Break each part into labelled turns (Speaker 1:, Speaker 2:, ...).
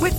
Speaker 1: With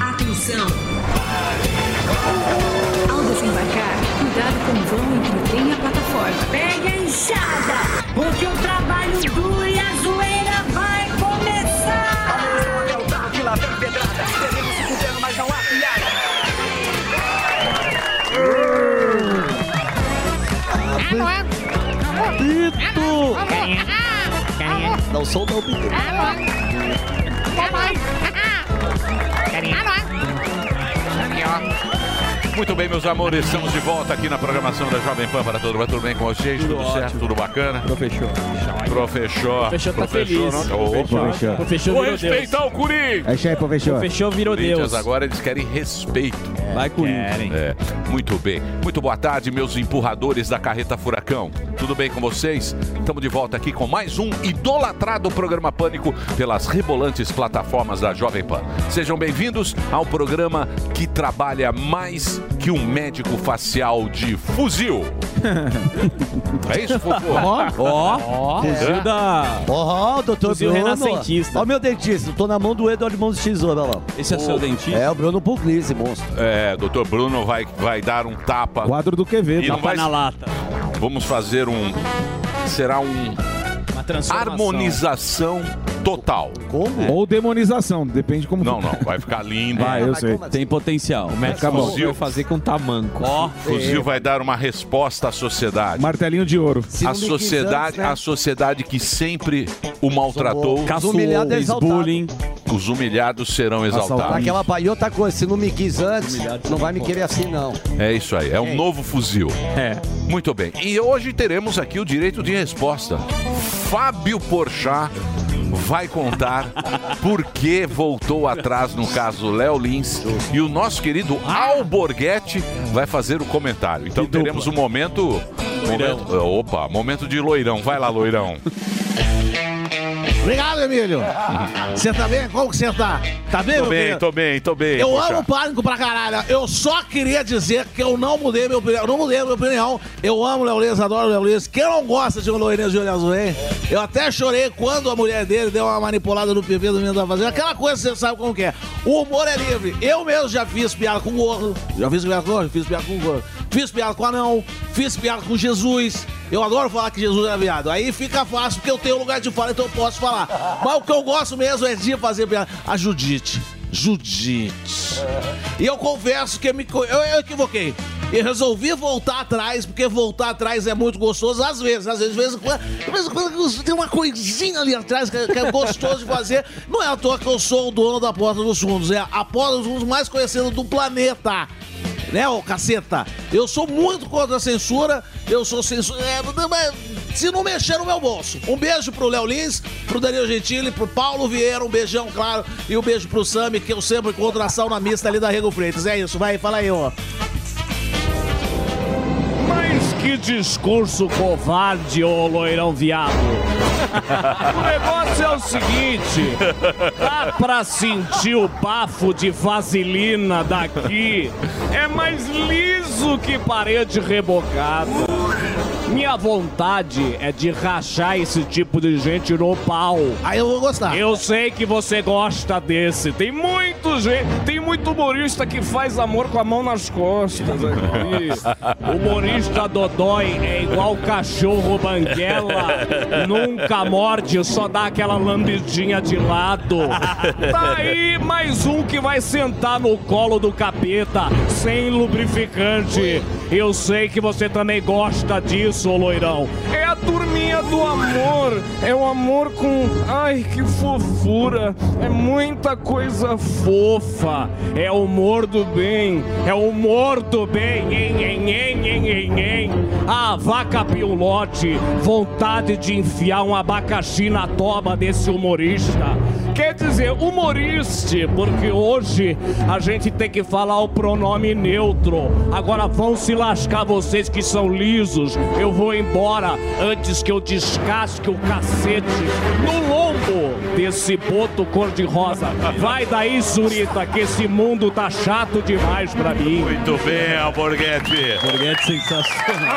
Speaker 2: Atenção! Ao desembarcar, cuidado com o vão entre o trem e a plataforma. Pegue a enxada, porque o trabalho duro e a zoeira vai começar!
Speaker 3: Não sou o nome dele.
Speaker 4: Muito bem, meus amores, estamos de volta aqui na programação da Jovem Pan para todo mundo. Tudo bem com vocês? Tudo, certo? Tudo bacana?
Speaker 5: Professor.
Speaker 4: Professor.
Speaker 5: Professor tá feliz.
Speaker 4: não- Opa.
Speaker 5: Professor. Professor
Speaker 4: Vou
Speaker 5: virou Deus.
Speaker 4: respeitar o Corinthians.
Speaker 6: É isso aí, professor.
Speaker 5: Professor virou
Speaker 4: Corinthians
Speaker 5: Deus.
Speaker 4: agora eles querem respeito.
Speaker 5: Vai Corinthians.
Speaker 4: É, muito bem. Muito boa tarde, meus empurradores da carreta Furacão. Tudo bem com vocês? Estamos de volta aqui com mais um idolatrado programa Pânico pelas rebolantes plataformas da Jovem Pan. Sejam bem-vindos ao programa que trabalha mais que um médico facial de fuzil. é isso, Fofo?
Speaker 5: Ó, fuzil da...
Speaker 6: Ó, doutor
Speaker 5: Fuzil
Speaker 6: Bruno.
Speaker 5: renascentista.
Speaker 6: Ó, meu dentista. Tô na mão do Eduardo Mãos de Tesoura, olha lá.
Speaker 5: Esse é seu dentista?
Speaker 6: É, o Bruno Puglisi, monstro.
Speaker 4: É, doutor Bruno vai, vai dar um tapa.
Speaker 6: Quadro do
Speaker 4: E
Speaker 6: Quevedo.
Speaker 4: não
Speaker 5: Tapa
Speaker 4: vai,
Speaker 5: na lata.
Speaker 4: vamos fazer um... Será um
Speaker 5: Uma transformação.
Speaker 4: harmonização total. É.
Speaker 6: Como?
Speaker 7: Ou demonização, depende como
Speaker 4: Não, não, vai ficar lindo.
Speaker 7: Ah, eu
Speaker 6: Mas
Speaker 7: sei.
Speaker 6: como assim?
Speaker 5: Tem potencial.
Speaker 7: Acabou.
Speaker 4: Fuzil.
Speaker 7: fazer com tamanco.
Speaker 5: Ó,
Speaker 4: Fuzil vai dar uma resposta à sociedade.
Speaker 7: Martelinho de ouro.
Speaker 6: Se não
Speaker 4: A
Speaker 6: me quis antes,
Speaker 4: sociedade,
Speaker 6: né?
Speaker 4: a sociedade que sempre o maltratou,
Speaker 6: Os
Speaker 5: caçou,
Speaker 6: humilhados
Speaker 5: fez
Speaker 6: exaltado.
Speaker 5: bullying.
Speaker 4: os humilhados serão
Speaker 6: Tá,
Speaker 4: exaltados.
Speaker 6: Aquela pa- e outra coisa, se não me quis antes, não vai me querer assim, não.
Speaker 4: É isso aí, é um novo fuzil.
Speaker 5: É.
Speaker 4: Muito bem. E hoje teremos aqui o direito de resposta. Fábio Porchat vai contar por que voltou atrás no caso Léo Lins e o nosso querido Alborguete vai fazer o comentário. Então teremos um momento, momento opa, momento de loirão. Vai lá, loirão.
Speaker 8: Obrigado, Emílio. Você tá bem? Como que você tá? Tá bem,
Speaker 4: Tô
Speaker 8: meu
Speaker 4: bem,
Speaker 8: querido?
Speaker 4: tô bem, tô bem.
Speaker 8: Eu
Speaker 4: Porchat.
Speaker 8: amo pânico pra caralho. Eu só queria dizer que eu não mudei minha opinião. Eu não mudei minha opinião. Eu amo o Léo Lins, adoro o Léo Lins. Quem não gosta de um loirinho de olho azul, hein? Eu até chorei quando a mulher dele deu uma manipulada no PV do menino da fazenda. Aquela coisa que você sabe como que é. O humor é livre. Eu mesmo já fiz piada com gordo. Já fiz piada com gordo, fiz piada com gordo. Fiz piada com anão, fiz piada com Jesus. Eu adoro falar que Jesus era viado. Aí fica fácil porque eu tenho lugar de fala, então eu posso falar. Mas o que eu gosto mesmo é de fazer piada. A Judite. Judite. E eu confesso que eu me, co- eu, eu equivoquei. Eu resolvi voltar atrás, porque voltar atrás é muito gostoso às vezes. Às vezes, de vez em quando, de vez em quando tem uma coisinha ali atrás que, que é gostoso de fazer. Não é à toa que eu sou o dono da Porta dos Fundos. É a Porta dos Fundos mais conhecida do planeta né, ô caceta? Eu sou muito contra a censura, eu sou censura. é, não, mas se não mexer no meu bolso. Um beijo pro Léo Lins, pro Daniel Gentili, pro Paulo Vieira, um beijão, claro, e um beijo pro Sami, que eu sempre encontro a sauna mista ali da Rego Freitas. É isso, vai, fala aí, ó.
Speaker 5: Mas que discurso covarde, ô loirão viado. o negócio é o seguinte: dá pra sentir o bafo de vaselina daqui. É mais liso que parede rebocada. Minha vontade é de rachar esse tipo de gente no pau.
Speaker 8: Aí eu vou gostar.
Speaker 5: Eu sei que você gosta desse. Tem muito gente, tem muito humorista que faz amor com a mão nas costas aqui. Humorista Dodói é igual cachorro banguela. Nunca morde, só dá aquela lambidinha de lado. Tá aí mais um que vai sentar no colo do capeta, sem lubrificante. Eu sei que você também gosta disso, ô loirão. É a turminha do amor. É o amor com. Ai, que fofura. É muita coisa fofa. É o humor do bem. É o humor do bem. Em, em, em, em, em, em. A vaca piolote. Vontade de enfiar um abacaxi na toba desse humorista. Quer dizer, humoriste, porque hoje a gente tem que falar o pronome neutro. Agora vão se lascar vocês que são lisos. Eu vou embora antes que eu descasque o cacete no lombo desse boto cor-de-rosa. Vai daí, Surita, que esse mundo tá chato demais pra mim.
Speaker 4: Muito bem, Alborguete.
Speaker 5: Alborguete sensacional.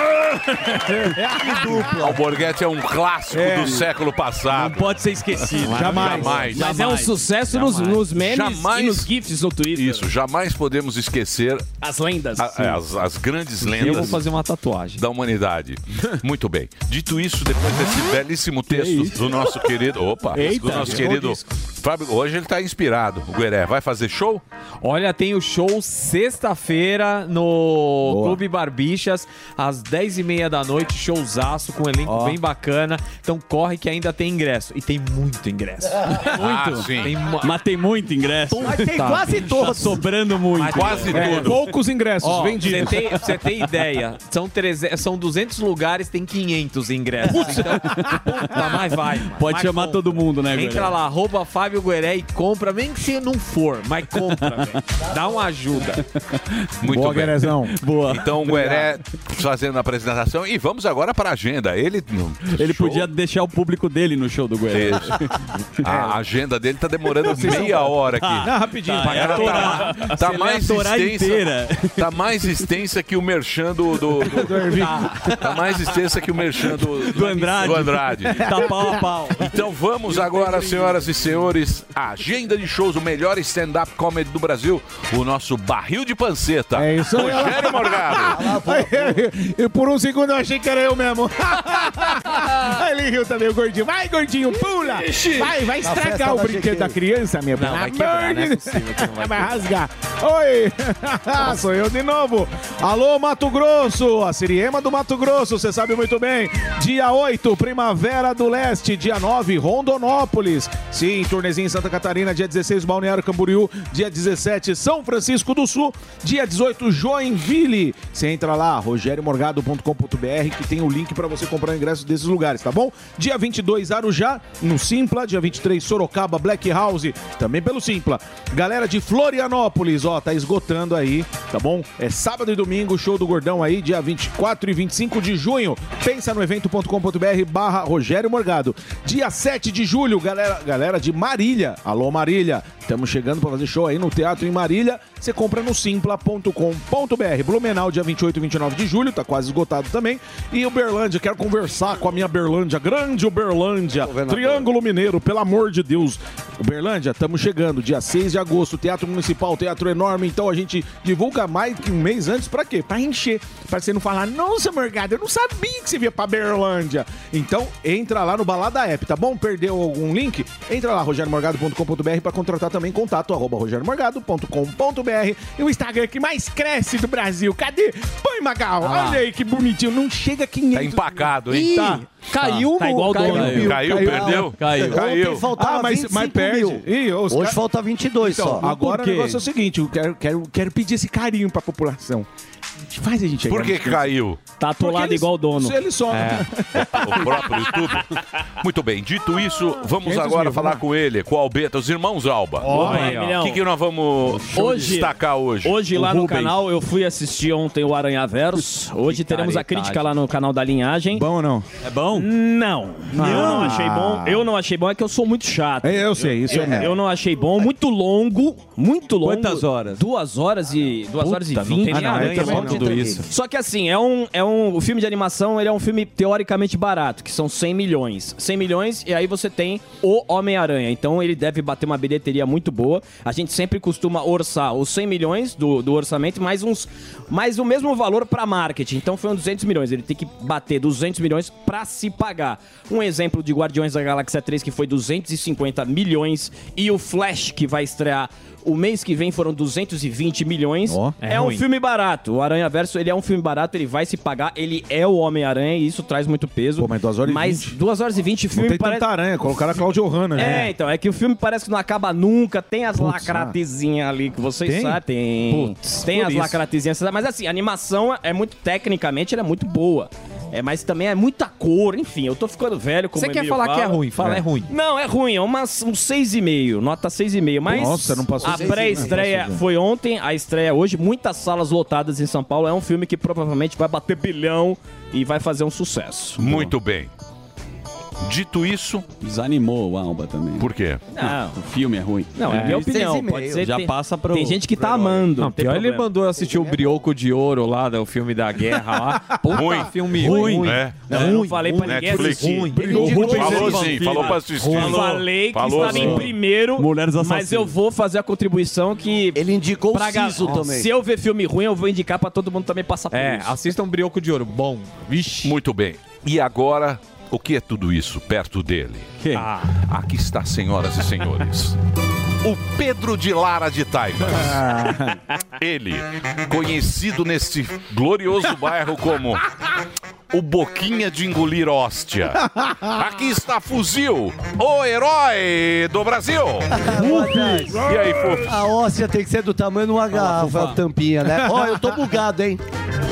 Speaker 4: É a dupla. Alborguete é um clássico do século passado. Não
Speaker 3: pode ser esquecido.
Speaker 4: Jamais. Jamais.
Speaker 3: Mas é um sucesso nos, nos memes e nos GIFs no Twitter.
Speaker 4: Isso, jamais podemos esquecer é,
Speaker 3: as lendas.
Speaker 4: as, as grandes lendas.
Speaker 7: Eu vou fazer uma tatuagem.
Speaker 4: da humanidade. Muito bem. Dito isso, depois desse belíssimo texto
Speaker 7: isso?
Speaker 4: do nosso querido. Opa,
Speaker 7: Eita,
Speaker 4: do nosso
Speaker 7: chegou
Speaker 4: querido.
Speaker 7: o disco.
Speaker 4: Fábio, hoje ele tá inspirado. O Gueré vai fazer show?
Speaker 3: Olha, tem o show sexta-feira no Clube Barbixas, às 10h30 da noite, showzaço com um elenco
Speaker 6: Ó.
Speaker 3: bem bacana. Então corre que ainda tem ingresso. E tem muito ingresso.
Speaker 4: Muito.
Speaker 3: Tem mu- Ah, mas tem muito ingresso.
Speaker 7: Mas tem quase
Speaker 3: todos. sobrando muito. É.
Speaker 7: Mas quase tudo. Poucos ingressos
Speaker 3: Ó,
Speaker 7: vendidos.
Speaker 3: Você tem, pra você ter ideia, são, 300, são 200 lugares, tem 500 ingressos. Então, puta, mas vai. mano.
Speaker 9: Pode
Speaker 3: Mas
Speaker 9: chamar todo mundo, né,
Speaker 3: Entra
Speaker 9: Gueré?
Speaker 3: lá, arroba Fábio Gueré e compra, nem que você não for, mas compra, velho. Dá uma ajuda.
Speaker 4: Muito
Speaker 3: Boa,
Speaker 4: bem.
Speaker 3: Guerezão.
Speaker 9: Boa.
Speaker 4: Então o Gueré fazendo a apresentação. E vamos agora para a agenda. Ele.
Speaker 9: Ele podia deixar o público dele no show do Gueré.
Speaker 4: Isso. A agenda dele tá demorando
Speaker 9: Vocês são-
Speaker 4: meia hora aqui.
Speaker 9: Ah, rapidinho.
Speaker 4: Pra
Speaker 9: É a
Speaker 4: cara
Speaker 9: Torá.
Speaker 4: tá,
Speaker 9: Você
Speaker 4: tá
Speaker 9: lê a
Speaker 4: mais
Speaker 9: Torá
Speaker 4: extensa.
Speaker 9: inteira.
Speaker 4: Tá mais extensa que o merchan do. do, do-
Speaker 9: Ervin.
Speaker 4: tá, tá mais extensa que o merchan do,
Speaker 9: Do Andrade.
Speaker 4: do Andrade.
Speaker 9: Tá pau a pau.
Speaker 4: Então vamos agora, senhoras e senhores, a agenda de shows, o melhor stand-up comedy do Brasil, o nosso barril de panceta. É
Speaker 7: isso aí.
Speaker 4: Rogério Morgado.
Speaker 7: E por um segundo eu achei que era eu mesmo. Aí Ele riu também, o gordinho. Vai, gordinho, pula! Vai, vai
Speaker 2: Na
Speaker 7: estragar
Speaker 2: festa
Speaker 7: o
Speaker 2: da
Speaker 7: brinquedo da
Speaker 2: GQ.
Speaker 7: criança, minha
Speaker 2: Não,
Speaker 7: pelo
Speaker 2: vai quebrar,
Speaker 7: amor
Speaker 2: não é
Speaker 7: de-
Speaker 2: possível que não vai
Speaker 7: Vai rasgar. Oi! Sou eu de novo. Alô, Mato Grosso! A Siriema do Mato Grosso, você sabe muito bem. Dia 8, Primavera do Leste. Dia 9, Rondonópolis. Sim, Turnezinho em Santa Catarina. Dia 16, Balneário Camboriú. Dia 17, São Francisco do Sul. Dia 18, Joinville. Você entra lá, rogeriomorgado.com.br, que tem o link para você comprar ingressos desses lugares, tá bom? Dia 22, Arujá, no Simpla. Dia 23, Sorocaba, Black House, também pelo Simpla. Galera de Florianópolis, ó, tá esgotando aí, tá bom? É sábado e domingo, show do Gordão aí, dia 24 e 25 de junho. Pensa no evento.com.br barra Rogério Morgado. Dia 7 de julho, galera, galera de Marília. Alô, Marília. Estamos chegando para fazer show aí no Teatro em Marília. Você compra no simpla.com.br. Blumenau, dia 28 e 29 de julho, tá quase esgotado também. E Uberlândia, quero conversar com a minha Berlândia, grande Uberlândia. Triângulo Mineiro, pelo amor de Deus. Uberlândia, estamos chegando, dia 6 de agosto, Teatro Municipal, Teatro Enorme. Então a gente divulga mais que um mês antes pra quê? Pra encher. Pra você não falar, nossa, Morgado, eu não sabia que você via pra Berlândia. Então entra lá no Balada App, tá bom? Perdeu algum link? Entra lá, rogeriomorgado.com.br pra contratar também contato, arroba rogeriomorgado.com.br. E o Instagram que mais cresce do Brasil, cadê? Põe, Magal,
Speaker 4: Ah lá.
Speaker 7: olha aí que bonitinho, não chega a 500
Speaker 4: Tá empacado, hein?
Speaker 7: Ih, Tá. caiu, Tá igual o caiu, dólar. caiu,
Speaker 4: Caiu,
Speaker 7: caiu.
Speaker 4: perdeu?
Speaker 7: Caiu.
Speaker 4: Caiu.
Speaker 7: Ontem faltava Ah, mas- mas 25 perde. mil. Ih, os
Speaker 6: Hoje
Speaker 7: ca-
Speaker 6: falta 22
Speaker 7: Então,
Speaker 6: só.
Speaker 7: agora o negócio é o seguinte, eu quero, quero, quero pedir esse carinho pra população. Faz a gente chegar
Speaker 4: Por que
Speaker 7: no-
Speaker 4: que caiu?
Speaker 7: Tá atolado Porque eles- igual o dono. É. se ele some.
Speaker 4: O próprio YouTube. Muito bem, dito isso, vamos
Speaker 7: 500
Speaker 4: agora
Speaker 7: mil,
Speaker 4: falar com ele, com o Albeta, os irmãos Alba.
Speaker 7: Ó,
Speaker 4: Vamos
Speaker 7: aí,
Speaker 4: lá.
Speaker 7: ó.
Speaker 4: O que, que nós vamos
Speaker 9: Hoje-
Speaker 4: destacar hoje?
Speaker 9: Hoje
Speaker 4: O
Speaker 9: lá no
Speaker 4: Rubens.
Speaker 9: canal eu fui assistir ontem o Aranhaverso. Hoje teremos a
Speaker 4: caretagem.
Speaker 9: crítica lá no canal da linhagem. Bom
Speaker 7: ou não?
Speaker 9: É bom? Não. Eu não achei bom. Eu não achei bom é que eu sou muito chato.
Speaker 7: eu sei, isso
Speaker 9: eu,
Speaker 7: é.
Speaker 9: Eu não achei bom, muito longo, muito longo.
Speaker 3: Quantas
Speaker 9: horas? Duas horas e duas
Speaker 3: Puta,
Speaker 9: horas e
Speaker 3: não
Speaker 9: vinte.
Speaker 3: tem nem Ah, não, aranha, eu também bom não. tudo isso.
Speaker 9: Só que assim, é um, é um. O filme de animação ele é um filme teoricamente barato, que são 100 milhões. 100 milhões, e aí você tem o Homem-Aranha. Então ele deve bater uma bilheteria muito boa. A gente sempre costuma orçar os 100 milhões do, do orçamento, mais uns. Mais o mesmo valor pra marketing. Então foi um 200 milhões. Ele tem que bater 200 milhões pra se pagar. Um exemplo de Guardiões da Galáxia 3, que foi 250 milhões, e o Flash, que vai estrear O mês que vem foram 220 milhões. é
Speaker 3: é
Speaker 9: um
Speaker 3: ruim.
Speaker 9: filme barato. O Aranha Verso, ele é um filme barato, ele vai se pagar. Ele é o Homem-Aranha e isso traz muito peso. mas 2 horas
Speaker 7: e
Speaker 9: mas
Speaker 7: 20.
Speaker 9: 2 horas e 20 o filme
Speaker 7: tem
Speaker 9: parece...
Speaker 7: tanta aranha, colocaram a Claudio Hanna.
Speaker 9: É,
Speaker 7: né?
Speaker 9: então, é que o filme parece que não acaba nunca, tem as
Speaker 7: Putz,
Speaker 9: lacratezinhas ali que vocês
Speaker 7: Tem?
Speaker 9: sabem. Tem,
Speaker 7: Putz,
Speaker 9: tem
Speaker 7: por
Speaker 9: as
Speaker 7: isso.
Speaker 9: lacratezinhas, mas assim, a animação é muito, tecnicamente, ela é muito boa. É, mas também é muita cor, enfim, eu tô ficando velho como
Speaker 3: Você
Speaker 9: o
Speaker 3: quer
Speaker 9: Emílio
Speaker 3: falar que é
Speaker 9: fala.
Speaker 3: ruim, fala, é ruim.
Speaker 9: Não, é ruim, é umas, um 6,5, nota 6,5, mas
Speaker 3: Nossa, não passou
Speaker 9: a
Speaker 3: seis e meio. né?
Speaker 9: pré-estreia
Speaker 3: Nossa, gente.
Speaker 9: foi ontem, a estreia é hoje, muitas salas lotadas em São Paulo, é um filme que provavelmente vai bater bilhão e vai fazer um sucesso.
Speaker 4: Muito bem. Dito isso.
Speaker 10: Desanimou o Alba também.
Speaker 4: Por quê?
Speaker 9: Não.
Speaker 10: O filme é ruim.
Speaker 9: Não, é minha opinião, pode ser.
Speaker 10: Já
Speaker 9: tem-
Speaker 10: passa pro.
Speaker 9: Tem gente que tá amando.
Speaker 3: Não,
Speaker 9: tem
Speaker 3: pior ele
Speaker 9: problema.
Speaker 3: mandou eu assistir o Brioco de Ouro lá, do filme da guerra lá. Puta
Speaker 4: Ruim.
Speaker 3: filme
Speaker 4: Ruim.
Speaker 3: ruim.
Speaker 4: É.
Speaker 3: Não, eu não falei pra ninguém
Speaker 4: Netflix.
Speaker 3: assistir.
Speaker 4: Ruim.
Speaker 3: Ele indicou esse
Speaker 4: Ruim. Falou
Speaker 3: filme.
Speaker 4: sim, falou pra assistir.
Speaker 9: Eu
Speaker 4: Falou.
Speaker 9: falei que
Speaker 4: Falou
Speaker 9: estava em
Speaker 4: sim.
Speaker 9: primeiro,
Speaker 4: Mulheres
Speaker 9: mas eu vou fazer a contribuição que... Ele indicou
Speaker 3: o Siso também.
Speaker 9: Se eu ver filme ruim, eu vou indicar pra todo mundo também passar por
Speaker 4: É,
Speaker 9: isso.
Speaker 3: Assista um Brioco de Ouro, bom.
Speaker 4: Muito bem. E agora, o que é tudo isso perto dele? Ah, aqui está, senhoras e senhores. O Pedro de Lara de Taibas. Ele, conhecido nesse glorioso bairro como o Boquinha de Engolir Hóstia. Aqui está Fuzil, o herói do Brasil. E aí, fofo?
Speaker 6: A óssea tem que ser do tamanho de uma garrafa, a tampinha, né? Ó, eu tô bugado, hein?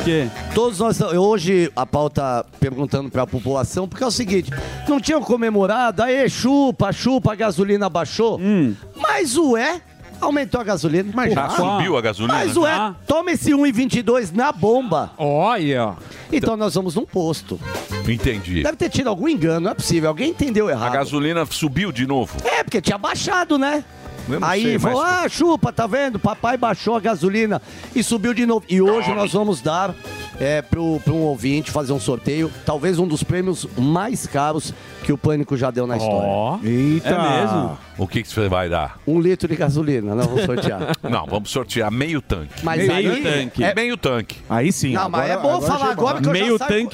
Speaker 10: quê?
Speaker 6: Todos nós. eu Hoje a pauta perguntando pra população, porque é o seguinte: não tinham comemorado, aí chupa, chupa, a gasolina baixou.
Speaker 4: Hum.
Speaker 6: Mas o é. Aumentou a gasolina, mas
Speaker 4: Já subiu a gasolina? né?
Speaker 6: Mas o é,
Speaker 4: Já?
Speaker 6: toma esse 1,22 na bomba.
Speaker 3: Olha.
Speaker 6: Então nós vamos num posto.
Speaker 4: Entendi.
Speaker 6: Deve ter tido algum engano, não é possível. Alguém entendeu
Speaker 4: A
Speaker 6: errado.
Speaker 4: gasolina subiu de novo.
Speaker 6: É, porque tinha baixado, né?
Speaker 4: Eu não sei,
Speaker 6: Aí falou,
Speaker 4: mas-
Speaker 6: ah, chupa, tá vendo? Papai baixou a gasolina e subiu de novo.
Speaker 10: Tá
Speaker 6: E hoje nós vamos dar é, para um ouvinte fazer um sorteio, talvez um dos prêmios mais caros que o Pânico já deu na história.
Speaker 7: Eita!
Speaker 10: É
Speaker 6: É
Speaker 4: O que que você vai dar?
Speaker 6: Um litro de gasolina, não vou sortear.
Speaker 4: Não, vamos sortear meio tanque.
Speaker 6: Mas Meio aí- tanque.
Speaker 4: É meio tanque.
Speaker 7: Aí sim.
Speaker 6: não, mas é bom falar agora que eu já saio-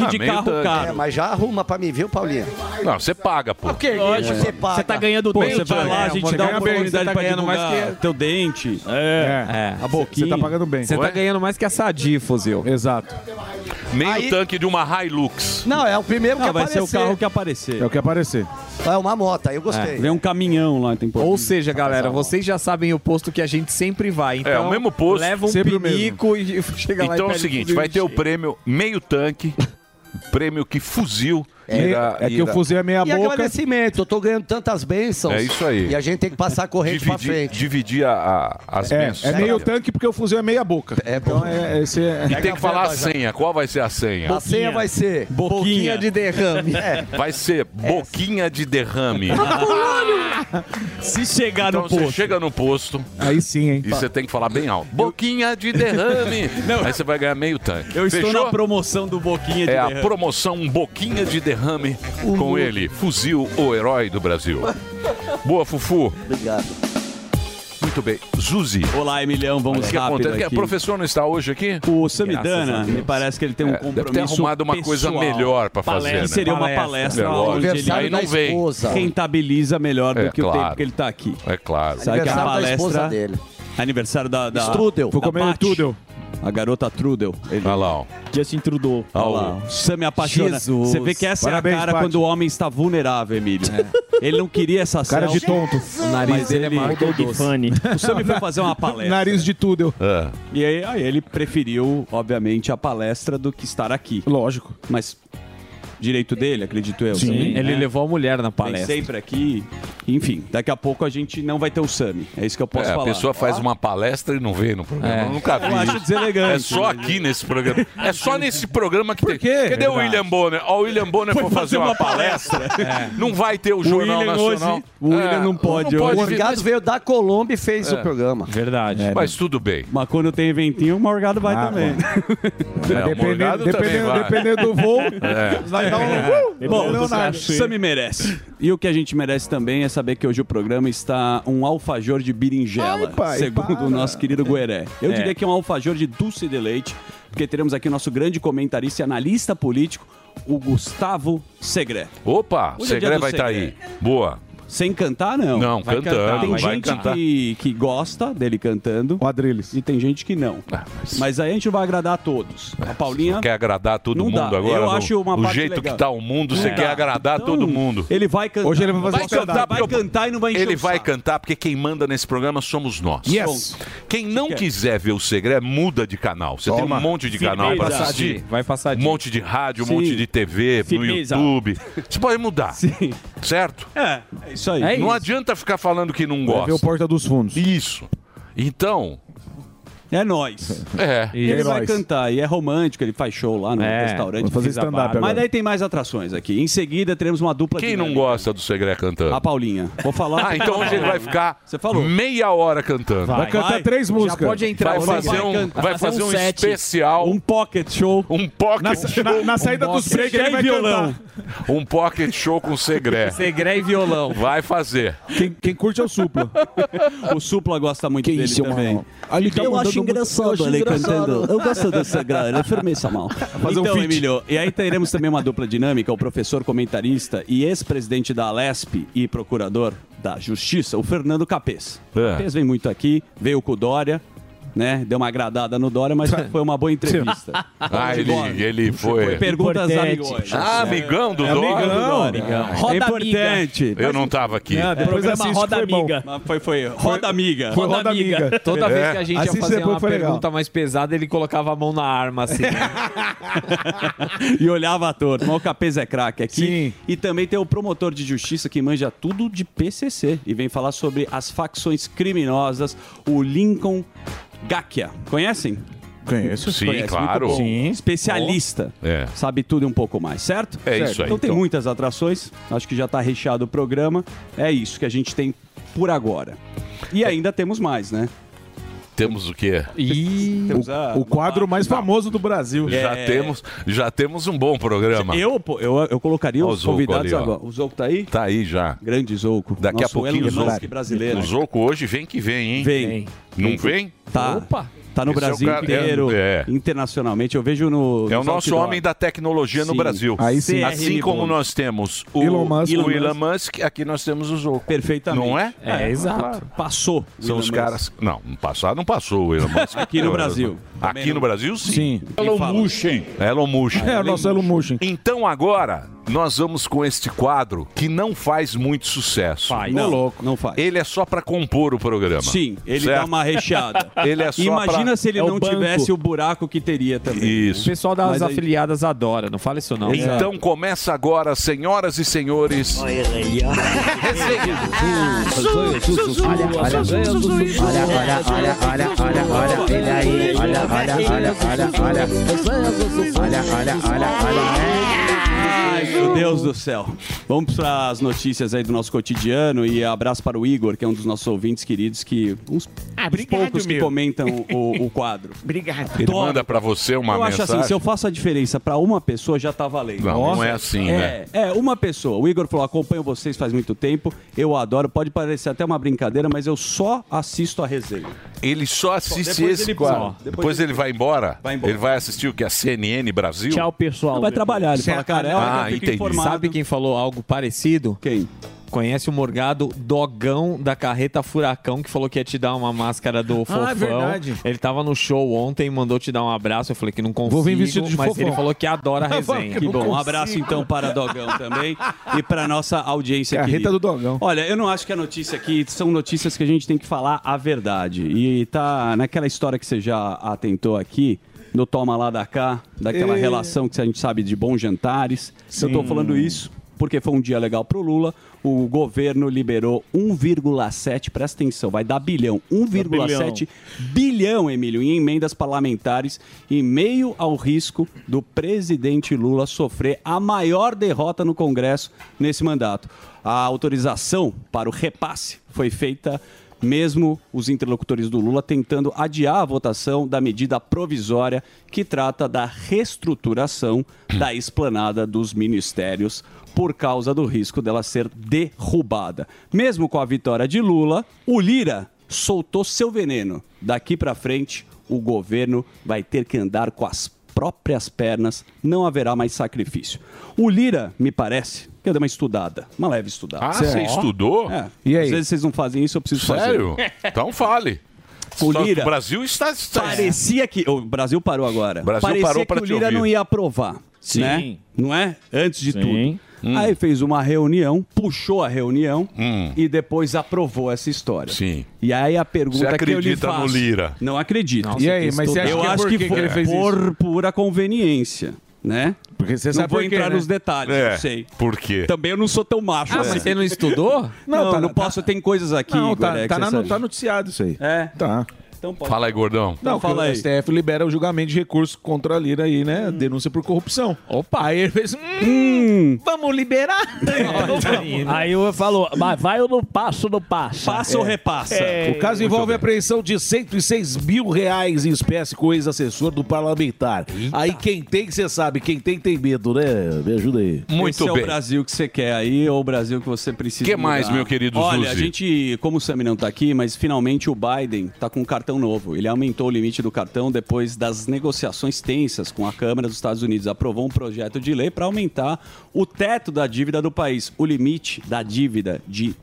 Speaker 6: É,
Speaker 4: caro.
Speaker 6: mas já arruma pra mim, viu, Paulinha?
Speaker 4: Não, você paga, pô.
Speaker 6: Ok,
Speaker 4: é?
Speaker 6: Lógico, você paga.
Speaker 9: Você tá ganhando
Speaker 10: Pô,
Speaker 9: tempo.
Speaker 10: você vai lá, a gente dá uma oportunidade pra divulgar teu dente.
Speaker 3: É.
Speaker 10: A boquinha.
Speaker 3: Você tá pagando bem. Você tá ganhando mais que a Sadi, Fuzil.
Speaker 7: Exato.
Speaker 4: Meio tanque de uma Hilux.
Speaker 6: Não, é o primeiro
Speaker 10: Não,
Speaker 6: que
Speaker 10: vai
Speaker 6: aparecer.
Speaker 10: ser o carro que aparecer.
Speaker 7: É o que aparecer.
Speaker 6: É uma moto, aí eu gostei.
Speaker 10: É, vem um caminhão lá, tem
Speaker 3: Ou seja, galera, vocês já sabem o posto que a gente sempre vai. Então,
Speaker 4: É, o mesmo posto.
Speaker 3: Leva um
Speaker 4: Sempre o
Speaker 3: pinico e chega lá e
Speaker 4: Então é o
Speaker 6: um
Speaker 3: pede
Speaker 4: seguinte,
Speaker 3: tudo
Speaker 4: vai
Speaker 3: e
Speaker 4: ter o
Speaker 3: chega.
Speaker 4: prêmio meio tanque, prêmio que fuzil. irá-
Speaker 6: É,
Speaker 4: irá-
Speaker 6: e agradecimento, eu tô ganhando tantas bênçãos.
Speaker 4: É isso aí.
Speaker 6: E a gente tem que passar a corrente pra
Speaker 4: Dividir,
Speaker 6: frente.
Speaker 4: dividir a, a- as
Speaker 7: É,
Speaker 4: bênçãos.
Speaker 7: é meio tanque porque o fuzil é meia boca.
Speaker 6: É,
Speaker 7: então é, esse é-
Speaker 4: E tem que falar a senha. Qual vai ser a senha?
Speaker 6: A senha vai ser
Speaker 10: boquinha,
Speaker 6: de derrame. É.
Speaker 4: Vai ser boquinha de derrame.
Speaker 10: Se chegar
Speaker 4: Então
Speaker 10: no
Speaker 4: você
Speaker 10: posto.
Speaker 4: chega no posto
Speaker 7: Aí sim, hein?
Speaker 4: e você tem que falar bem alto. Boquinha de derrame. Aí você vai ganhar meio tanque.
Speaker 10: Eu estou
Speaker 4: Fechou?
Speaker 10: na promoção do Boquinha de
Speaker 4: É a
Speaker 10: Derrame.
Speaker 4: promoção Boquinha de Derrame com ele, Fuzil, o herói do Brasil. Boa, Fufu.
Speaker 6: Obrigado.
Speaker 4: Muito bem. Zuzi.
Speaker 10: Olá, Emilhão, Então vamos
Speaker 4: O que
Speaker 10: rápido
Speaker 4: acontece?
Speaker 10: aqui.
Speaker 4: O professor não está hoje aqui?
Speaker 10: O
Speaker 4: Graças a
Speaker 10: Samidana,
Speaker 4: Deus.
Speaker 10: me parece que ele tem um
Speaker 4: É,
Speaker 10: compromisso
Speaker 4: deve ter arrumado uma coisa
Speaker 10: pessoal.
Speaker 4: melhor pra fazer,
Speaker 10: Palestra,
Speaker 4: né?
Speaker 10: Seria uma
Speaker 4: Palestra.
Speaker 10: palestra né?
Speaker 4: Melhor.
Speaker 10: onde ele
Speaker 4: Aniversário Aí não da vem. esposa.
Speaker 10: rentabiliza melhor
Speaker 4: É,
Speaker 10: do que o
Speaker 4: claro.
Speaker 10: tempo que ele tá aqui.
Speaker 4: É claro.
Speaker 10: Sabe que a
Speaker 6: Aniversário da esposa
Speaker 10: palestra...
Speaker 6: dele.
Speaker 10: Aniversário da... da
Speaker 6: Strudel.
Speaker 10: Vou
Speaker 7: comer o Trudel.
Speaker 10: A garota Trudel. Ele...
Speaker 4: Olha lá, ó.
Speaker 10: Justin Trudeau. Olha lá.
Speaker 4: o-
Speaker 10: O Sam me apaixona.
Speaker 3: Jesus.
Speaker 10: Você vê que essa
Speaker 3: Parabéns,
Speaker 10: é a cara
Speaker 3: Paty.
Speaker 10: quando o homem está vulnerável, Emílio. Ele não queria essa
Speaker 7: Cara de
Speaker 10: selfie.
Speaker 7: tonto.
Speaker 10: O nariz dele é mais O Sam foi fazer uma palestra.
Speaker 7: Nariz de tudo.
Speaker 4: É.
Speaker 10: E aí, aí ele preferiu, obviamente, a palestra do que estar aqui.
Speaker 7: Lógico.
Speaker 10: Mas direito dele, acredito eu.
Speaker 3: Sim,
Speaker 10: também,
Speaker 3: ele
Speaker 10: né?
Speaker 3: levou a mulher na
Speaker 10: Vem
Speaker 3: palestra.
Speaker 10: sempre aqui. Enfim, daqui a pouco a gente não vai ter o Sami. É isso que eu posso
Speaker 4: É, a
Speaker 10: falar.
Speaker 4: pessoa faz uma palestra e não vê no programa.
Speaker 10: É.
Speaker 4: Eu nunca vi.
Speaker 10: Eu acho
Speaker 4: isso.
Speaker 10: deselegante,
Speaker 4: É só
Speaker 10: né?
Speaker 4: aqui nesse programa. É só nesse programa que tem.
Speaker 10: quê?
Speaker 4: Cadê o
Speaker 10: Verdade.
Speaker 4: William Bonner? Ó, o William Bonner foi, fazer uma palestra. É. Não vai ter o, Jornal
Speaker 10: É. William hoje-
Speaker 4: Nacional.
Speaker 10: o William
Speaker 4: É,
Speaker 10: não pode hoje.
Speaker 6: O
Speaker 4: vir,
Speaker 6: Morgado
Speaker 4: mas-
Speaker 6: veio da Colômbia e fez
Speaker 4: É.
Speaker 6: o programa.
Speaker 3: Verdade.
Speaker 4: Mas tudo bem.
Speaker 10: É, né? Mas quando tem eventinho, o Morgado vai
Speaker 7: Ah,
Speaker 10: também.
Speaker 4: É, o Morgado
Speaker 7: Dependendo,
Speaker 4: também
Speaker 7: dependendo,
Speaker 4: vai.
Speaker 7: dependendo do voo,
Speaker 4: É.
Speaker 7: vai dar um.
Speaker 10: uh, Bom,
Speaker 7: Leonardo.
Speaker 10: o Sami merece. E o que a gente merece também é saber que hoje o programa está um alfajor de berinjela,
Speaker 7: Ai, pai,
Speaker 10: segundo
Speaker 7: para.
Speaker 10: o nosso querido Gueré. Eu
Speaker 3: É.
Speaker 10: diria que é um alfajor de doce de leite, porque teremos aqui o nosso grande comentarista e analista político, o Gustavo Segré.
Speaker 4: Opa,
Speaker 10: Hoje é dia
Speaker 4: Segré
Speaker 10: do
Speaker 4: vai estar
Speaker 10: Segré.
Speaker 4: aí. Boa.
Speaker 10: Sem cantar, não.
Speaker 4: Não,
Speaker 10: Vai
Speaker 4: cantando,
Speaker 10: cantar. Tem
Speaker 4: vai
Speaker 10: gente
Speaker 4: cantar.
Speaker 10: Que, que gosta dele cantando.
Speaker 7: Quadrilhos.
Speaker 10: E tem gente que não.
Speaker 4: Ah,
Speaker 10: mas... aí a gente vai agradar a todos. A Paulinha.
Speaker 4: É, Quer agradar todo
Speaker 10: Não
Speaker 4: mundo
Speaker 10: dá.
Speaker 4: agora?
Speaker 10: Eu
Speaker 4: no-
Speaker 10: acho uma
Speaker 4: O
Speaker 10: parte
Speaker 4: jeito
Speaker 10: legal.
Speaker 4: que tá o mundo,
Speaker 10: Não
Speaker 4: você
Speaker 10: dá.
Speaker 4: quer agradar
Speaker 10: Então,
Speaker 4: todo mundo.
Speaker 10: Ele vai cantar. Hoje ele
Speaker 4: Vai cantar,
Speaker 10: vai
Speaker 4: porque eu-
Speaker 10: cantar e não vai encher
Speaker 4: Ele
Speaker 10: o
Speaker 4: vai
Speaker 10: saco.
Speaker 4: cantar porque quem manda nesse programa somos nós.
Speaker 10: Yes.
Speaker 4: Quem não
Speaker 10: Que que é?
Speaker 4: quiser ver o segredo, muda de canal. Você tem
Speaker 10: Toma.
Speaker 4: um monte de
Speaker 10: Firmeza.
Speaker 4: canal para
Speaker 10: Vai passar de-
Speaker 4: assistir.
Speaker 3: Vai passar
Speaker 4: Um monte de rádio, um
Speaker 10: Sim.
Speaker 4: monte de TV, no
Speaker 10: Firmeza.
Speaker 4: YouTube. Você pode mudar. Certo?
Speaker 10: É, é isso aí.
Speaker 4: não
Speaker 10: É isso.
Speaker 4: adianta ficar falando que não
Speaker 7: Vai ver o
Speaker 4: gosta.
Speaker 7: Porta dos Fundos.
Speaker 4: Isso. Então.
Speaker 10: É nós.
Speaker 4: É.
Speaker 10: E ele vai
Speaker 4: Heróis.
Speaker 10: cantar, e é romântico, ele faz show lá no
Speaker 4: É,
Speaker 10: restaurante.
Speaker 4: vou fazer
Speaker 10: Pizza
Speaker 4: stand-up
Speaker 10: Bar.
Speaker 4: agora.
Speaker 10: Mas daí tem mais atrações aqui. Em seguida teremos uma dupla
Speaker 4: Quem
Speaker 10: dinâmica.
Speaker 4: não gosta do Segré cantando?
Speaker 10: A Paulinha. Vou falar.
Speaker 4: Ah, então hoje ele vai ficar meia hora cantando.
Speaker 10: Vai. Vai cantar Vai. três Já músicas. pode entrar
Speaker 4: Vai
Speaker 10: hoje.
Speaker 4: fazer
Speaker 10: Vai
Speaker 4: um,
Speaker 10: cantar.
Speaker 4: vai
Speaker 10: Fazer
Speaker 4: fazer
Speaker 10: um
Speaker 4: um
Speaker 10: set.
Speaker 4: especial. Um
Speaker 10: pocket show.
Speaker 4: Um pocket
Speaker 7: Na-
Speaker 4: show.
Speaker 7: na- na saída Um dos pocket- breaks ele vai
Speaker 4: violão. Um pocket show com Segré.
Speaker 3: Segré e violão.
Speaker 4: Vai fazer.
Speaker 7: Quem, quem curte é o Supla.
Speaker 10: o Supla gosta muito dele
Speaker 4: isso,
Speaker 10: também. Então,
Speaker 4: mano? Ele tá
Speaker 10: um eu
Speaker 4: mandando
Speaker 10: acho
Speaker 4: muito-
Speaker 10: engraçado
Speaker 4: eu acho
Speaker 10: ele
Speaker 4: engraçado.
Speaker 10: cantando. Eu gosto do Sagrado, ele é firmeza, mal.
Speaker 4: Fazer um
Speaker 10: então,
Speaker 4: feat.
Speaker 10: Emílio, e aí teremos também uma dupla dinâmica, o professor comentarista e ex-presidente da Alesp e procurador da Justiça, o Fernando Capês.
Speaker 4: É.
Speaker 10: Capês vem muito aqui, veio com o Dória, né? Deu uma agradada no Dória, mas foi uma boa entrevista.
Speaker 4: Ah,
Speaker 10: Vamos
Speaker 4: ele,
Speaker 10: embora.
Speaker 4: ele foi.
Speaker 10: Perguntas amigões.
Speaker 4: Ah, amigão do Dória.
Speaker 10: É importante.
Speaker 4: Eu não tava aqui.
Speaker 10: Não, depois
Speaker 3: Programa assiste, Roda foi bom. Amiga.
Speaker 10: Mas Foi, foi. Roda Amiga.
Speaker 3: Foi Roda Amiga. Toda vez
Speaker 10: É.
Speaker 3: que a gente ia
Speaker 10: Assiste
Speaker 3: fazer
Speaker 10: depois,
Speaker 3: uma
Speaker 10: foi
Speaker 3: pergunta
Speaker 10: legal.
Speaker 3: mais pesada, ele colocava a mão na arma, assim.
Speaker 10: e olhava a torta. Mas o Capês é craque aqui. E também tem o promotor de justiça que manja tudo de PCC e vem falar sobre as facções criminosas, o Lincoln Gakia. Conhecem?
Speaker 7: Conheço.
Speaker 4: Sim,
Speaker 3: é,
Speaker 10: Conhece,
Speaker 4: claro.
Speaker 10: muito bom.
Speaker 4: Sim.
Speaker 10: Especialista.
Speaker 4: É.
Speaker 10: Sabe tudo e um pouco mais, certo?
Speaker 4: É
Speaker 10: Certo.
Speaker 4: isso aí,
Speaker 10: Então tem
Speaker 4: então.
Speaker 10: muitas atrações. Acho que já está recheado o programa. É isso que a gente tem por agora. E ainda temos mais, né?
Speaker 4: É. Temos o quê?
Speaker 3: E
Speaker 10: Temos a-
Speaker 7: o, o
Speaker 4: Ah,
Speaker 7: quadro mais famoso do Brasil.
Speaker 4: Já, temos, já temos um bom programa.
Speaker 10: É. Eu, pô, eu, eu colocaria
Speaker 4: Ó, o
Speaker 10: os
Speaker 4: Zouco
Speaker 10: convidados
Speaker 4: ali, ó.
Speaker 10: agora. O Zouco tá aí?
Speaker 4: Tá aí já.
Speaker 10: Grande Zouco.
Speaker 4: Daqui
Speaker 10: Nosso
Speaker 4: a pouquinho
Speaker 10: Elon
Speaker 4: o Zouco.
Speaker 10: Musk brasileiro.
Speaker 4: O Zouco hoje vem que vem, hein?
Speaker 10: Vem.
Speaker 4: Não vem?
Speaker 10: Tá. Tá no
Speaker 4: Esse é o
Speaker 10: Brasil
Speaker 4: cara-
Speaker 10: inteiro,
Speaker 4: é.
Speaker 10: internacionalmente. Eu vejo no.
Speaker 4: É o
Speaker 10: nos
Speaker 4: nosso
Speaker 10: outdoor.
Speaker 4: homem da tecnologia no
Speaker 10: Sim.
Speaker 4: Brasil.
Speaker 10: Aí sim. CR
Speaker 4: Assim como
Speaker 10: Libônio.
Speaker 4: nós temos o
Speaker 10: Elon Musk.
Speaker 4: o Elon Musk, aqui nós temos o Zouco.
Speaker 10: Perfeitamente.
Speaker 4: Não é?
Speaker 10: É, exato. Passou. o
Speaker 4: São
Speaker 10: Elon
Speaker 4: os
Speaker 10: Musk.
Speaker 4: caras. Não, no passado não passou o Elon Musk.
Speaker 10: Aqui no Brasil. é
Speaker 4: Aqui no Brasil, sim.
Speaker 7: Quem Elon fala?
Speaker 4: Mushin. Elon Mushin.
Speaker 7: É, o nosso Elon Musk.
Speaker 4: Então agora nós vamos com este quadro que não faz muito sucesso. Faz.
Speaker 10: Não, não faz.
Speaker 4: Ele é só pra compor o programa.
Speaker 10: Sim, ele dá
Speaker 4: Certo?
Speaker 10: uma recheada.
Speaker 4: ele é só
Speaker 10: Imagina
Speaker 4: pra-
Speaker 10: se ele
Speaker 4: É o
Speaker 10: não
Speaker 4: banco.
Speaker 10: tivesse o buraco que teria também.
Speaker 4: Isso.
Speaker 3: O pessoal das
Speaker 10: Mas aí-
Speaker 3: afiliadas adora, não fala isso não. né?
Speaker 4: Então começa agora, senhoras e senhores.
Speaker 10: Ai, meu Deus do céu. Vamos para as notícias aí do nosso cotidiano e abraço para o Igor, que é um dos nossos ouvintes queridos, que uns
Speaker 3: Ah,
Speaker 10: dos poucos que
Speaker 4: meu.
Speaker 10: comentam o, o quadro.
Speaker 4: Obrigado. Ele manda pra você uma
Speaker 10: eu
Speaker 4: mensagem.
Speaker 10: acho assim, se eu faço a diferença pra uma pessoa, já tá valendo.
Speaker 4: Não, não é assim,
Speaker 10: é,
Speaker 4: né?
Speaker 10: É, uma pessoa. O Igor falou, acompanho vocês faz muito tempo, eu adoro. Pode parecer até uma brincadeira, mas eu só assisto a resenha.
Speaker 4: Ele só assiste
Speaker 10: depois
Speaker 4: esse
Speaker 10: ele-
Speaker 4: quadro.
Speaker 10: Só.
Speaker 4: Depois, ele, vai, embora.
Speaker 10: Vai embora.
Speaker 4: Ele vai assistir o que? A CNN Brasil?
Speaker 10: Não vai trabalhar, ele fala, cara, é hora
Speaker 4: Ah,
Speaker 10: que eu fico
Speaker 4: entendi.
Speaker 10: informado.
Speaker 3: Sabe quem falou algo parecido?
Speaker 10: Quem?
Speaker 3: Conhece o Morgado Dogão da Carreta Furacão, que falou que ia te dar uma máscara
Speaker 10: Ah,
Speaker 3: do Fofão.
Speaker 7: é verdade.
Speaker 3: Ele tava no show ontem, mandou te dar um abraço. Eu falei que não consigo,
Speaker 7: Vou vir vestido de
Speaker 3: mas
Speaker 7: Fofão.
Speaker 3: ele falou que adora a resenha.
Speaker 10: Que bom. Um abraço então para Dogão também e para nossa audiência
Speaker 7: Carreta
Speaker 10: querida.
Speaker 7: do Dogão.
Speaker 10: Olha, eu não acho que a notícia aqui são notícias que a gente tem que falar a verdade. E tá naquela história que você já atentou aqui do toma lá da cá, daquela
Speaker 9: E-
Speaker 10: relação que a gente sabe de bons jantares. Eu tô
Speaker 9: Sim.
Speaker 10: falando isso porque foi um dia legal pro Lula. O governo liberou 1,7, presta atenção, vai dar bilhão, 1,7 bilhão, Emílio, em emendas parlamentares, em meio ao risco do presidente Lula sofrer a maior derrota no Congresso nesse mandato. A autorização para o repasse foi feita mesmo os interlocutores do Lula tentando adiar a votação da medida provisória que trata da reestruturação da esplanada dos ministérios por causa do risco dela ser derrubada. Mesmo com a vitória de Lula, o Lira soltou seu veneno. Daqui para frente, o governo vai ter que andar com as próprias pernas, não haverá mais sacrifício. O Lira, me parece, que eu dei uma estudada, uma leve estudada.
Speaker 4: Ah, você estudou?
Speaker 10: É.
Speaker 4: E aí?
Speaker 10: Às vezes vocês não fazem isso, eu preciso
Speaker 4: Sério?
Speaker 10: fazer.
Speaker 4: Então fale.
Speaker 10: O
Speaker 4: Só que
Speaker 10: Lira-
Speaker 4: O Brasil está. está-
Speaker 10: Parecia que. O Brasil parou agora.
Speaker 4: Brasil
Speaker 10: Parecia
Speaker 4: parou pra
Speaker 10: que o
Speaker 4: te
Speaker 10: Lira
Speaker 4: ouvir.
Speaker 10: não ia aprovar.
Speaker 4: Sim.
Speaker 10: Né? Não é? Antes de tudo.
Speaker 4: Hum.
Speaker 10: Aí fez uma reunião, puxou a reunião e depois aprovou essa história. Sim. E aí a
Speaker 4: Você
Speaker 10: pergunta que eu lhe
Speaker 4: acredita no
Speaker 10: faço,
Speaker 4: Lira?
Speaker 10: Não acredito.
Speaker 4: Nossa, E aí,
Speaker 10: Isso
Speaker 4: mas
Speaker 10: tudo.
Speaker 4: você acha
Speaker 10: eu
Speaker 4: que é
Speaker 10: acho
Speaker 4: por
Speaker 10: que
Speaker 4: que
Speaker 10: foi
Speaker 4: que ele fez isso?
Speaker 10: por pura conveniência, né? Porque
Speaker 4: você
Speaker 10: não
Speaker 4: sabe
Speaker 10: vou
Speaker 4: por quê,
Speaker 10: entrar
Speaker 4: né?
Speaker 10: nos detalhes,
Speaker 4: É.
Speaker 10: eu sei.
Speaker 4: Por quê?
Speaker 10: Também eu não sou tão macho.
Speaker 4: Ah,
Speaker 10: assim.
Speaker 4: mas você não estudou?
Speaker 10: Não,
Speaker 4: Não,
Speaker 10: não,
Speaker 4: tá-
Speaker 10: posso. Tem coisas aqui.
Speaker 7: Não, tá-
Speaker 10: Goré, que
Speaker 7: tá
Speaker 10: você
Speaker 7: na-
Speaker 10: sabe.
Speaker 7: tá noticiado isso aí.
Speaker 10: É.
Speaker 7: Tá.
Speaker 10: Então pode.
Speaker 4: Fala aí, Hum. gordão.
Speaker 7: Não, que o STF libera o julgamento de recurso contra a Lira aí, né? Denúncia por corrupção. Opa, aí ele fez. Hum, Vamos liberar?
Speaker 11: Aí eu falo, mas vai ou não passa ou não passa?
Speaker 7: É. É. O caso envolve a apreensão de 106 mil reais em espécie com o ex-assessor do parlamentar. Aí quem tem, você sabe, quem tem tem medo, né? Me ajuda aí.
Speaker 10: Esse é o Brasil que você quer aí, ou o Brasil que você precisa.
Speaker 4: Que mais,
Speaker 10: mudar.
Speaker 4: meu querido
Speaker 10: Olha,
Speaker 4: Zuzi?
Speaker 10: a gente, como o Sami não tá aqui, mas finalmente o Biden tá com um cartão novo. Ele aumentou o limite do cartão depois das negociações tensas com a Câmara dos Estados Unidos. Aprovou um projeto de lei para aumentar o teto da dívida do país. O limite da dívida de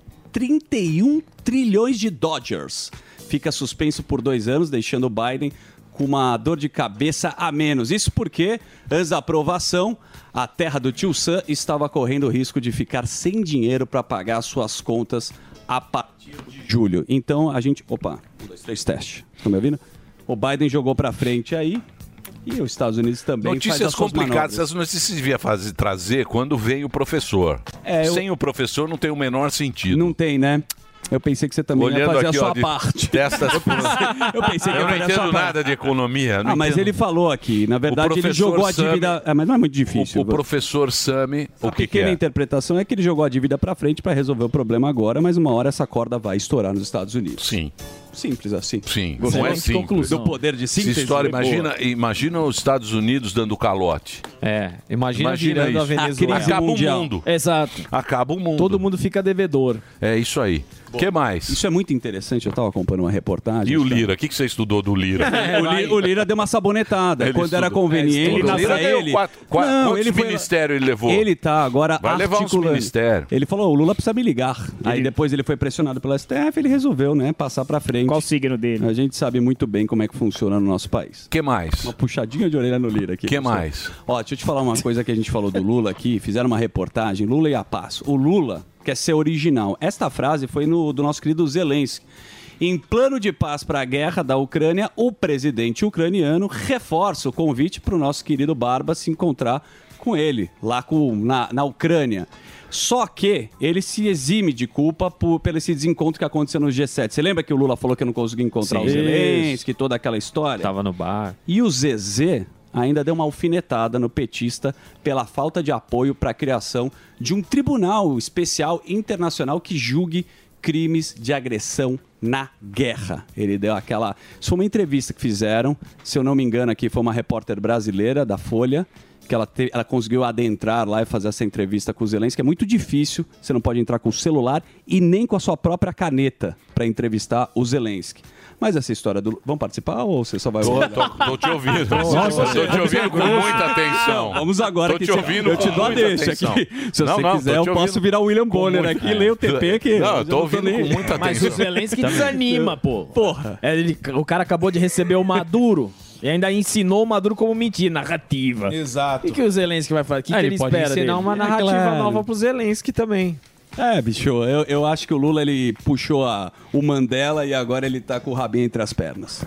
Speaker 10: 31 trilhões de Dodgers. Fica suspenso por dois anos, deixando o Biden com uma dor de cabeça a menos. Isso porque, antes da aprovação, a terra do tio Sam estava correndo o risco de ficar sem dinheiro para pagar suas contas a partir de julho. Então a gente. Opa, um, dois, três, teste. Estão me ouvindo? O Biden jogou para frente aí e os Estados Unidos também. faz as
Speaker 4: Notícias
Speaker 10: suas
Speaker 4: complicadas,
Speaker 10: manobras.
Speaker 4: essas notícias devia fazer, trazer quando vem o professor.
Speaker 10: É, eu-
Speaker 4: Sem o professor não tem o menor sentido.
Speaker 10: Não tem, né? Eu pensei que você também ia
Speaker 4: Olhando
Speaker 10: fazer
Speaker 4: aqui,
Speaker 10: a sua
Speaker 4: ó, de-
Speaker 10: parte.
Speaker 4: destas-
Speaker 10: eu pensei, eu pensei que
Speaker 4: Eu
Speaker 10: ia
Speaker 4: não
Speaker 10: fazer a sua
Speaker 4: entendo
Speaker 10: parte.
Speaker 4: nada de economia. não
Speaker 10: Ah, mas
Speaker 4: entendo.
Speaker 10: ele falou aqui, na verdade, ele
Speaker 4: professor
Speaker 10: jogou a
Speaker 4: Sami-
Speaker 10: dívida. É, mas não é muito difícil.
Speaker 4: O professor Sami, o
Speaker 10: A
Speaker 4: que, que
Speaker 10: pequena
Speaker 4: é?
Speaker 10: interpretação é que ele jogou a dívida pra frente pra resolver o problema agora, mas uma hora essa corda vai estourar nos Estados Unidos.
Speaker 4: Sim.
Speaker 10: Simples assim.
Speaker 4: Sim,
Speaker 10: Você
Speaker 4: não é
Speaker 10: gosta de
Speaker 4: simples.
Speaker 10: conclusão. Do poder de síntese,
Speaker 4: Essa história,
Speaker 10: é boa.
Speaker 4: imagina, imagina os Estados Unidos dando calote.
Speaker 3: É, imagina virando a Venezuela.
Speaker 4: Acaba
Speaker 3: Mundial.
Speaker 4: o mundo.
Speaker 11: Exato.
Speaker 4: Acaba o mundo.
Speaker 11: Todo mundo fica devedor.
Speaker 4: É isso aí. O que mais?
Speaker 10: Isso é muito interessante, eu tava acompanhando uma reportagem.
Speaker 4: E o Lira? O que, que você estudou do Lira?
Speaker 10: o, Li- o Lira, deu uma sabonetada.
Speaker 4: Ele
Speaker 10: Quando era
Speaker 4: estudou. É,
Speaker 10: conveniente
Speaker 4: estudou.
Speaker 10: pra
Speaker 4: Lira
Speaker 10: ele.
Speaker 4: ganhou quatro- qua-
Speaker 10: não,
Speaker 4: quantos
Speaker 10: ele foi-
Speaker 4: ministérios ele levou?
Speaker 10: Ele tá agora
Speaker 4: Vai levar uns
Speaker 10: articulando.
Speaker 4: ministérios.
Speaker 10: Ele falou, o Lula precisa me ligar. Aí depois ele foi pressionado pelo STF, ele resolveu, né, passar pra frente. Qual o
Speaker 11: signo dele?
Speaker 10: A gente sabe muito bem como é que funciona no nosso país.
Speaker 4: que mais?
Speaker 10: Uma puxadinha de orelha no Lira aqui.
Speaker 4: Que
Speaker 10: pessoal.
Speaker 4: mais?
Speaker 10: Ó, deixa eu te falar uma coisa que a gente falou do Lula aqui. Fizeram uma reportagem, Lula e a paz. O Lula quer ser original. Esta frase foi no, do nosso querido Zelensky. Em plano de paz para a guerra da Ucrânia, o presidente ucraniano reforça o convite para o nosso querido Barba se encontrar com ele, lá com, na, na Ucrânia. Só que ele se exime de culpa por, pelo esse desencontro que aconteceu no G7. Você lembra que o Lula falou que não conseguiu encontrar
Speaker 3: Sim.
Speaker 10: o Zelensky, toda aquela história?
Speaker 3: Tava no bar.
Speaker 10: E o Zezé ainda deu uma alfinetada no petista pela falta de apoio para a criação de um tribunal especial internacional que julgue crimes de agressão na guerra. Ele deu aquela. Isso foi uma entrevista que fizeram, se eu não me engano, aqui foi uma repórter brasileira da Folha. Que ela, te- ela conseguiu adentrar lá e fazer essa entrevista com o Zelensky, que é muito difícil. Você não pode entrar com o celular e nem com a sua própria caneta para entrevistar o Zelensky. Mas essa história do. Vão participar ou você só vai
Speaker 4: Tô,
Speaker 10: ouvir?
Speaker 4: tô- tô te ouvindo. tô te ouvindo com muita atenção.
Speaker 10: Vamos agora
Speaker 4: tô
Speaker 10: que
Speaker 4: te
Speaker 10: cê-
Speaker 4: ouvindo
Speaker 10: eu te
Speaker 4: com
Speaker 10: dou a
Speaker 4: muita
Speaker 10: deixa
Speaker 4: atenção.
Speaker 10: aqui. Se
Speaker 4: Não,
Speaker 10: você
Speaker 4: não,
Speaker 10: quiser,
Speaker 4: tô te
Speaker 10: eu posso
Speaker 4: ouvindo
Speaker 10: virar o William Bonner
Speaker 4: muita-
Speaker 10: aqui, ler o TP aqui.
Speaker 4: É. Não, eu tô
Speaker 10: não
Speaker 4: ouvindo
Speaker 10: nem
Speaker 4: com
Speaker 10: aí. Tá.
Speaker 4: muita
Speaker 11: Mas o Zelensky desanima, pô.
Speaker 10: Porra.
Speaker 11: É, ele- o cara acabou de receber o Maduro e ainda ensinou o Maduro como mentir, narrativa.
Speaker 7: Exato.
Speaker 11: O que, que o Zelensky vai fazer? O que,
Speaker 3: Ah,
Speaker 11: que
Speaker 3: ele
Speaker 11: ele,
Speaker 3: pode
Speaker 11: espera
Speaker 3: ensinar
Speaker 11: dele?
Speaker 3: uma
Speaker 4: é
Speaker 3: narrativa nova
Speaker 11: pro Zelensky também.
Speaker 10: É, bicho, eu, eu acho que o Lula ele puxou a- o Mandela e agora ele tá com o rabinho entre as pernas.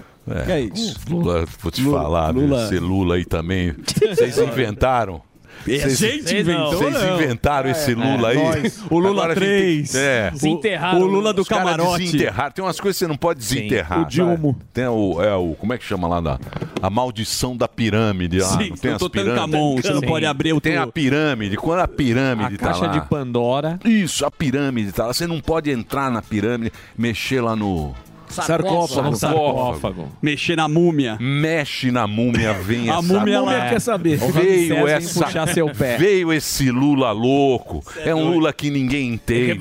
Speaker 10: É, isso.
Speaker 4: Lula, vou te falar,
Speaker 10: Lula.
Speaker 4: Lula. esse Lula aí também. Vocês inventaram.
Speaker 10: E a gente inventou,
Speaker 4: Vocês
Speaker 10: não.
Speaker 4: inventaram esse
Speaker 10: É,
Speaker 4: Lula aí.
Speaker 10: nós. O Lula
Speaker 4: Agora a gente tem-
Speaker 10: 3.
Speaker 4: É.
Speaker 10: Desenterraram o Lula do
Speaker 4: Os caras
Speaker 10: camarote.
Speaker 4: Desenterraram. Tem umas coisas que você não pode desenterrar.
Speaker 10: O Dilma.
Speaker 4: Tem o, é, o. Como é que chama lá? Da, a maldição da pirâmide. Lá.
Speaker 10: Sim,
Speaker 4: não tem
Speaker 10: não
Speaker 4: as
Speaker 10: tô
Speaker 4: pirâmides.
Speaker 10: Tancamon, você não
Speaker 4: Sim.
Speaker 10: pode abrir o
Speaker 4: Tem
Speaker 10: teu-
Speaker 4: a pirâmide. Quando a pirâmide
Speaker 3: A
Speaker 4: tá
Speaker 3: caixa
Speaker 4: lá.
Speaker 3: de Pandora.
Speaker 4: Isso, a pirâmide tá lá. Você não pode entrar na pirâmide, mexer lá no.
Speaker 10: Sarcófago. Sarcófago. Mexer na múmia.
Speaker 4: Mexe na múmia, vem
Speaker 10: A
Speaker 4: essa
Speaker 10: múmia, ela é.
Speaker 4: merda.
Speaker 10: quer saber. O Ramsés
Speaker 4: Veio
Speaker 10: vem
Speaker 4: essa...
Speaker 10: puxar seu pé.
Speaker 4: Veio esse Lula louco. É um Lula que ninguém entende.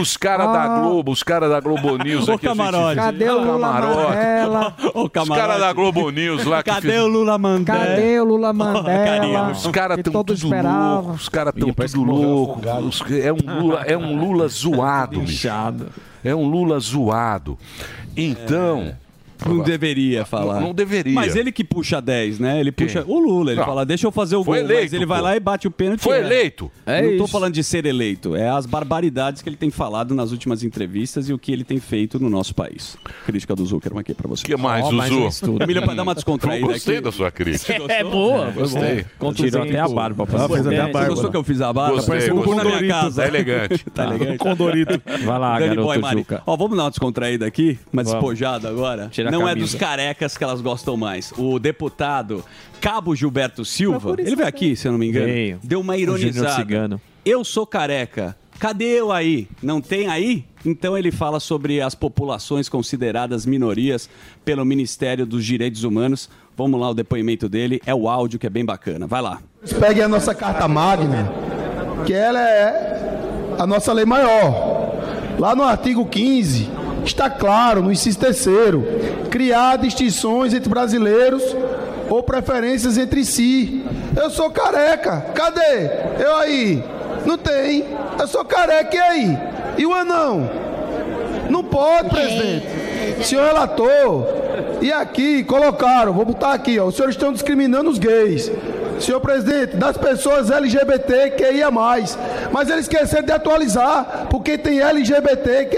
Speaker 4: Os caras da
Speaker 10: Ah.
Speaker 4: Globo, os caras da Globo News
Speaker 10: Ô,
Speaker 4: aqui. a gente-
Speaker 10: camarote. Cadê o
Speaker 4: Tá
Speaker 10: Lula Mandela? Ô,
Speaker 4: Os caras
Speaker 10: camarote.
Speaker 4: da Globo News lá que
Speaker 10: Cadê
Speaker 4: fiz-
Speaker 10: o Lula Mandela?
Speaker 12: Cadê o Lula
Speaker 10: É,
Speaker 4: Carinha,
Speaker 12: Mandela?
Speaker 4: Os caras
Speaker 12: que
Speaker 4: estão tudo
Speaker 12: todos esperavam.
Speaker 4: louco, os caras estão tudo louco. os- É um Lula, é um Lula zoado, bicho. É um Lula zoado. Então,
Speaker 10: É. Não deveria falar.
Speaker 4: Não- não deveria.
Speaker 10: Mas ele que puxa 10, né? Ele puxa. O Lula, ele
Speaker 4: Não.
Speaker 10: fala, deixa eu fazer o
Speaker 4: Foi
Speaker 10: gol. mas
Speaker 4: eleito,
Speaker 10: ele vai
Speaker 4: pô.
Speaker 10: lá e bate o pênalti.
Speaker 4: Foi
Speaker 10: e erra.
Speaker 4: eleito. É
Speaker 10: não tô
Speaker 4: isso.
Speaker 10: falando de ser eleito. É as barbaridades que ele tem falado nas últimas entrevistas e o que ele tem feito no nosso país. Crítica do Zuckerman aqui pra você. O
Speaker 4: que mais, um Zuzu?
Speaker 10: Emílio, pra dar uma descontraída
Speaker 4: Eu gostei
Speaker 10: aqui.
Speaker 4: da sua crítica.
Speaker 10: É, boa, foi
Speaker 4: Gostei.
Speaker 10: bom. Contra o Tirou Zenco. até a barba pra Ah, você. fez até a
Speaker 4: Você
Speaker 10: barba.
Speaker 4: gostou
Speaker 10: que eu fiz a barba?
Speaker 4: Gostei,
Speaker 10: Parece um
Speaker 4: gostei.
Speaker 10: bubu na minha casa.
Speaker 4: Tá elegante.
Speaker 10: tá elegante.
Speaker 4: Condorito.
Speaker 10: Vai
Speaker 4: lá, garoto
Speaker 10: Mari.
Speaker 4: Zuca.
Speaker 10: Ó, vamos dar uma descontraída aqui, uma
Speaker 4: Vamos.
Speaker 10: despojada agora.
Speaker 4: Tira a
Speaker 10: Não é
Speaker 4: camisa.
Speaker 10: dos carecas que elas gostam mais. O deputado Cabo Gilberto Silva, ele veio aqui, se eu não me engano,
Speaker 3: Veio.
Speaker 10: deu uma
Speaker 3: O Júnior
Speaker 10: ironizada.
Speaker 3: Cigano.
Speaker 10: Eu sou careca. Cadê eu aí? Não tem aí? Então ele fala sobre as populações consideradas minorias pelo Ministério dos Direitos Humanos. Vamos lá, o depoimento dele é o áudio que é bem bacana. Vai lá.
Speaker 13: Eles peguem a nossa carta magna, que ela é a nossa lei maior. Lá no artigo 15, está claro, no inciso terceiro, criar distinções entre brasileiros ou preferências entre si. Eu sou careca, cadê? Eu aí? Não tem. Eu sou careca, e aí? E o anão? Não pode, presidente. Senhor relator, e aqui colocaram, vou botar aqui, ó, os senhores estão discriminando os gays. Senhor presidente, das pessoas LGBT que mais, mas eles esqueceram de atualizar, porque tem LGBT que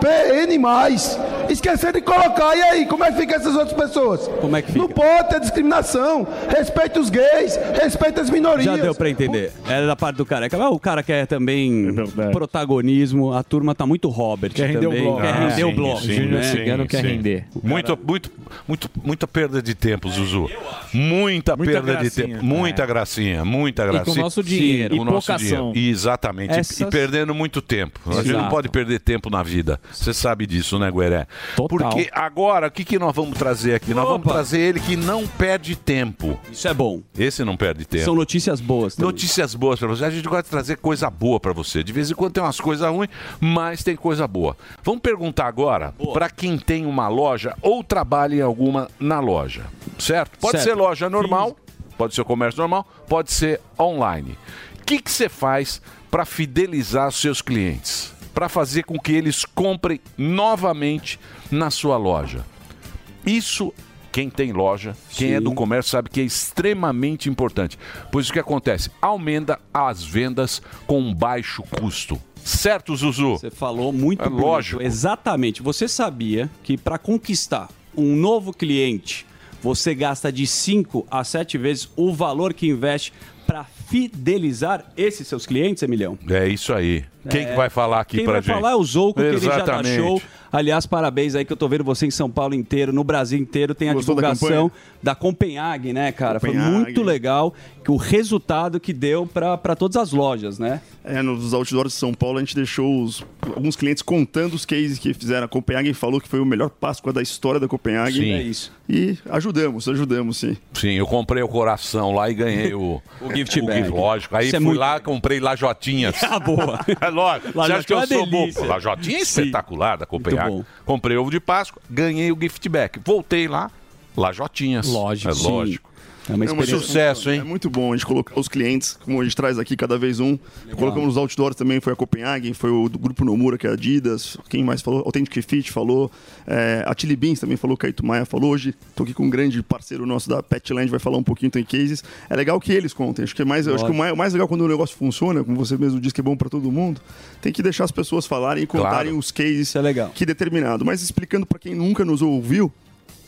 Speaker 13: PN mais. Esqueceram de colocar, e aí, como é que fica essas outras pessoas?
Speaker 10: Como é que fica?
Speaker 13: Não pode ter discriminação. Respeita os gays, respeita as minorias.
Speaker 10: Já deu pra entender. Era da parte do careca. Mas o cara quer também protagonismo. A turma tá muito Robert
Speaker 4: É Quer render o
Speaker 10: também.
Speaker 4: bloco.
Speaker 10: Quer
Speaker 4: Ah,
Speaker 10: render o
Speaker 4: sim,
Speaker 10: bloco. né?
Speaker 4: sim, sim, sim. Muito, muito, muito, muita perda de tempo, Zuzu. Muita,
Speaker 3: Muita
Speaker 4: perda
Speaker 3: gracinha.
Speaker 4: de tempo. Muita gracinha, muita
Speaker 3: com
Speaker 4: gracinha.
Speaker 3: o nosso dinheiro,
Speaker 4: Sim,
Speaker 3: e
Speaker 4: o nosso
Speaker 3: pouca
Speaker 4: dinheiro.
Speaker 3: ação.
Speaker 4: E Exatamente. E- E
Speaker 3: Essas-
Speaker 4: perdendo muito tempo. A gente não
Speaker 3: Exato.
Speaker 4: pode perder tempo na vida. Você sabe disso, né, Gueré? Porque agora, o que, que nós vamos trazer aqui? Nós vamos trazer ele que não perde tempo.
Speaker 10: Isso é bom.
Speaker 4: Esse não perde tempo.
Speaker 10: São notícias boas. também.
Speaker 4: Notícias boas pra você. A gente gosta de trazer coisa boa pra você. De vez em quando tem umas coisas ruins, mas tem coisa boa. Vamos perguntar agora pra quem tem uma loja ou trabalha em alguma na loja, certo? Pode
Speaker 3: Certo.
Speaker 4: ser loja normal, pode ser comércio normal, pode ser online. O que que você faz pra fidelizar os seus clientes? Pra fazer com que eles comprem novamente na sua loja? Isso, quem tem loja, quem é do comércio sabe que é extremamente importante. Pois o que acontece? Aumenta as vendas com um baixo custo. Certo, Zuzu?
Speaker 10: Você falou muito
Speaker 4: É
Speaker 10: bonito.
Speaker 4: lógico.
Speaker 10: Exatamente. Você sabia que para conquistar um novo cliente, você gasta de 5 a 7 vezes o valor que investe para fidelizar esses seus clientes, Emilhão?
Speaker 4: É isso aí. Quem que vai falar aqui
Speaker 10: Quem
Speaker 4: pra
Speaker 10: vai
Speaker 4: gente?
Speaker 10: falar é o Zouco, que ele já tá
Speaker 4: Exatamente.
Speaker 10: show. Aliás, parabéns aí que eu tô vendo você em São Paulo inteiro, no Brasil inteiro, tem a
Speaker 14: Gostou da
Speaker 10: divulgação
Speaker 14: campanha?
Speaker 10: da Copenhague, né, cara? Foi
Speaker 14: Copenhague.
Speaker 10: muito legal que o resultado que deu para todas as lojas, né?
Speaker 14: É, nos outdoors de São Paulo a gente deixou os- alguns clientes contando os cases que fizeram. A Copenhague falou que foi o melhor Páscoa da história da Copenhague.
Speaker 4: Sim. É isso.
Speaker 14: E ajudamos, ajudamos sim.
Speaker 4: Sim, eu comprei o coração lá e ganhei o,
Speaker 14: O gift bag.
Speaker 4: lógico. Aí
Speaker 14: Isso é
Speaker 4: fui
Speaker 14: muito
Speaker 4: lá, comprei lajotinhas.
Speaker 10: Ah, boa.
Speaker 4: É lógico. Você
Speaker 10: Lajotinha
Speaker 4: acha que
Speaker 10: é
Speaker 4: eu
Speaker 10: uma
Speaker 4: sou bobo?
Speaker 10: delícia.
Speaker 4: Pô, Lajotinha é
Speaker 10: Sim.
Speaker 4: espetacular da Copenhague.
Speaker 10: bom.
Speaker 4: Comprei ovo de Páscoa, ganhei o gift back. Voltei lá, lajotinhas.
Speaker 10: Lógico.
Speaker 4: É
Speaker 14: Sim.
Speaker 4: lógico. É um
Speaker 14: experiência-
Speaker 4: sucesso, hein?
Speaker 14: É muito bom a gente colocar os clientes, como a gente traz aqui cada vez um. Colocamos nos outdoors também, foi a Copenhagen, foi o do Grupo Nomura, que é a Adidas. Quem mais falou? Authentic Fit falou. É, a Tilly Beans também falou, o Caíto Maia falou. Hoje estou aqui com um grande parceiro nosso da Petland, vai falar um pouquinho, tem cases. É legal que eles contem. Acho que, é mais, acho que o,
Speaker 10: Lógico.
Speaker 14: mais, o mais legal quando o negócio funciona, como você mesmo disse que é bom para todo mundo, tem que deixar as pessoas falarem e contarem
Speaker 10: Claro. é
Speaker 14: os cases
Speaker 10: legal.
Speaker 14: que determinado. Mas explicando para quem nunca nos ouviu,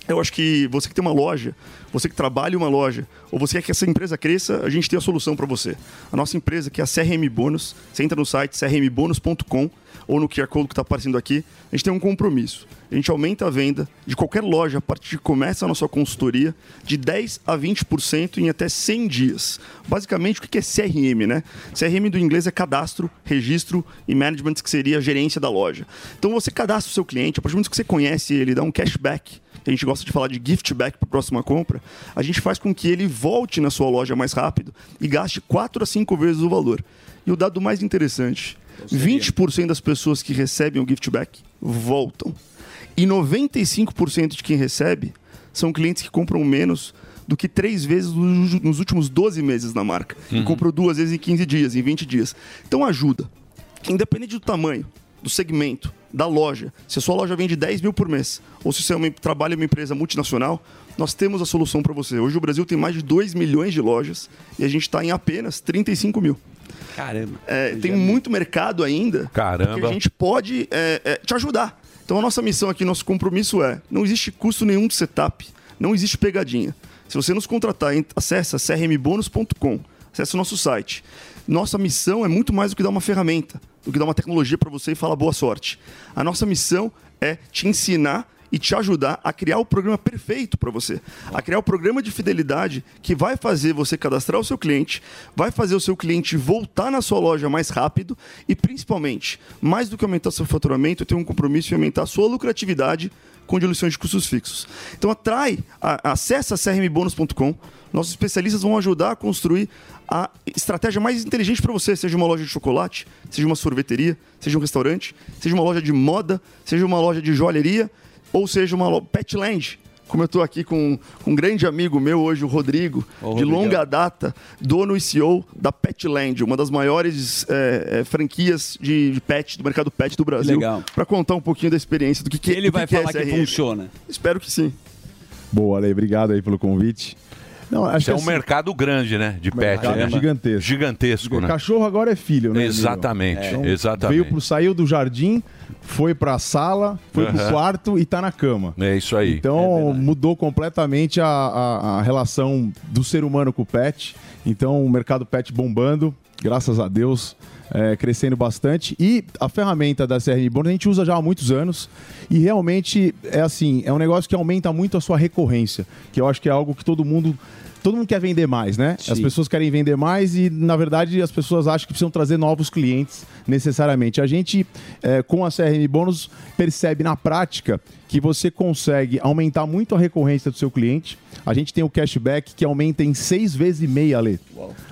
Speaker 14: Eu acho que você que tem uma loja, você que trabalha em uma loja, ou você quer que essa empresa cresça, a gente tem a solução para você. A nossa empresa, que é a CRM Bônus, você entra no site crmbonus.com ou no QR Code que está aparecendo aqui, a gente tem um compromisso. A gente aumenta a venda de qualquer loja a partir de que começa a nossa consultoria de 10% a 20% em até 100 dias. Basicamente, o que é CRM, né? CRM do inglês é cadastro, registro e management, que seria a gerência da loja. Então, você cadastra o seu cliente, a partir do momento que você conhece ele, dá um cashback que a gente gosta de falar de gift back para a próxima compra, a gente faz com que ele volte na sua loja mais rápido e gaste 4 a 5 vezes o valor. E o dado mais interessante, 20% das pessoas que recebem o gift back voltam. E 95% de quem recebe são clientes que compram menos do que três vezes nos nos últimos 12 meses na marca. E
Speaker 4: Uhum.
Speaker 14: comprou duas vezes em 15 dias, em 20 dias. Então ajuda. Independente do tamanho, do segmento, da loja, se a sua loja vende 10 mil por mês, ou se você é uma, trabalha em uma empresa multinacional, nós temos a solução para você. Hoje o Brasil tem mais de 2 milhões de lojas e a gente está em apenas 35 mil.
Speaker 10: Caramba.
Speaker 14: É, tem muito mercado ainda que
Speaker 4: Caramba.
Speaker 14: a gente pode é, é, te ajudar. Então a nossa missão aqui, nosso compromisso é: não existe custo nenhum de setup, não existe pegadinha. Se você nos contratar, ent- acessa crmbonus.com, acessa o nosso site. Nossa missão é muito mais do que dar uma ferramenta, do que dar uma tecnologia para você e falar boa sorte. A nossa missão é te ensinar e te ajudar a criar o programa perfeito para você, a criar o programa de fidelidade que vai fazer você cadastrar o seu cliente, vai fazer o seu cliente voltar na sua loja mais rápido e principalmente, mais do que aumentar seu faturamento, eu tenho um compromisso em aumentar a sua lucratividade com diluição de custos fixos. Então atrai, a, acessa crmbonus.com, nossos especialistas vão ajudar a construir a estratégia mais inteligente para você, seja uma loja de chocolate, seja uma sorveteria, seja um restaurante, seja uma loja de moda, seja uma loja de joalheria, ou seja uma lo- Petland. Como eu estou aqui com um grande amigo meu hoje, o Rodrigo, de
Speaker 4: Rodrigão.
Speaker 14: longa data, dono e CEO da Petland, uma das maiores é, é, franquias de de pet, do mercado pet do Brasil.
Speaker 10: legal.
Speaker 14: Para contar um pouquinho da experiência, do que, que
Speaker 10: Ele
Speaker 14: do que
Speaker 10: vai
Speaker 14: que é
Speaker 10: falar que
Speaker 14: SRM.
Speaker 10: funciona.
Speaker 14: Espero que sim.
Speaker 15: Boa, Ale, obrigado aí pelo convite. Não, acho
Speaker 4: Isso
Speaker 15: que
Speaker 4: é um
Speaker 15: assim-
Speaker 4: mercado grande, né? De pet,
Speaker 15: Mercado
Speaker 4: né?
Speaker 15: gigantesco.
Speaker 4: Gigantesco, né?
Speaker 15: Cachorro agora é filho, né? Emílio?
Speaker 4: Exatamente,
Speaker 15: Então,
Speaker 4: exatamente.
Speaker 15: Veio pro, saiu do jardim, foi pra sala, foi pro
Speaker 4: Aham.
Speaker 15: quarto e tá na cama.
Speaker 4: É isso aí.
Speaker 15: Então mudou completamente a, a- a relação do ser humano com o pet. Então o mercado pet bombando, graças a Deus, é, crescendo bastante. E a ferramenta da CRM Bônus a gente usa já há muitos anos. E realmente é assim, é um negócio que aumenta muito a sua recorrência. Que eu acho que é algo que todo mundo. Todo mundo quer vender mais, né? As pessoas querem vender mais e, na verdade, as pessoas acham que precisam trazer novos clientes necessariamente. A gente, eh, com a CRM Bônus, percebe na prática que você consegue aumentar muito a recorrência do seu cliente. A gente tem o cashback que aumenta em seis vezes e meia, Lê.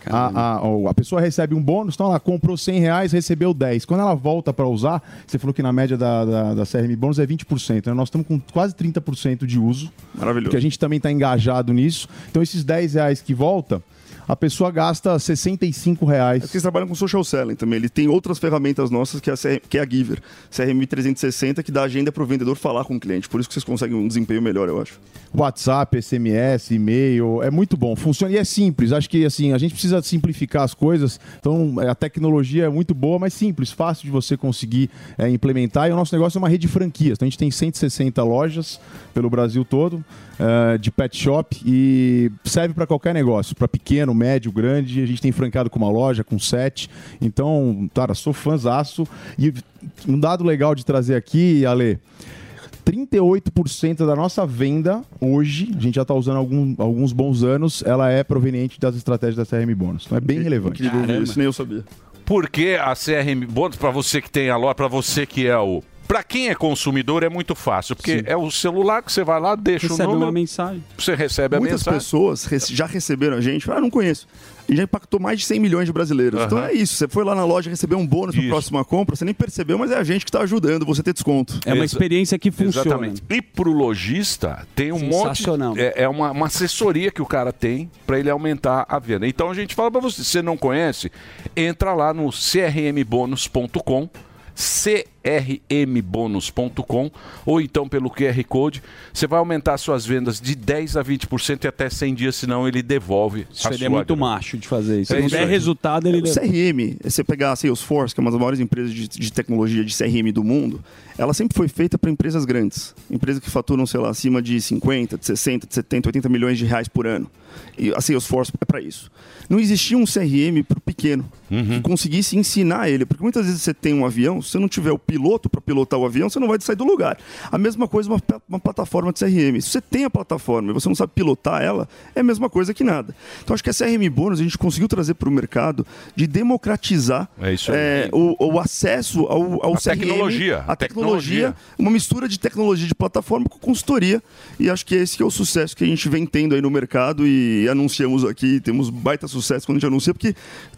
Speaker 15: A, a, a pessoa recebe um bônus, então ela comprou 100 reais, recebeu 10. Quando ela volta para usar, você falou que na média da, da, da CRM bônus é 20%, né? Nós estamos com quase 30% de uso.
Speaker 14: Maravilhoso.
Speaker 15: Porque a gente também está engajado nisso. Então esses 10 reais que volta, a pessoa gasta 65 reais.
Speaker 14: Vocês É trabalham com social selling também. Ele tem outras ferramentas nossas que é a, CR que é a Giver, CRM 360, que dá agenda para o vendedor falar com o cliente. Por isso que vocês conseguem um desempenho melhor, eu acho.
Speaker 15: WhatsApp, SMS, e-mail, é muito bom, funciona e é simples. Acho que assim, a gente precisa simplificar as coisas. Então, é, a tecnologia é muito boa, mas simples, fácil de você conseguir é, implementar. E o nosso negócio é uma rede de franquias. Então, a gente tem 160 lojas pelo Brasil todo é, de pet shop e serve para qualquer negócio, para pequeno, médio, grande. A gente tem franqueado com uma loja, com sete. Então, cara, sou fãzaço. E um dado legal de trazer aqui, Ale. 38% da nossa venda hoje, a gente já está usando algum- alguns bons anos, ela é proveniente das estratégias da CRM Bônus. Então é bem relevante.
Speaker 14: Incrível ouvir isso, nem eu sabia.
Speaker 4: Por que a CRM Bônus, para você que tem a loja, para você que é o. Para quem é consumidor é muito fácil, porque é o celular que você vai lá, deixa
Speaker 10: Recebe
Speaker 4: o número.
Speaker 10: uma mensagem.
Speaker 4: Você recebe a
Speaker 14: Muitas
Speaker 4: mensagem.
Speaker 14: pessoas rece- já receberam a gente, ah, não conheço. E já impactou mais de 100 milhões de brasileiros. Então
Speaker 4: Aham.
Speaker 14: é isso. Você foi lá na loja receber um bônus para próxima compra, você nem percebeu, mas é a gente que está ajudando você a ter desconto.
Speaker 10: É
Speaker 4: Exa- Exatamente. E pro lojista tem um monte.
Speaker 10: Sensacional.
Speaker 4: É, é uma, uma assessoria que o cara tem para ele aumentar a venda. Então a gente fala para você, se você não conhece, entra lá no crmbonus.com. crmbonus.com ou então pelo QR Code. Você vai aumentar suas vendas de 10 a 20% e até 100 dias, senão ele devolve. a
Speaker 10: Seria
Speaker 4: sua
Speaker 10: é muito
Speaker 4: grana. É
Speaker 10: macho de fazer isso. Se não
Speaker 14: isso
Speaker 10: der
Speaker 14: aí.
Speaker 10: resultado, ele
Speaker 14: É, O CRM, se você pegar a Salesforce, que é uma das maiores empresas de, de tecnologia de CRM do mundo, ela sempre foi feita para empresas grandes. Empresas que faturam, sei lá, acima de 50, de 60, de 70, 80 milhões de reais por ano. E a Salesforce é para isso. Não existia um CRM para o pequeno que conseguisse ensinar ele. Porque muitas vezes você tem um avião, se você não tiver o piloto para pilotar o avião, você não vai sair do lugar. A mesma coisa uma, pla- uma plataforma de CRM. Se você tem a plataforma e você não sabe pilotar ela, é a mesma coisa que nada. Então acho que a CRM Bônus a gente conseguiu trazer para o mercado de democratizar
Speaker 4: É isso aí.
Speaker 14: é, o, o acesso ao, ao
Speaker 4: A
Speaker 14: CRM,
Speaker 4: tecnologia, a
Speaker 14: a tecnologia,
Speaker 4: tecnologia.
Speaker 14: uma mistura de tecnologia de plataforma com consultoria. E acho que esse que é o sucesso que a gente vem tendo aí no mercado e anunciamos aqui, temos baita sucesso quando a gente anuncia, porque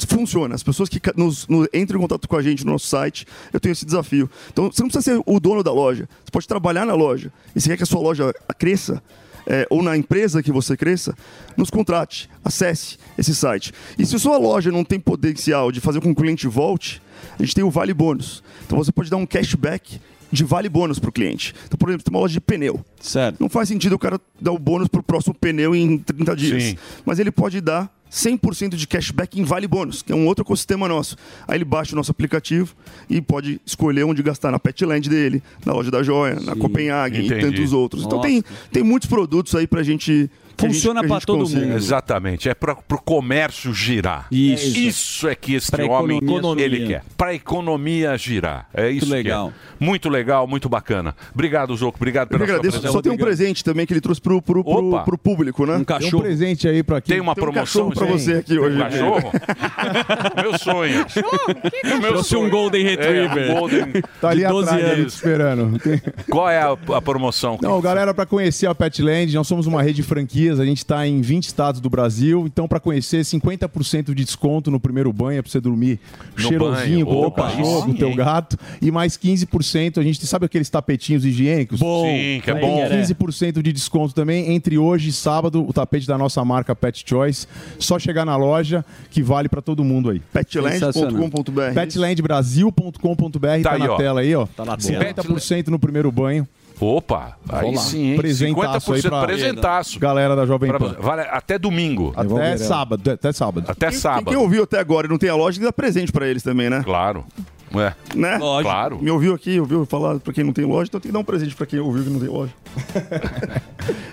Speaker 14: funciona. As pessoas que ca- nos, no- entram em contato com a gente no nosso site, eu tenho esse desafio. Então, você não precisa ser o dono da loja, você pode trabalhar na loja. E se quer que a sua loja cresça, é, ou na empresa que você cresça, nos contrate, acesse esse site. E se sua loja não tem potencial de fazer com que o cliente volte, a gente tem o Vale Bônus. Então você pode dar um cashback de vale bônus para o cliente. Então, por exemplo, tem uma loja de pneu.
Speaker 10: Certo.
Speaker 14: Não faz sentido o cara dar o bônus para o próximo pneu em 30 dias.
Speaker 4: Sim.
Speaker 14: Mas ele pode dar 100% de cashback em vale bônus, que é um outro ecossistema nosso. Aí ele baixa o nosso aplicativo e pode escolher onde gastar na Petland dele, na loja da joia, na Copenhague
Speaker 4: Entendi.
Speaker 14: e tantos outros. Então tem, tem muitos produtos aí para gente. que a gente- que a gente consegue.
Speaker 4: Exatamente. É para o comércio girar. Isso. Isso é que esse
Speaker 14: Pra
Speaker 4: homem
Speaker 14: economia.
Speaker 4: ele quer. Para a economia girar. É isso
Speaker 14: Muito legal.
Speaker 4: Que é. Muito legal, muito bacana. Obrigado, Zoco. Obrigado
Speaker 14: Eu
Speaker 4: pela
Speaker 14: que agradeço.
Speaker 4: sua presença.
Speaker 14: Só tem um presente também que ele trouxe pro, pro, pro-
Speaker 4: Opa.
Speaker 14: pro público, né?
Speaker 4: Um cachorro. Tem um
Speaker 15: presente aí para
Speaker 4: Tem uma promoção
Speaker 14: para você aqui hoje.
Speaker 4: Um cachorro? Meu sonho. Meu
Speaker 10: Trouxe um Golden Retriever.
Speaker 4: É, um golden
Speaker 15: Tá ali
Speaker 4: de 12
Speaker 15: atrás, ali, te
Speaker 4: anos.
Speaker 15: esperando. Tem-
Speaker 4: Qual é a, a promoção?
Speaker 15: Não, galera, para conhecer a Petland, nós somos uma rede de franquias, a gente está em 20 estados do Brasil, então para conhecer 50% de desconto no primeiro banho, é para você dormir
Speaker 4: No
Speaker 15: cheirosinho
Speaker 4: banho,
Speaker 15: com o teu
Speaker 4: opa,
Speaker 15: cachorro,
Speaker 4: aí
Speaker 15: com o
Speaker 4: sim,
Speaker 15: teu
Speaker 4: hein?
Speaker 15: gato, e mais 15%, a gente sabe aqueles tapetinhos higiênicos?
Speaker 4: Bom. Sim, que é
Speaker 15: Tem
Speaker 4: bom.
Speaker 15: 15% de desconto também, entre hoje e sábado, o tapete da nossa marca Pet Choice, só chegar na loja, que vale para todo mundo aí.
Speaker 14: Petland.com.br.
Speaker 15: Petlandbrasil.com.br tá,
Speaker 4: Tá aí,
Speaker 15: na
Speaker 4: ó.
Speaker 15: tela aí, ó.
Speaker 4: Tá na tela.
Speaker 15: 50% no primeiro banho.
Speaker 4: Opa, aí
Speaker 15: Olá.
Speaker 4: sim, hein?
Speaker 15: Presentaço aí pra
Speaker 4: presentaço.
Speaker 15: galera da Jovem
Speaker 4: Pra-
Speaker 15: Pan.
Speaker 4: vale até domingo.
Speaker 15: Até sábado, até sábado.
Speaker 4: né? Até sábado.
Speaker 14: Quem ouviu até agora e não tem a loja, dá presente para eles também, né?
Speaker 4: Claro. Ué.
Speaker 15: É.
Speaker 14: Né?
Speaker 4: Lógico. Claro.
Speaker 14: Me ouviu aqui, ouviu falar para quem não tem loja, então tem que dar um presente para quem ouviu que não tem loja.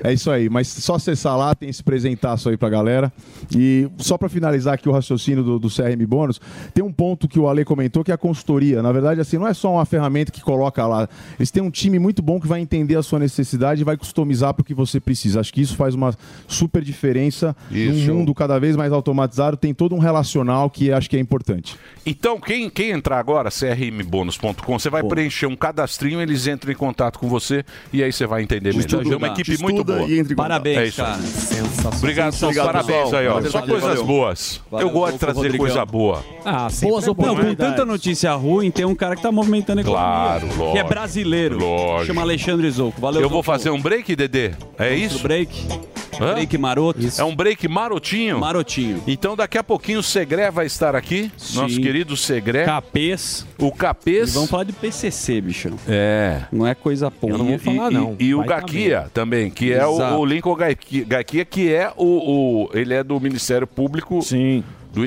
Speaker 15: É isso aí, mas só acessar lá, tem esse presentaço aí pra galera. E só pra finalizar aqui o raciocínio do, do CRM Bônus, tem um ponto que o Ale comentou que é a consultoria. Na verdade, assim, não é só uma ferramenta que coloca lá. Eles têm um time muito bom que vai entender a sua necessidade e vai customizar pro que você precisa. Acho que isso faz uma super diferença num mundo cada vez mais automatizado. Tem todo um relacional que acho que é importante.
Speaker 4: Então, quem, quem entrar agora, crmbonus.com, você vai preencher um cadastrinho, eles entram em contato com você e aí você vai entender
Speaker 14: Te
Speaker 4: melhor.
Speaker 14: estuda,
Speaker 4: É uma
Speaker 14: te
Speaker 4: equipe
Speaker 14: estuda
Speaker 4: muito boa.
Speaker 14: e entra em contato.
Speaker 10: Parabéns,
Speaker 4: é isso.
Speaker 10: cara.
Speaker 4: Sensacional. Obrigado, São,
Speaker 10: Obrigado,
Speaker 4: parabéns
Speaker 10: pessoal.
Speaker 4: aí, ó.
Speaker 10: Valeu,
Speaker 4: Só
Speaker 10: valeu,
Speaker 4: coisas
Speaker 10: valeu.
Speaker 4: boas.
Speaker 10: Valeu,
Speaker 4: Eu gosto de
Speaker 10: Rodolfo,
Speaker 4: trazer
Speaker 10: obrigado.
Speaker 4: coisa boa.
Speaker 10: Ah,
Speaker 4: sempre
Speaker 10: boas
Speaker 4: é bom,
Speaker 10: oportunidades.
Speaker 4: né?
Speaker 10: Não, com tanta notícia ruim, tem um cara que tá movimentando a economia.
Speaker 4: Claro,
Speaker 10: Que é
Speaker 4: lógico.
Speaker 10: brasileiro.
Speaker 4: Lógico.
Speaker 10: Chama Alexandre Zouco. Valeu,
Speaker 4: Eu vou
Speaker 10: Zouco.
Speaker 4: fazer um break, Dedê? É isso?
Speaker 10: break.
Speaker 4: Break
Speaker 10: maroto.
Speaker 4: É um break marotinho?
Speaker 10: Marotinho.
Speaker 4: Então daqui a pouquinho o Segré vai estar aqui. Nosso querido Segré.
Speaker 10: Capês.
Speaker 4: O Capês.
Speaker 10: E vamos falar de PCC, bichão.
Speaker 4: É.
Speaker 10: Não é coisa pouca.
Speaker 4: E- e, E, o
Speaker 10: tá
Speaker 4: Gaquia também, que é o,
Speaker 10: Exato.
Speaker 4: o Lincoln Gaqui- Gaquia, que é o, o- Ele é do Ministério Público. Sim.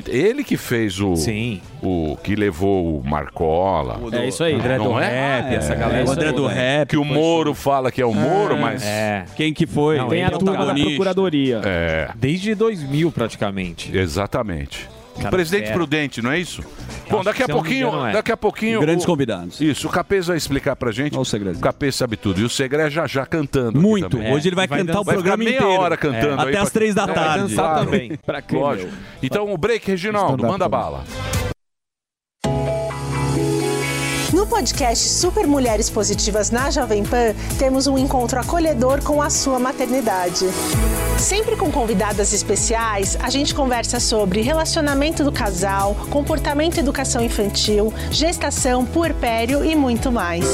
Speaker 4: ele que fez o. Sim. O que levou o Marcola.
Speaker 10: É isso aí, André
Speaker 4: não
Speaker 10: do
Speaker 4: é?
Speaker 10: Rap, essa
Speaker 4: É.
Speaker 10: galera O André toda. do Rap,
Speaker 4: Que o Moro fala que é o Moro, mas.
Speaker 10: É. Quem que foi?
Speaker 3: Não, Tem ele a é o turma da protagonista.
Speaker 4: procuradoria. É.
Speaker 3: Desde 2000, praticamente.
Speaker 4: Exatamente.
Speaker 3: Cara,
Speaker 4: Presidente
Speaker 3: fera.
Speaker 4: Prudente, não é isso? Bom, daqui a
Speaker 3: se eu não me
Speaker 4: pouquinho,
Speaker 3: engano, é.
Speaker 4: daqui a pouquinho
Speaker 3: Grandes
Speaker 10: convidados.
Speaker 4: Isso, o Capês vai explicar pra gente. o segredo. O Capês sabe tudo e o Segré já já cantando. aqui
Speaker 10: Muito.
Speaker 4: também.
Speaker 10: Hoje ele vai cantar o
Speaker 4: Vai ficar
Speaker 10: programa
Speaker 4: meia
Speaker 10: inteiro.
Speaker 4: hora cantando
Speaker 10: É.
Speaker 4: aí
Speaker 10: Até
Speaker 4: pra-
Speaker 10: às três da
Speaker 4: Não, vai
Speaker 10: tarde.
Speaker 4: dançar
Speaker 10: Claro.
Speaker 4: também.
Speaker 10: Pra quê,
Speaker 4: Lógico.
Speaker 10: meu?
Speaker 4: Então o break Reginaldo,
Speaker 10: Stand-up
Speaker 4: manda
Speaker 10: também.
Speaker 4: bala.
Speaker 16: No podcast Super Mulheres Positivas na Jovem Pan, temos um encontro acolhedor com a sua maternidade. Sempre com convidadas especiais, a gente conversa sobre relacionamento do casal, comportamento e educação infantil, gestação, puerpério e muito mais.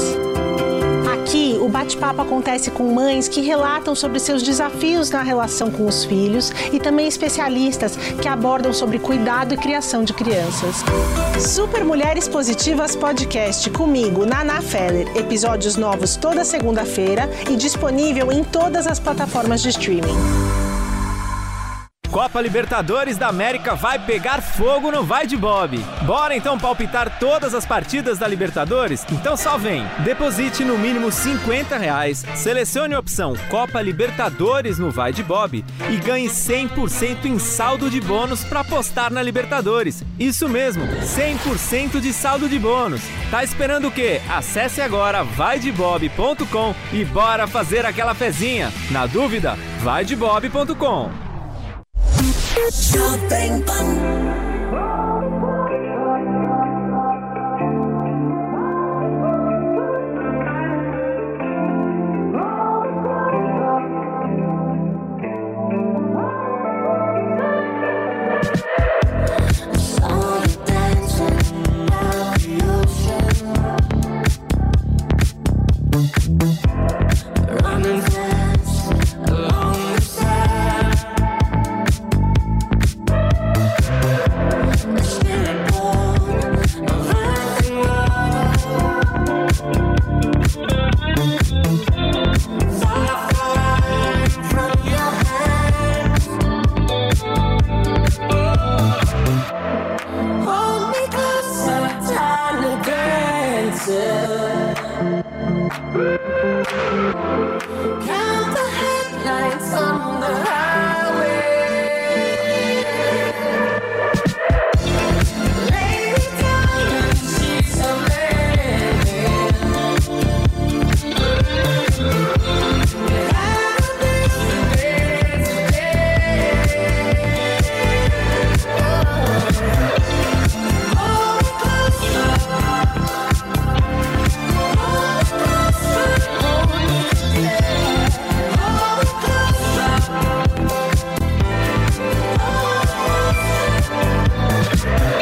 Speaker 16: Aqui, o bate-papo acontece com mães que relatam sobre seus desafios na relação com os filhos e também especialistas que abordam sobre cuidado e criação de crianças. Super Mulheres Positivas Podcast comigo, Naná Feller. Episódios novos toda segunda-feira e disponível em todas as plataformas de streaming.
Speaker 17: Copa Libertadores da América vai pegar fogo no Vai de Bob. Bora então palpitar todas as partidas da Libertadores? Então só vem. Deposite no mínimo 50 reais, selecione a opção Copa Libertadores no Vai de Bob e ganhe 100% em saldo de bônus para apostar na Libertadores. Isso mesmo, 100% de saldo de bônus. Tá esperando o quê? Acesse agora vaidebob.com e bora fazer aquela fezinha. Na dúvida, vaidebob.com.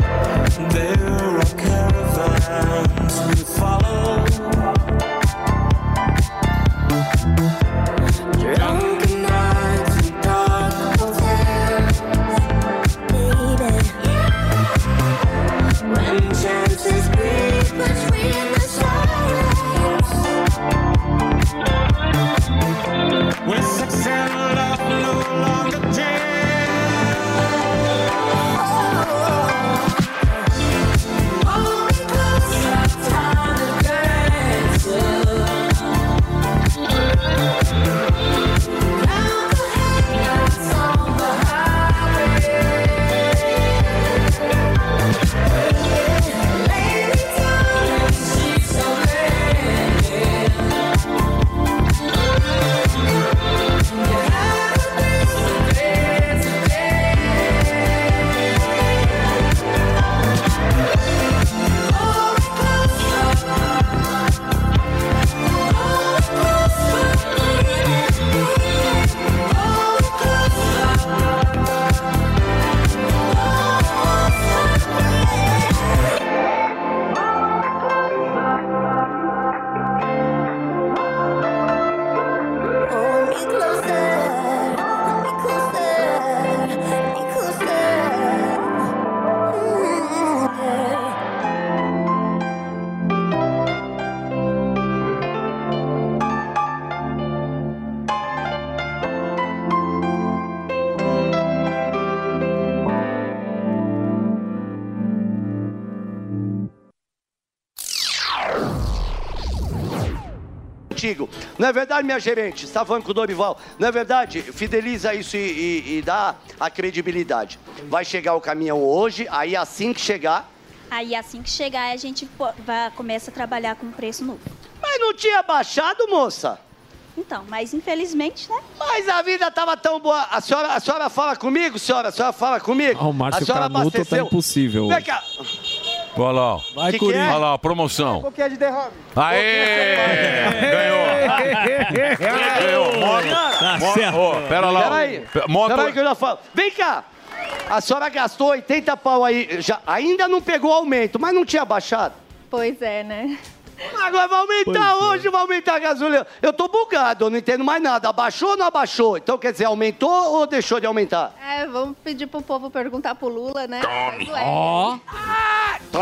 Speaker 2: There are caravans we follow. Drunken nights and dark hotels, baby. When chances breathe between the silence. When sex and love no longer dance.
Speaker 6: contigo. Não é verdade, minha gerente? Está falando com o Dorival. Não é verdade? Fideliza isso e, e- e dá a credibilidade. Vai chegar o caminhão hoje, aí assim que chegar.
Speaker 18: Aí assim que chegar, a gente po- vai, começa a trabalhar com preço novo.
Speaker 6: Mas não tinha baixado, moça?
Speaker 18: Então, mas infelizmente, né?
Speaker 6: Mas a vida tava tão boa. A senhora, a senhora fala comigo, senhora? A senhora fala comigo?
Speaker 3: Ah, o Márcio
Speaker 6: a senhora é
Speaker 3: Canuto tá impossível
Speaker 6: Vem
Speaker 3: hoje.
Speaker 6: cá.
Speaker 4: Olha lá. ó.
Speaker 6: Que que é?
Speaker 4: Olha lá, ó, promoção.
Speaker 6: que é de derrame?
Speaker 4: Aê! Ganhou! Ganhou! Moto!
Speaker 6: Tá
Speaker 4: Moto-
Speaker 6: certo.
Speaker 4: Ô, pera lá.
Speaker 6: Peraí.
Speaker 4: Pe- Moto...
Speaker 6: Peraí que eu já falo. Vem cá. A senhora gastou 80 pau aí. Já, ainda não pegou aumento, mas não tinha baixado.
Speaker 18: Pois é, né?
Speaker 6: Agora vai aumentar hoje, vai aumentar a gasolina. Eu tô bugado, eu não entendo mais nada. Abaixou ou não abaixou? Então quer dizer, aumentou ou deixou de aumentar?
Speaker 19: É, vamos pedir pro povo perguntar pro Lula, né?
Speaker 4: Ó.
Speaker 6: Tome,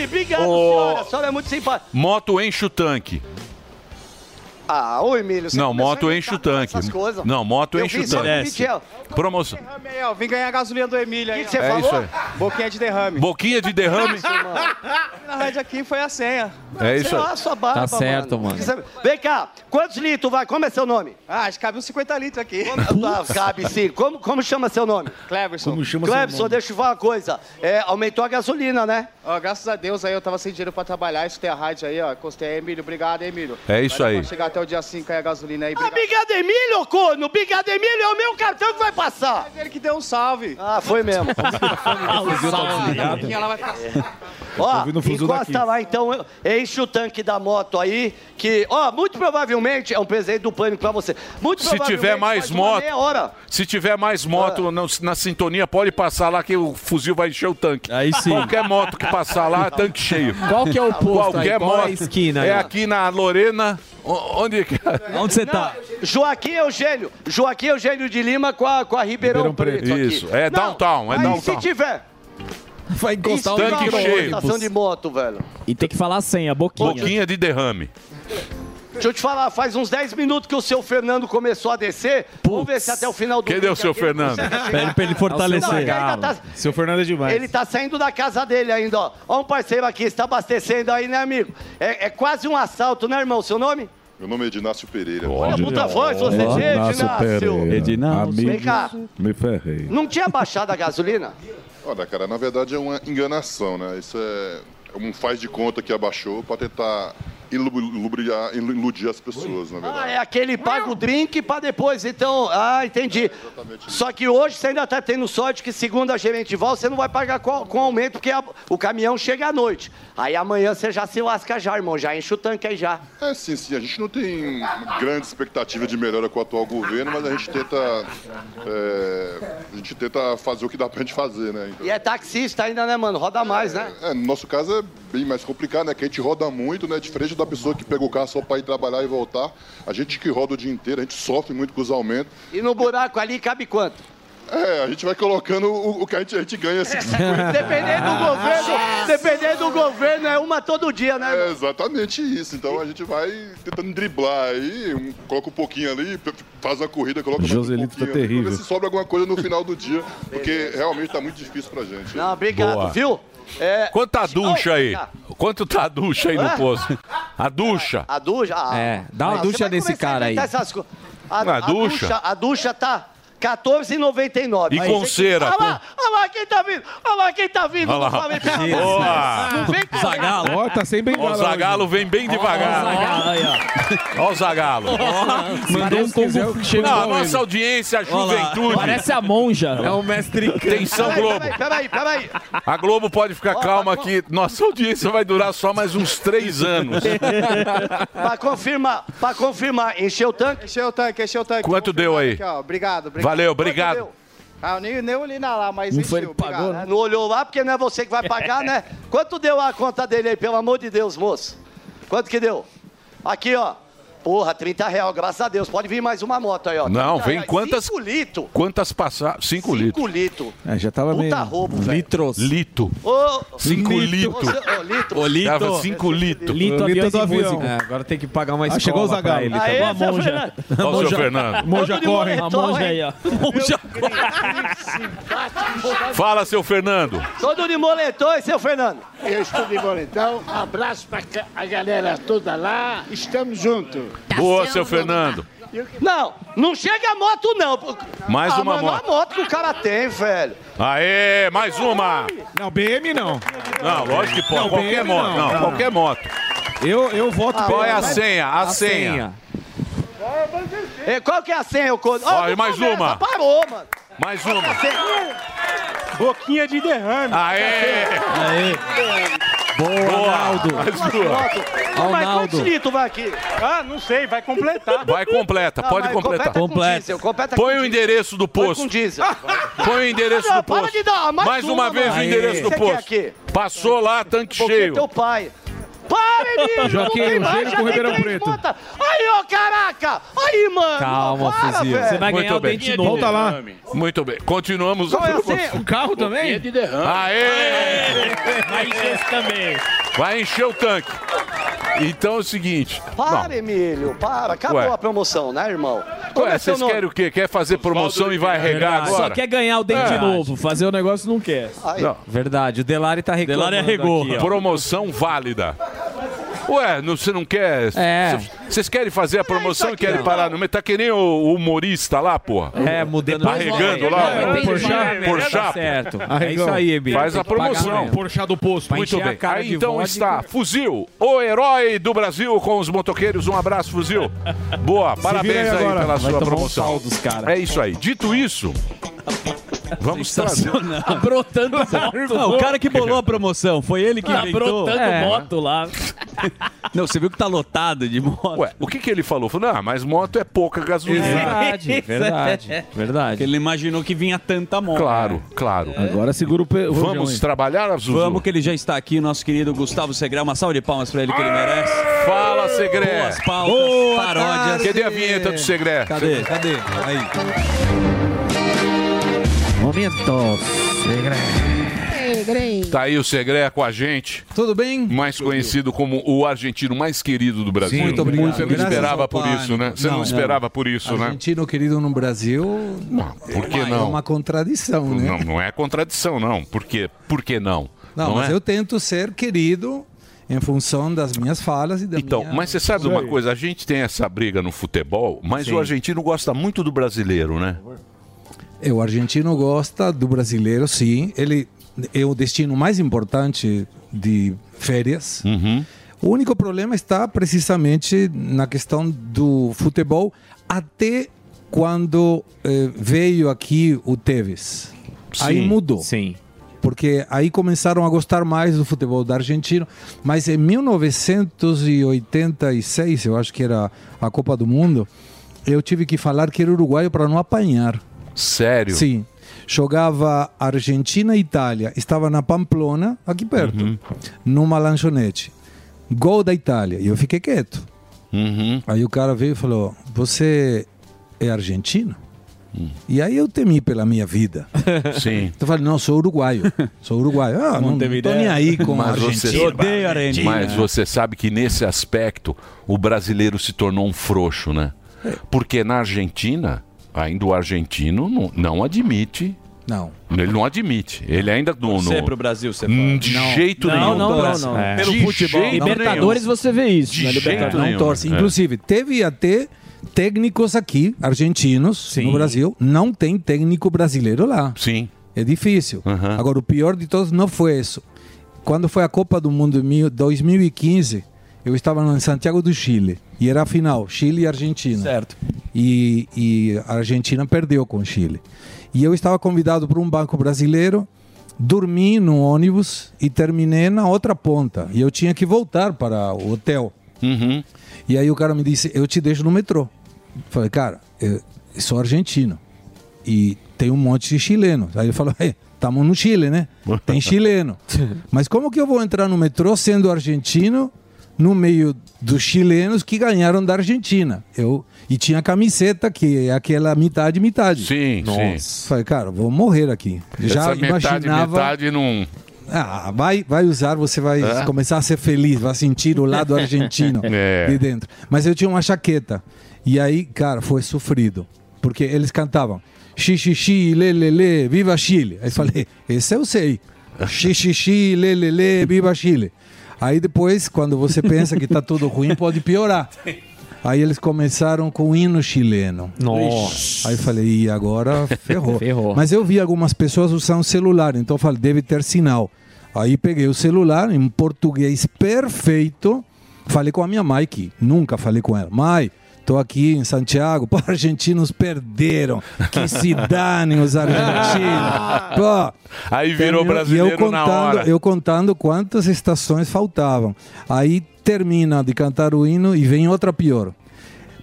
Speaker 6: Ah, obrigado,
Speaker 4: Ô.
Speaker 6: senhora. A senhora é muito simpática.
Speaker 4: Moto enche o tanque.
Speaker 6: Ah, ô Emílio, você
Speaker 4: não,
Speaker 6: começou
Speaker 4: moto
Speaker 6: a
Speaker 4: enche o
Speaker 6: inventar
Speaker 4: tanque.
Speaker 6: essas coisas.
Speaker 4: Não, moto
Speaker 6: Eu
Speaker 4: enche
Speaker 6: vi
Speaker 4: o
Speaker 6: isso aí no
Speaker 4: tanque.
Speaker 6: Miguel.
Speaker 4: Promoção.
Speaker 20: Aí, ó, vim ganhar a gasolina do Emílio aí. O que
Speaker 4: você É falou? isso aí.
Speaker 20: Boquinha de derrame.
Speaker 4: Boquinha de derrame.
Speaker 20: Na rádio aqui foi a senha.
Speaker 4: É isso
Speaker 20: aí.
Speaker 6: Ah, sua barba,
Speaker 3: Tá certo, mano.
Speaker 6: Vem cá, quantos litros vai? Como é seu nome?
Speaker 20: Ah, acho que cabe uns 50 litros aqui.
Speaker 6: Ah, Cabe sim. Como, como chama seu nome?
Speaker 20: Cleverson.
Speaker 6: Clebson, deixa eu falar uma coisa. É, aumentou a gasolina, né?
Speaker 20: Ó, graças a Deus aí eu tava sem dinheiro pra trabalhar, escutei a rádio aí, ó. Encostei aí, Emílio. Obrigado, hein, Emílio.
Speaker 4: É isso
Speaker 20: Valeu,
Speaker 4: aí.
Speaker 20: pra Chegar até o dia 5 aí a gasolina aí.
Speaker 6: Ah, Obrigado, Emílio, ô corno. Obrigado, Emílio. É o meu cartão que vai passar. Mas
Speaker 20: ele que deu um salve.
Speaker 6: Ah, foi mesmo.
Speaker 4: tá
Speaker 20: Obrigado. Ela vai ficar
Speaker 6: Ó,
Speaker 20: ouvindo o fuzil
Speaker 6: encosta
Speaker 20: daqui.
Speaker 6: lá então, enche o tanque da moto aí, que, ó, muito provavelmente é um presente do pânico pra você. Muito
Speaker 4: Se tiver
Speaker 6: provavelmente
Speaker 4: mais
Speaker 6: uma
Speaker 4: moto,
Speaker 6: meia hora. Ah.
Speaker 4: se tiver mais moto não- na sintonia, pode passar lá que o fuzil vai encher o tanque. Aí
Speaker 3: sim. Então,
Speaker 4: Qualquer moto que passar lá, é tanque cheio.
Speaker 3: Qual que é o posto
Speaker 4: Qualquer
Speaker 3: aí? Qual é a
Speaker 4: moto.
Speaker 3: esquina
Speaker 4: É
Speaker 3: aí?
Speaker 4: aqui na Lorena. O- Onde é que-
Speaker 6: Onde você tá? Joaquim Eugênio. Joaquim Eugênio de Lima com a, com a Ribeirão, Preto. aqui.
Speaker 4: Isso, é downtown, é
Speaker 6: Aí,
Speaker 4: downtown.
Speaker 6: Se tiver.
Speaker 11: Vai encostar
Speaker 3: um
Speaker 6: Isso,
Speaker 11: o
Speaker 6: tanque
Speaker 11: micro-ônibus.
Speaker 6: cheio. Estação de moto, velho.
Speaker 11: E tem que falar a senha, boquinha.
Speaker 4: Boquinha de derrame.
Speaker 6: Deixa eu te falar, faz uns 10 minutos que o seu Fernando começou a descer. Vamos ver se até o final do
Speaker 4: Cadê
Speaker 6: vídeo
Speaker 4: o seu
Speaker 6: aqui ele
Speaker 4: Fernando?
Speaker 6: consegue chegar.
Speaker 4: Pede pra ele
Speaker 6: tá Não,
Speaker 4: fortalecer.
Speaker 6: ele ainda tá-
Speaker 7: Seu Fernando é demais.
Speaker 6: Ele tá saindo da casa dele ainda, ó. Ó um parceiro aqui, está abastecendo aí, né, amigo? É, é quase um assalto, né, irmão? Seu nome?
Speaker 21: Meu nome é Dinácio Pereira.
Speaker 6: Olha, puta voz, você é Ednácio. Vem cá,
Speaker 21: Me ferrei.
Speaker 6: não tinha baixado a gasolina?
Speaker 21: Olha, cara, na verdade é uma enganação, né? Isso é um faz de conta que abaixou pra tentar ilu- lubriar- ilu- iludir as pessoas, na verdade.
Speaker 6: Ah, é aquele paga o drink pra depois, então... Ah, entendi. Só que hoje você ainda tá tendo sorte que, segundo a Gerentival, você não vai pagar com, com aumento, porque a- o caminhão chega à noite. Aí amanhã você já se lasca já, irmão, já enche o tanque aí já.
Speaker 21: É sim, sim. A gente não tem grande expectativa de melhora com o atual governo, mas a gente tenta. é, a gente tenta fazer o que dá pra gente fazer, né? Então,
Speaker 6: E é taxista ainda, né, mano? Roda mais, né?
Speaker 21: é, no nosso caso é bem mais complicado, né? Que a gente roda muito, né? Diferente da pessoa que pega o carro só pra ir trabalhar e voltar. A gente que roda o dia inteiro, a gente sofre muito com os aumentos.
Speaker 6: E no buraco ali cabe quanto?
Speaker 21: É, a gente vai colocando o, o que a gente, a gente ganha assim.
Speaker 6: Dependendo do governo, dependendo do governo, é uma todo dia, né?
Speaker 21: É exatamente isso. Então a gente vai tentando driblar aí, um- coloca um pouquinho ali, p- faz uma corrida, coloca mais um
Speaker 22: Joselito tá
Speaker 21: pouquinho ali, pra
Speaker 22: terrível.
Speaker 21: ver se sobra alguma coisa no final do dia, porque realmente tá muito difícil pra gente.
Speaker 6: Não, obrigado,
Speaker 21: Boa.
Speaker 6: viu? É...
Speaker 4: Quanto tá a ducha aí? Quanto tá a ducha aí no
Speaker 6: Hã?
Speaker 4: posto? A ducha.
Speaker 6: A ducha? Ah,
Speaker 3: É, dá uma
Speaker 6: ah, você
Speaker 3: ducha
Speaker 6: vai
Speaker 3: nesse
Speaker 6: começar a
Speaker 3: cara aí.
Speaker 6: inventar essas co- A,
Speaker 4: Uma
Speaker 6: a
Speaker 4: ducha?
Speaker 6: ducha? A ducha tá... 14,99.
Speaker 4: E
Speaker 6: Aí
Speaker 4: com
Speaker 6: você que-
Speaker 4: cera,
Speaker 6: Olha lá, olha lá quem tá vindo. Olha lá quem tá vindo.
Speaker 4: Olha lá.
Speaker 6: Não falei pra você.
Speaker 4: Boa.
Speaker 6: Não vem com
Speaker 4: Zagalo.
Speaker 7: Ó, tá sem
Speaker 4: Ó,
Speaker 7: bengala.
Speaker 4: o Zagalo vem bem devagar. Ó, o Zagalo.
Speaker 7: Mandou um combo
Speaker 4: Não, a nossa audiência, a juventude.
Speaker 11: Parece a monja.
Speaker 4: É um mestre Atenção,
Speaker 6: Peraí,
Speaker 4: Globo.
Speaker 6: Peraí, peraí, peraí.
Speaker 4: A Globo pode ficar calma que nossa audiência vai durar só mais uns três anos.
Speaker 6: pra confirmar, pra confirmar, encheu o tanque?
Speaker 20: Encheu o tanque, encheu o tanque.
Speaker 4: Quanto deu aí?
Speaker 20: Aqui, ó. Obrigado, obrigado.
Speaker 4: Valeu, obrigado.
Speaker 20: Ah, eu nem, nem olhei na lá, mas encheu. obrigado.
Speaker 6: Não olhou lá, porque não é você que vai pagar, né? Quanto deu a conta dele aí, pelo amor de Deus, moço? Quanto que deu? Aqui, ó. Porra, 30 real, graças a Deus. Pode vir mais uma moto aí, ó.
Speaker 4: Não,
Speaker 6: 30
Speaker 4: vem
Speaker 6: reais.
Speaker 4: quantas-
Speaker 6: Cinco litros.
Speaker 4: Quantas passadas? Cinco, litros.
Speaker 6: Cinco litros.
Speaker 4: É, já tava
Speaker 6: Puta roubo, velho.
Speaker 4: Litros. Lito.
Speaker 6: Ô,
Speaker 4: Cinco litros.
Speaker 6: Você- ô, litro.
Speaker 4: Ô, litro.
Speaker 6: Dava
Speaker 4: Cinco litros.
Speaker 3: Lito,
Speaker 4: Lito
Speaker 3: aviões
Speaker 4: do
Speaker 3: e
Speaker 4: avião.
Speaker 3: música. É, agora tem que pagar uma
Speaker 4: Ah,
Speaker 3: escola
Speaker 4: chegou o Zagallo.
Speaker 3: pra ele. tá
Speaker 4: Aê,
Speaker 3: também.
Speaker 4: seu Fernando. Ó o seu Fernando.
Speaker 3: é Monja
Speaker 4: Todo de
Speaker 3: corre.
Speaker 4: moletom,
Speaker 3: A monja
Speaker 4: hein?
Speaker 3: aí, ó.
Speaker 4: Fala, seu Fernando.
Speaker 6: Todo de moletom, hein, seu Fernando?
Speaker 23: Eu estou de moletom. Abraço para a galera toda lá. Estamos juntos.
Speaker 6: Tá
Speaker 4: Boa, seu Fernando.
Speaker 6: Não, não chega a moto, não.
Speaker 4: Mais
Speaker 6: ah,
Speaker 4: uma
Speaker 6: mano,
Speaker 4: moto.
Speaker 6: a moto que o cara tem, velho.
Speaker 4: Aê, mais uma.
Speaker 7: Não, BM não.
Speaker 4: Não, lógico que pode.
Speaker 7: Não,
Speaker 4: qualquer
Speaker 7: BM
Speaker 4: moto. Não,
Speaker 7: não.
Speaker 4: qualquer moto.
Speaker 7: Eu, eu voto
Speaker 4: Qual é a senha? A, senha.
Speaker 6: É, qual que é a senha, o Cod?
Speaker 4: Ó, e mais uma.
Speaker 6: Parou, mano. um
Speaker 4: Mais uma.
Speaker 23: Boquinha de derrame.
Speaker 4: Aê!
Speaker 23: Boa,
Speaker 4: Ronaldo.
Speaker 6: Mas quantos litros vai aqui?
Speaker 23: Ah, não sei, vai completar.
Speaker 4: Vai, completa,
Speaker 23: Não,
Speaker 4: pode
Speaker 23: mas
Speaker 4: completar.
Speaker 23: completa com Completa. diesel,
Speaker 6: completa
Speaker 4: Põe
Speaker 23: com
Speaker 4: o endereço do posto.
Speaker 23: com
Speaker 6: diesel.
Speaker 4: Põe o endereço
Speaker 6: Não,
Speaker 4: do
Speaker 6: para
Speaker 4: posto.
Speaker 6: de dar, mais
Speaker 4: mais uma
Speaker 6: uma,
Speaker 4: vez
Speaker 6: mano.
Speaker 4: o
Speaker 6: Aí.
Speaker 4: endereço do
Speaker 6: Você quer
Speaker 4: posto.
Speaker 6: aqui?
Speaker 4: Passou lá, tanque
Speaker 6: Porque
Speaker 4: cheio.
Speaker 6: teu pai.
Speaker 23: Parem de
Speaker 3: Joaquim,
Speaker 23: não tem
Speaker 3: o
Speaker 23: mais,
Speaker 3: gênio
Speaker 23: já
Speaker 3: com
Speaker 23: tem
Speaker 3: Ribeirão
Speaker 23: três
Speaker 3: Preto.
Speaker 23: pontas. Aí, ô caraca! Aí, mano!
Speaker 3: Calma,
Speaker 23: para,
Speaker 3: fuzil.
Speaker 23: velho.
Speaker 3: Você vai ganhar o dente novo.
Speaker 4: Muito bem. Continuamos.
Speaker 23: Qual é assim?
Speaker 3: O carro também?
Speaker 23: Copinha de derrame.
Speaker 4: Aê!
Speaker 23: Vai encher esse também.
Speaker 4: Vai encher o tanque. Então é o seguinte.
Speaker 6: Para, Emílio, para. Acabou
Speaker 4: Ué.
Speaker 6: a promoção, né, irmão? Como
Speaker 4: Ué,
Speaker 6: é seu
Speaker 4: vocês
Speaker 6: nome?
Speaker 4: querem o quê? Quer fazer promoção e vai regar
Speaker 3: Verdade.
Speaker 4: agora?
Speaker 3: Só quer ganhar o dente
Speaker 4: É.
Speaker 3: novo. Fazer o negócio não quer.
Speaker 4: Não.
Speaker 3: Verdade. O Delari tá reclamando aqui, ó.
Speaker 4: promoção válida. Ué, não- você não quer.
Speaker 3: É.
Speaker 4: Cê- Vocês querem fazer a promoção e querem parar no meio? Tá que nem o humorista lá, porra.
Speaker 3: É, mudando
Speaker 4: Arregando lá.
Speaker 3: É,
Speaker 4: ó.
Speaker 3: é, Porchat,
Speaker 4: Porchat,
Speaker 3: né? Tá
Speaker 4: pô.
Speaker 3: certo.
Speaker 4: Ah,
Speaker 3: É isso aí, Bi.
Speaker 4: Faz
Speaker 3: Tem
Speaker 4: a
Speaker 3: que pagar
Speaker 4: promoção.
Speaker 3: mesmo. Porchat do posto. Pra
Speaker 4: Muito
Speaker 3: encher a
Speaker 4: bem.
Speaker 3: cara
Speaker 4: Aí
Speaker 3: de
Speaker 4: então
Speaker 3: vodka.
Speaker 4: está Fuzil, o herói do Brasil com os motoqueiros. Um abraço, Fuzil. Boa,
Speaker 3: Se
Speaker 4: parabéns
Speaker 3: vira aí
Speaker 4: aí,
Speaker 3: agora.
Speaker 4: pela
Speaker 3: Vai
Speaker 4: sua
Speaker 3: tomar um
Speaker 4: promoção.
Speaker 3: pau dos cara.
Speaker 4: É isso aí. Dito isso, vamos trazer.
Speaker 3: Brotando moto.
Speaker 10: Não, o cara que bolou a promoção, foi ele que
Speaker 3: Tá
Speaker 10: inventou.
Speaker 3: brotando
Speaker 4: É.
Speaker 3: moto
Speaker 10: lá. Não, você viu que tá lotado de moto.
Speaker 4: Ué, o que, que ele falou? Falou, não, mas moto é pouca gasolina.
Speaker 10: Verdade, verdade,
Speaker 3: verdade.
Speaker 10: Porque ele não imaginou que vinha tanta moto.
Speaker 4: Claro, claro.
Speaker 10: Agora segura o pe...
Speaker 4: Vamos rojão aí. trabalhar, Zuzu?
Speaker 10: Vamos que ele já está aqui, nosso querido Gustavo Segre. Uma salva de palmas pra ele que ele merece.
Speaker 4: Ah, Fala, Segré.
Speaker 10: Boas pautas,
Speaker 4: Boa
Speaker 10: paródias.
Speaker 4: tarde. Cadê a vinheta do Segré?
Speaker 10: Cadê? Cadê? Aí.
Speaker 4: Momento Tá aí o Segré com a gente.
Speaker 1: Tudo bem?
Speaker 4: Mais conhecido como o argentino mais querido do Brasil.
Speaker 1: Sim, muito obrigado.
Speaker 4: Você não
Speaker 1: Graças
Speaker 4: esperava
Speaker 1: ao
Speaker 4: por
Speaker 1: pai.
Speaker 4: isso, né? Você não,
Speaker 1: Não,
Speaker 4: esperava por isso, né?
Speaker 1: Argentino querido no Brasil. Não,
Speaker 4: por que
Speaker 1: é
Speaker 4: não?
Speaker 1: uma contradição, né?
Speaker 4: Não, não é contradição, não. Por quê? Por que não?
Speaker 1: Não, mas
Speaker 4: é?
Speaker 1: eu tento ser querido em função das minhas falas e da
Speaker 4: Então,
Speaker 1: minha...
Speaker 4: mas você sabe de uma coisa, a gente tem essa briga no futebol, mas
Speaker 1: Sim.
Speaker 4: o argentino gosta muito do brasileiro, né?
Speaker 1: É, O argentino gosta do brasileiro, sim. Ele é o destino mais importante de férias.
Speaker 3: Uhum.
Speaker 1: O único problema está precisamente na questão do futebol, até quando eh, veio aqui o Tevez. Aí
Speaker 3: Sim,
Speaker 1: mudou.
Speaker 3: Sim.
Speaker 1: Porque aí começaram a gostar mais do futebol da Argentina. Mas em 1986, eu acho que era a Copa do Mundo, eu tive que falar que era uruguaio para não apanhar.
Speaker 4: Sério?
Speaker 1: Sim. Jogava Argentina e Itália. Estava na Pamplona, aqui perto, numa lanchonete. Gol da Itália. E eu fiquei quieto. Aí o cara veio e falou: Você é argentino? E aí eu temi pela minha vida.
Speaker 4: Sim.
Speaker 1: Eu falei, não, sou uruguaio. Sou uruguaio. Ah, não, não tô nem aí com a
Speaker 4: Mas
Speaker 1: Argentina.
Speaker 4: você- Mas você sabe que nesse aspecto o brasileiro se tornou um frouxo, né? Porque na Argentina, ainda o argentino não, não admite.
Speaker 1: Não.
Speaker 4: Ele não admite. Ele ainda não.
Speaker 10: Você
Speaker 3: é
Speaker 4: não-
Speaker 10: pro Brasil, você
Speaker 4: Hum,
Speaker 10: fala.
Speaker 4: De
Speaker 10: Não.
Speaker 4: jeito
Speaker 10: Não,
Speaker 4: nenhum.
Speaker 10: não, não, não.
Speaker 4: É.
Speaker 10: Pelo
Speaker 4: De
Speaker 10: futebol,
Speaker 4: jeito
Speaker 10: Libertadores
Speaker 4: nenhum.
Speaker 9: você vê isso,
Speaker 4: De
Speaker 9: né,
Speaker 4: jeito
Speaker 9: Libertadores?
Speaker 4: nenhum.
Speaker 1: Não torce.
Speaker 4: É.
Speaker 1: Inclusive, teve até técnicos aqui, argentinos, no Brasil. Não tem técnico brasileiro lá.
Speaker 4: Sim.
Speaker 1: É difícil. Agora, o pior de todos não foi isso. Quando foi a Copa do Mundo em mil- 2015, eu estava em Santiago do Chile. E era a final, Chile e Argentina. Certo. E, e a Argentina perdeu com o Chile. E eu estava convidado por um banco brasileiro, dormi no ônibus e terminei na outra ponta. E eu tinha que voltar para o hotel. E aí o cara me disse, eu te deixo no metrô. Falei, cara, eu sou argentino e tem um monte de chileno. Aí ele falou, estamos no Chile, né? Tem chileno. Mas como que eu vou entrar no metrô sendo argentino no meio dos chilenos que ganharam da Argentina? Eu e tinha camiseta que é aquela metade metade.
Speaker 4: Sim,
Speaker 1: Nossa.
Speaker 4: sim.
Speaker 1: Falei, cara, vou morrer aqui. Já
Speaker 4: Essa metade,
Speaker 1: imaginava.
Speaker 4: metade não.
Speaker 1: Ah, vai, vai usar, você vai
Speaker 4: É?
Speaker 1: começar a ser feliz, vai sentir o lado argentino
Speaker 4: É.
Speaker 1: de dentro. Mas eu tinha uma jaqueta. E aí, cara, foi sofrido. Porque eles cantavam xixixi, lelele, viva Chile. Aí eu falei, esse eu sei. Xixixi, lelele, viva Chile. Aí depois, quando você pensa que tá tudo ruim, pode piorar. Aí eles começaram com o hino chileno.
Speaker 3: Nossa.
Speaker 1: Aí eu falei, e agora ferrou.
Speaker 3: Ferrou.
Speaker 1: Mas eu vi algumas pessoas usando celular, então eu falei, deve ter sinal. Aí peguei o celular em português perfeito, falei com a minha mãe, que nunca falei com ela. Mãe, tô aqui em Santiago, pô, argentinos perderam, que se danem os argentinos. Pô.
Speaker 4: Aí virou
Speaker 1: Terminou-
Speaker 4: brasileiro
Speaker 1: e eu contando,
Speaker 4: na hora.
Speaker 1: Eu contando quantas estações faltavam. Aí termina de cantar o hino e vem outra pior.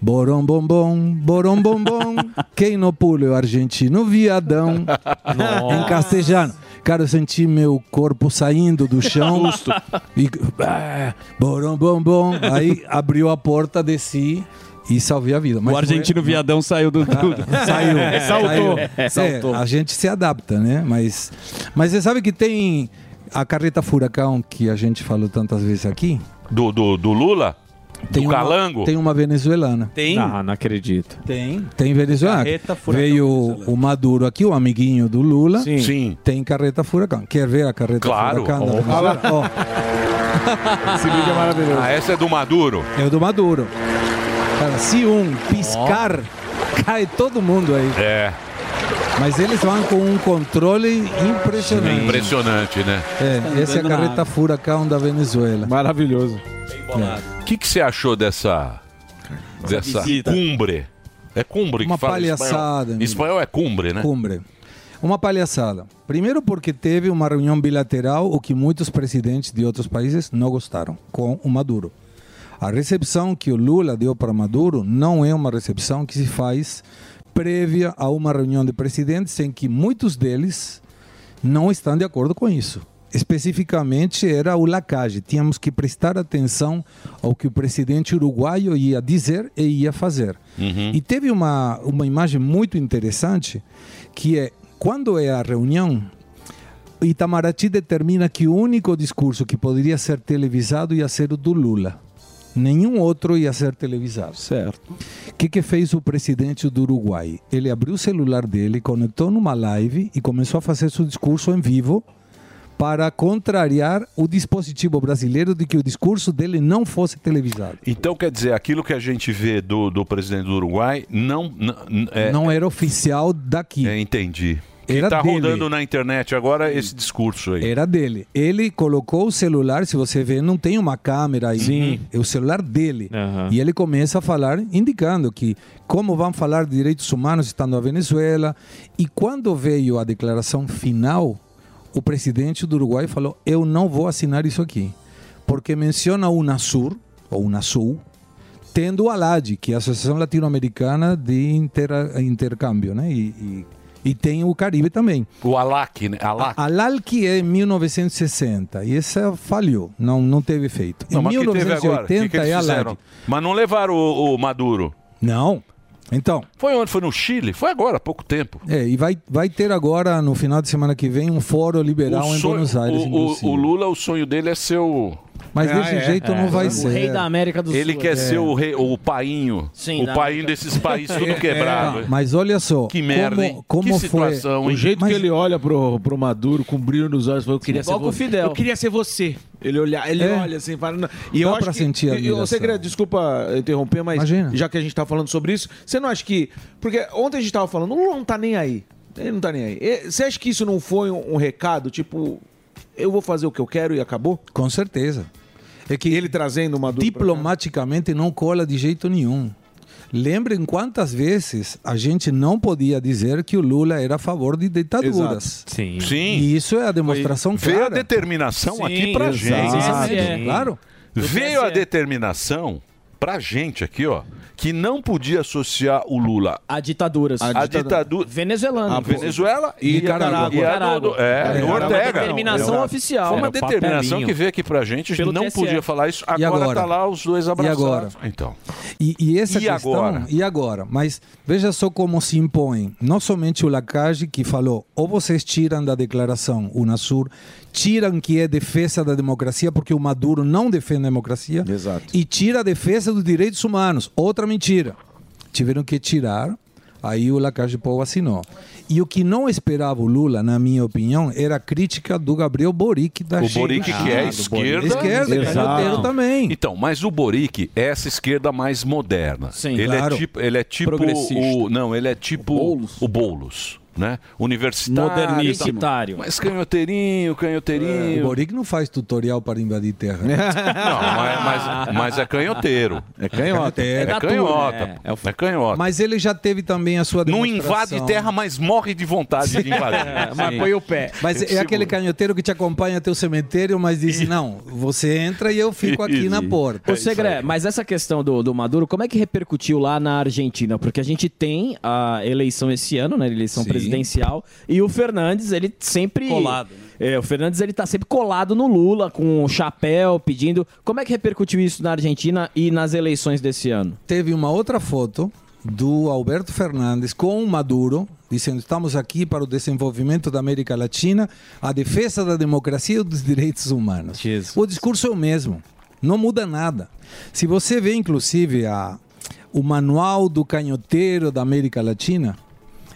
Speaker 1: Borom bombom, borom bombom, quem não pula é o argentino, viadão. em castelhano. Cara, eu senti meu corpo saindo do chão.
Speaker 2: Susto.
Speaker 1: E. Ah, borom, bom, bom. Aí abriu a porta, desci. E salvei a vida. Mas
Speaker 10: o argentino
Speaker 1: foi-
Speaker 10: viadão saiu do tudo.
Speaker 1: Saiu.
Speaker 10: Saltou.
Speaker 1: Saiu. É, a gente se adapta, né? Mas, mas você sabe que tem a carreta furacão que a gente falou tantas vezes aqui?
Speaker 4: Do, do, do Lula?
Speaker 1: Tem
Speaker 4: do
Speaker 1: uma-
Speaker 4: Calango?
Speaker 1: Tem uma venezuelana.
Speaker 3: Tem?
Speaker 1: Ah,
Speaker 3: não acredito.
Speaker 1: Tem. Tem venezuelana.
Speaker 3: Carreta furacão
Speaker 1: Veio o Maduro aqui, o amiguinho do Lula.
Speaker 3: Sim.
Speaker 1: Tem carreta furacão. Quer ver a carreta
Speaker 4: Claro.
Speaker 1: furacão? da
Speaker 4: Ó.
Speaker 1: Venezuela? Ó,
Speaker 4: Esse vídeo é maravilhoso. Ah, essa é do Maduro.
Speaker 1: é o do Maduro. Cara, se um piscar, cai todo mundo aí.
Speaker 4: É.
Speaker 1: Mas eles vão com um controle impressionante.
Speaker 4: Impressionante, né?
Speaker 1: É, essa é a carreta furacão da Venezuela.
Speaker 7: Maravilhoso.
Speaker 4: O que, que você achou dessa. dessa
Speaker 1: visita.
Speaker 4: cumbre? É cumbre
Speaker 1: Uma
Speaker 4: que fala em
Speaker 1: palhaçada,
Speaker 4: Espanhol.
Speaker 1: amigo.
Speaker 4: espanhol é cumbre, né?
Speaker 1: Cumbre. Uma palhaçada. Primeiro porque teve uma reunião bilateral, o que muitos presidentes de outros países não gostaram, com o Maduro. A recepção que o Lula deu para Maduro não é uma recepção que se faz prévia a uma reunião de presidentes em que muitos deles não estão de acordo com isso. Especificamente era o Lacage. Tínhamos que prestar atenção ao que o presidente uruguaio ia dizer e ia fazer.
Speaker 4: Uhum.
Speaker 1: E teve uma, uma imagem muito interessante, que é quando é a reunião, Itamaraty determina que o único discurso que poderia ser televisado ia ser o do Lula. Nenhum outro ia ser televisado.
Speaker 10: Certo.
Speaker 1: O que, que fez o presidente do Uruguai? Ele abriu o celular dele, conectou numa live e começou a fazer seu discurso em vivo para contrariar o dispositivo brasileiro de que o discurso dele não fosse televisado.
Speaker 4: Então, quer dizer, aquilo que a gente vê do, do presidente do Uruguai não. n- n- é-
Speaker 1: Não era oficial daqui.
Speaker 4: é, entendi.
Speaker 1: Era
Speaker 4: que tá
Speaker 1: dele.
Speaker 4: rodando na internet agora esse discurso aí.
Speaker 1: Era dele. Ele colocou o celular, se você vê, não tem uma câmera aí.
Speaker 4: Sim.
Speaker 1: É o celular dele. E ele começa a falar, indicando que como vão falar de direitos humanos estando na Venezuela. E quando veio a declaração final, o presidente do Uruguai falou: Eu não vou assinar isso aqui. Porque menciona o UNASUR, ou UNASUL, tendo o ALAD, que é a Associação Latino-Americana de Intera- Intercâmbio, né? E, e, e tem o Caribe também.
Speaker 4: O Alac, né? Alac.
Speaker 1: A LALC é em 1960 e essa falhou, não, não teve efeito.
Speaker 4: Não,
Speaker 1: Ah, em
Speaker 4: mas o que teve agora? O que
Speaker 1: 1980
Speaker 4: que eles
Speaker 1: é a
Speaker 4: fizeram?
Speaker 1: LALC.
Speaker 4: Mas não levaram o, o Maduro.
Speaker 1: Não. Então.
Speaker 4: Foi onde? Foi no Chile? Foi agora, há pouco tempo.
Speaker 1: É, e vai, vai ter agora, no final de semana que vem, um fórum liberal
Speaker 4: O
Speaker 1: em
Speaker 4: sonho-
Speaker 1: Buenos Aires.
Speaker 4: o- o,
Speaker 1: inclusive.
Speaker 4: o Lula, o sonho dele é ser o.
Speaker 1: Mas desse jeito não vai ser.
Speaker 4: Ele quer ser o, rei, o painho.
Speaker 1: É. Sim,
Speaker 4: o
Speaker 1: da
Speaker 4: painho desses países tudo quebrado.
Speaker 1: É, Mas olha só.
Speaker 4: Que merda,
Speaker 1: como,
Speaker 4: hein?
Speaker 1: Como
Speaker 4: Que
Speaker 1: foi,
Speaker 4: situação,
Speaker 7: O jeito que ele olha pro, pro Maduro com brilho nos olhos, falou, eu queria
Speaker 1: Igual
Speaker 7: ser
Speaker 1: com o
Speaker 7: você.
Speaker 1: Fidel.
Speaker 7: Eu queria ser você. Ele olha, ele
Speaker 1: É.
Speaker 7: olha assim, para e
Speaker 1: Dá
Speaker 7: eu acho
Speaker 1: pra
Speaker 7: que,
Speaker 1: sentir a
Speaker 7: eu, eu sei que
Speaker 1: admiração.
Speaker 7: desculpa interromper, mas já que a gente tá falando sobre isso, você não acha que porque ontem a gente tava falando, o Lula não tá nem aí. Ele não tá nem aí. E Você acha que isso não foi um, um recado, tipo, eu vou fazer o que eu quero e acabou?
Speaker 1: Com certeza. É que
Speaker 7: ele trazendo uma
Speaker 1: diplomaticamente não cola de jeito nenhum. Lembrem quantas vezes a gente não podia dizer que o Lula era a favor de ditaduras.
Speaker 4: Exato. Sim. Sim.
Speaker 1: E isso é a demonstração
Speaker 4: Veio
Speaker 1: clara.
Speaker 4: a determinação
Speaker 1: Sim,
Speaker 4: aqui pra
Speaker 1: exato.
Speaker 4: gente.
Speaker 1: Sim. Claro.
Speaker 4: Veio a determinação pra gente aqui, ó, que não podia associar o Lula
Speaker 9: A ditaduras.
Speaker 4: A ditadura.
Speaker 9: Venezuelana.
Speaker 4: à Venezuela e,
Speaker 9: Nicarágua.
Speaker 4: e a do-
Speaker 9: Nicarágua.
Speaker 4: do- é, do
Speaker 9: Era uma
Speaker 4: Ortega.
Speaker 9: determinação
Speaker 4: Exato.
Speaker 9: oficial.
Speaker 4: Foi uma
Speaker 9: Era o
Speaker 4: determinação
Speaker 9: papelinho.
Speaker 4: que veio aqui pra gente. A gente
Speaker 9: Pelo
Speaker 4: não
Speaker 9: TSE.
Speaker 4: podia falar isso. Agora,
Speaker 1: E agora?
Speaker 4: tá lá os dois abraçados.
Speaker 1: agora?
Speaker 4: Então.
Speaker 1: E, e essa
Speaker 4: E
Speaker 1: questão,
Speaker 4: agora?
Speaker 1: e agora? Mas veja só como se impõe, não somente o Lacage que falou, ou vocês tiram da declaração Unasur, tiram que é defesa da democracia, porque o Maduro não defende a democracia, e tira a defesa dos direitos humanos, outra mentira. Tiveram que tirar, aí o Lacage Pou assinou. E o que não esperava o Lula, na minha opinião, era a crítica do Gabriel Boric da
Speaker 4: o
Speaker 1: China.
Speaker 4: Boric que é esquerda.
Speaker 1: Ah, Esquerda, canhoteiro também.
Speaker 4: Então, mas o Boric é essa esquerda mais moderna. Sim, ele
Speaker 1: claro.
Speaker 4: É tipo, ele é tipo
Speaker 1: Progressista.
Speaker 4: o não, ele é tipo o Boulos, né? Universitário,
Speaker 1: Modernitário.
Speaker 4: Mas canhoteirinho, canhoteirinho.
Speaker 1: É, O Boric não faz tutorial para invadir terra. né?
Speaker 4: Não, mas, mas- mas é canhoteiro.
Speaker 1: É canhota.
Speaker 4: É,
Speaker 1: É da turma,
Speaker 4: canhota.
Speaker 1: né?
Speaker 4: É, canhota.
Speaker 1: Mas ele já teve também a sua
Speaker 4: não
Speaker 1: demonstração. É,
Speaker 4: invade terra, mas morre de vontade de invadir. Sim.
Speaker 1: Mas é
Speaker 4: Segura.
Speaker 1: aquele canhoteiro que te acompanha até o cemitério, mas diz, não, você entra e eu fico aqui na porta.
Speaker 4: É
Speaker 9: Ô, Segré, mas essa questão do, do Maduro, como é que repercutiu lá na Argentina? Porque a gente tem a eleição esse ano, né? Eleição
Speaker 1: Sim.
Speaker 9: presidencial. E o Fernandes, ele sempre.
Speaker 3: Colado,
Speaker 9: É, o Fernandes, ele tá sempre colado no Lula, com o chapéu, pedindo. Como é que repercutiu isso na Argentina e nas eleições desse ano?
Speaker 1: Teve uma outra foto do Alberto Fernandes com o Maduro, dizendo: estamos aqui para o desenvolvimento da América Latina, a defesa da democracia e dos direitos humanos. O discurso é o mesmo, não muda nada. Se você vê, inclusive, a, o manual do canhoteiro da América Latina,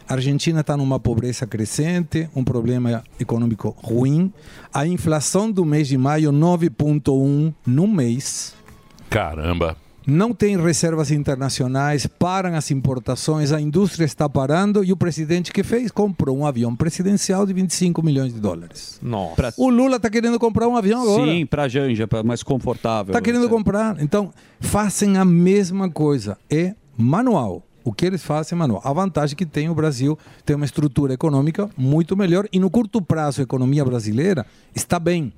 Speaker 1: a Argentina está numa pobreza crescente, um problema econômico ruim, a inflação do mês de maio 9,1 no mês.
Speaker 4: Caramba.
Speaker 1: Não tem reservas internacionais, param as importações, a indústria está parando e o presidente que fez comprou um avião presidencial de 25 milhões de dólares.
Speaker 10: Nossa.
Speaker 1: O Lula está querendo comprar um avião agora.
Speaker 10: Sim, pra Janja, pra mais confortável.
Speaker 4: Tá
Speaker 1: Está querendo comprar. Então, fazem a mesma coisa. É manual. O que eles fazem é manual. A vantagem que tem o Brasil tem uma estrutura econômica muito melhor e no curto prazo a economia brasileira está bem.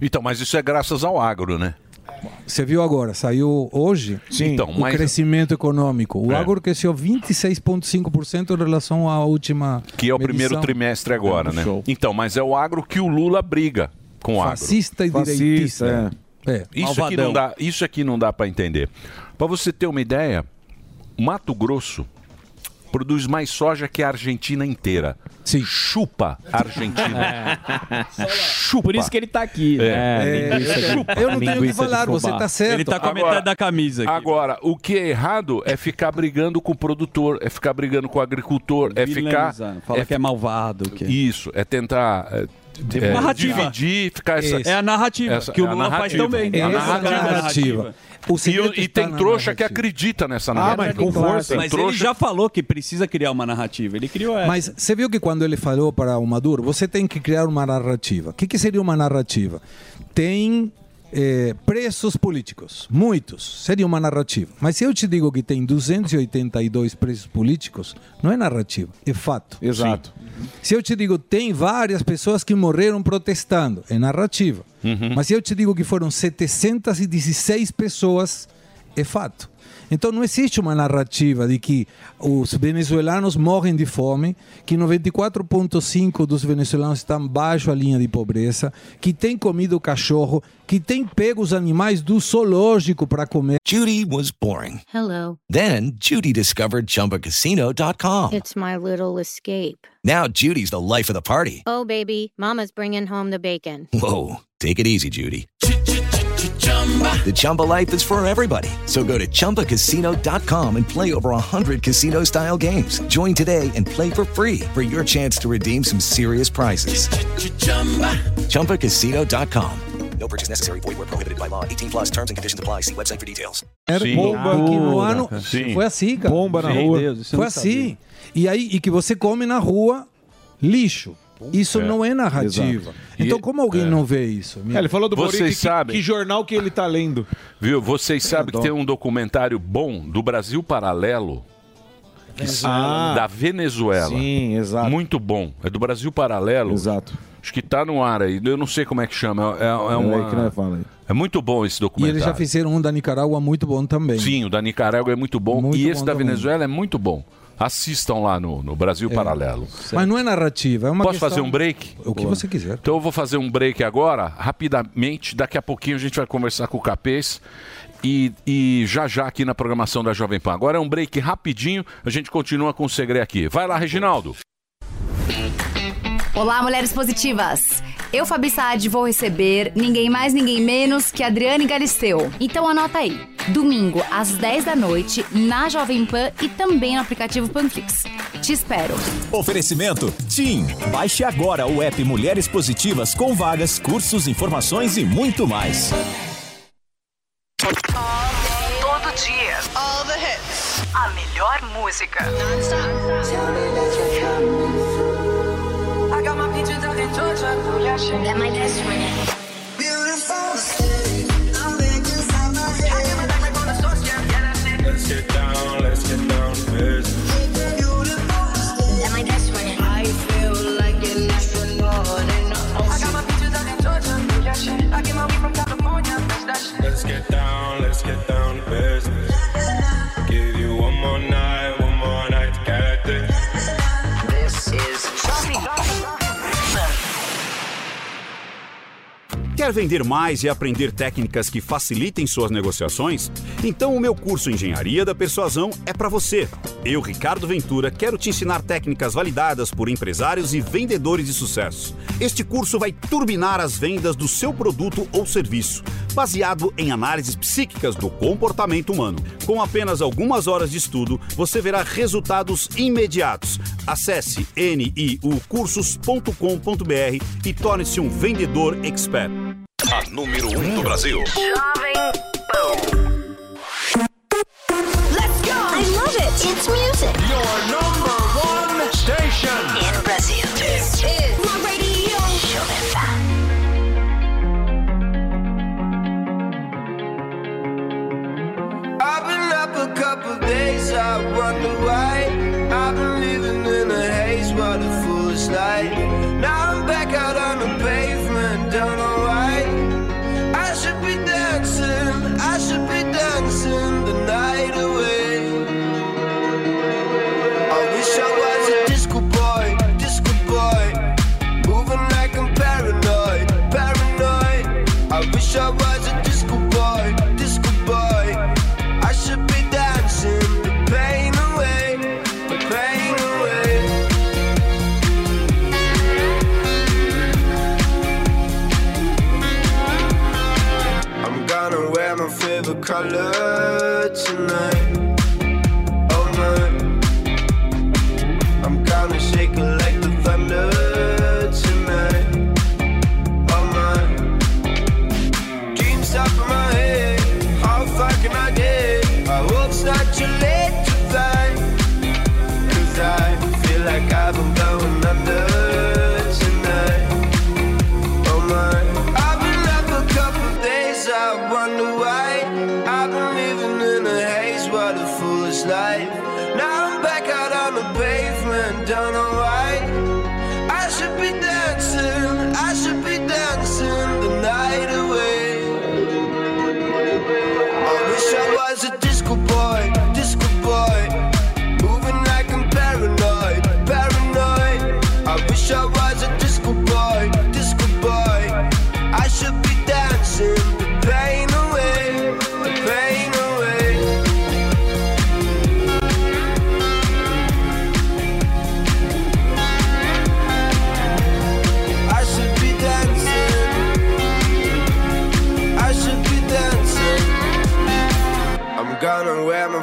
Speaker 4: Então, mas isso é graças ao agro, né?
Speaker 1: Você viu agora, saiu hoje
Speaker 4: Então,
Speaker 1: o
Speaker 4: mas-
Speaker 1: crescimento econômico. O
Speaker 4: É.
Speaker 1: agro cresceu 26,5% em relação à última.
Speaker 4: Que é o primeiro
Speaker 1: medição.
Speaker 4: trimestre agora, né? Então, mas é o agro que o Lula briga com o agro.
Speaker 1: Fascista e direitista. É.
Speaker 4: Isso aqui, não dá, isso aqui não dá para entender. Para você ter uma ideia, Mato Grosso produz mais soja que a Argentina inteira.
Speaker 1: Sim. É.
Speaker 4: Chupa a Argentina.
Speaker 9: É.
Speaker 4: Chupa.
Speaker 9: Por isso que ele tá aqui.
Speaker 4: É.
Speaker 9: né?
Speaker 4: tá
Speaker 9: Linguiça de- linguiça de fubá.
Speaker 7: tá
Speaker 10: camisa aqui.
Speaker 4: Agora, o que é errado é ficar brigando com o produtor, é ficar brigando com o agricultor, é ficar...
Speaker 10: Vilanizando, fala
Speaker 4: é
Speaker 10: que é malvado. Que...
Speaker 4: Isso, é tentar... é,
Speaker 10: Tipo,
Speaker 4: é,
Speaker 10: narrativa.
Speaker 4: dividir, ficar essa,
Speaker 10: É a narrativa, que o
Speaker 4: é a
Speaker 10: Lula faz tão bem.
Speaker 4: É a
Speaker 10: Essa
Speaker 4: narrativa.
Speaker 10: é a narrativa. O
Speaker 4: E, o-
Speaker 10: segredo
Speaker 4: e
Speaker 10: está
Speaker 4: tem
Speaker 10: na
Speaker 4: trouxa que acredita nessa narrativa. Tem
Speaker 10: Mas ele
Speaker 4: trouxa
Speaker 10: já falou que precisa criar uma narrativa. Ele criou essa.
Speaker 1: Mas você viu que quando ele falou para o Maduro, você tem que criar uma narrativa. O que, que seria uma narrativa? Tem eh, presos políticos, muitos, seria uma narrativa. Mas se eu te digo que tem 282 presos políticos, não é narrativa, é fato.
Speaker 7: Exato.
Speaker 1: Se eu te digo tem várias pessoas que morreram protestando, é narrativa. Mas se eu te digo que foram 716 pessoas, é fato. Então não existe uma narrativa de que os venezuelanos morrem de fome, que 94,5% dos venezuelanos estão baixo a linha de pobreza, que tem comido o cachorro, que tem pego os animais do zoológico para comer.
Speaker 24: Judy was boring.
Speaker 23: Hello.
Speaker 24: Then Judy discovered ChumbaCasino.com.
Speaker 23: It's my little escape.
Speaker 24: Now Judy's the life of the party.
Speaker 23: Oh, baby, Mama's bringing home the bacon.
Speaker 24: Whoa, take it easy, Judy. The Chumba life is for everybody. So go to ChumbaCasino.com and play over 100 casino style games. Join today and play for free for your chance to redeem some serious prizes. ChumbaCasino.com. No purchase necessary. Void where prohibited by law. 18 plus terms and conditions apply. See website for details.
Speaker 1: Era bomba que no ano foi assim, cara.
Speaker 24: Bomba na Sim. rua. Deus, isso eu
Speaker 1: foi
Speaker 24: não sabia.
Speaker 1: assim. E aí e que você come na rua lixo. Isso
Speaker 7: É.
Speaker 1: não é narrativa.
Speaker 7: Exato.
Speaker 1: Então como alguém
Speaker 4: é.
Speaker 1: não vê isso?
Speaker 7: É, ele falou do
Speaker 4: Vocês
Speaker 7: Boric, que-
Speaker 4: sabem.
Speaker 7: que jornal que ele tá lendo.
Speaker 4: Viu? Vocês sabem que tem um documentário bom do Brasil Paralelo. que s-
Speaker 7: Venezuela.
Speaker 4: Da Venezuela. Sim, exato. Muito bom. É do Brasil Paralelo. Exato. Acho que tá no ar aí. Eu não sei como é que chama. É, é, é
Speaker 1: aí
Speaker 4: uma-
Speaker 1: que nós fala aí.
Speaker 4: É muito bom esse
Speaker 1: E
Speaker 4: documentário.
Speaker 1: eles já fizeram um da Nicarágua muito bom também.
Speaker 4: Sim, o da Nicarágua é muito bom.
Speaker 1: Muito
Speaker 4: e esse
Speaker 1: bom
Speaker 4: da
Speaker 1: também.
Speaker 4: Venezuela é muito bom. Assistam lá no, no Brasil Paralelo.
Speaker 1: É. Mas não é narrativa, é uma
Speaker 4: Posso
Speaker 1: questão-
Speaker 4: fazer um break?
Speaker 1: O que você quiser.
Speaker 4: Então eu vou fazer um break agora, rapidamente. Daqui a pouquinho a gente vai conversar com o Capês. E, e já já aqui na programação da Jovem Pan. Agora é um break rapidinho, a gente continua com o segredo aqui. Vai lá, Reginaldo.
Speaker 25: Olá, mulheres positivas! Eu, Fabi Saad, vou receber ninguém mais, ninguém menos que Adriane Galisteu. Então anota aí, domingo às 10 da noite, na Jovem Pan e também no aplicativo Panflix. Te espero!
Speaker 20: Oferecimento TIM. Baixe agora o app Mulheres Positivas com vagas, cursos, informações e muito mais.
Speaker 26: Todo dia. All the hits. A melhor música. É
Speaker 2: Let's get down, let's get down to business. Give you one more night, one more night to get this. This is
Speaker 5: Quer vender mais e aprender técnicas que facilitem suas negociações? Então o meu curso Engenharia da Persuasão é para você. Eu, Ricardo Ventura, quero te ensinar técnicas validadas por empresários e vendedores de sucesso. Este curso vai turbinar as vendas do seu produto ou serviço, baseado em análises psíquicas do comportamento humano. Com apenas algumas horas de estudo, você verá resultados imediatos. Acesse niucursos.com.br e torne-se um vendedor expert.
Speaker 4: A número 1 um do Brasil.
Speaker 2: Let's go! I love it! It's music! Your number one station in Brazil. This is my radio. Jovem Pan.
Speaker 27: I've been up a couple days, I wonder why. I've been living in a haze, what a foolish life. Now I'm back out on the pavement, don't know why. I should be dancing, I should be dancing the night away. I wish I was a disco boy, disco boy, moving like I'm paranoid, paranoid. I wish I was a disco boy, disco boy. I should be dancing the pain away, the pain away. I'm gonna wear my favorite color tonight. Oh my. I'm gonna shake it like the thunder tonight. Oh my. Dreams up in my head. How far can I get? I hope it's not too late to fly. Cause I feel like I've been going under tonight. Oh my. I've been up a couple days, I wonder why. I've been living in a haze, what a foolish life. Now I'm back out on the pavement, don't know why. I should be dancing, I should be dancing the night away. I wish I was a disco boy, disco boy, moving like I'm paranoid, paranoid. I wish I was a disco boy, disco boy. I should be dancing the pain away, the pain away. I should be dancing. I should be dancing. I'm gonna wear my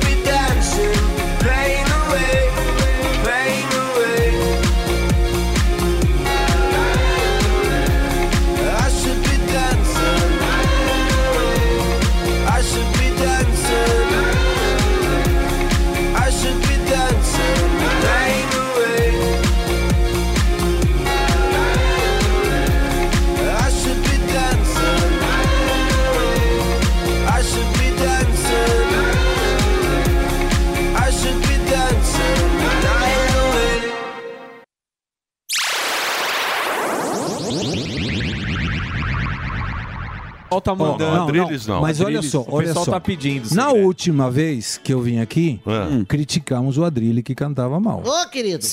Speaker 27: be dancing, pain away, pain away. I should be dancing. I should be dancing. I should be dancing. Pain away. I should be dancing. I should be dancing. I should be dancing. Night away.
Speaker 3: pessoal tá mandando.
Speaker 1: Não, não, não. Mas olha só,
Speaker 3: O
Speaker 1: olha
Speaker 3: pessoal
Speaker 1: só.
Speaker 3: tá pedindo. Ah.
Speaker 1: Na última vez que eu vim aqui, hum, criticamos o Adrilli que cantava mal.
Speaker 14: Ô, querido.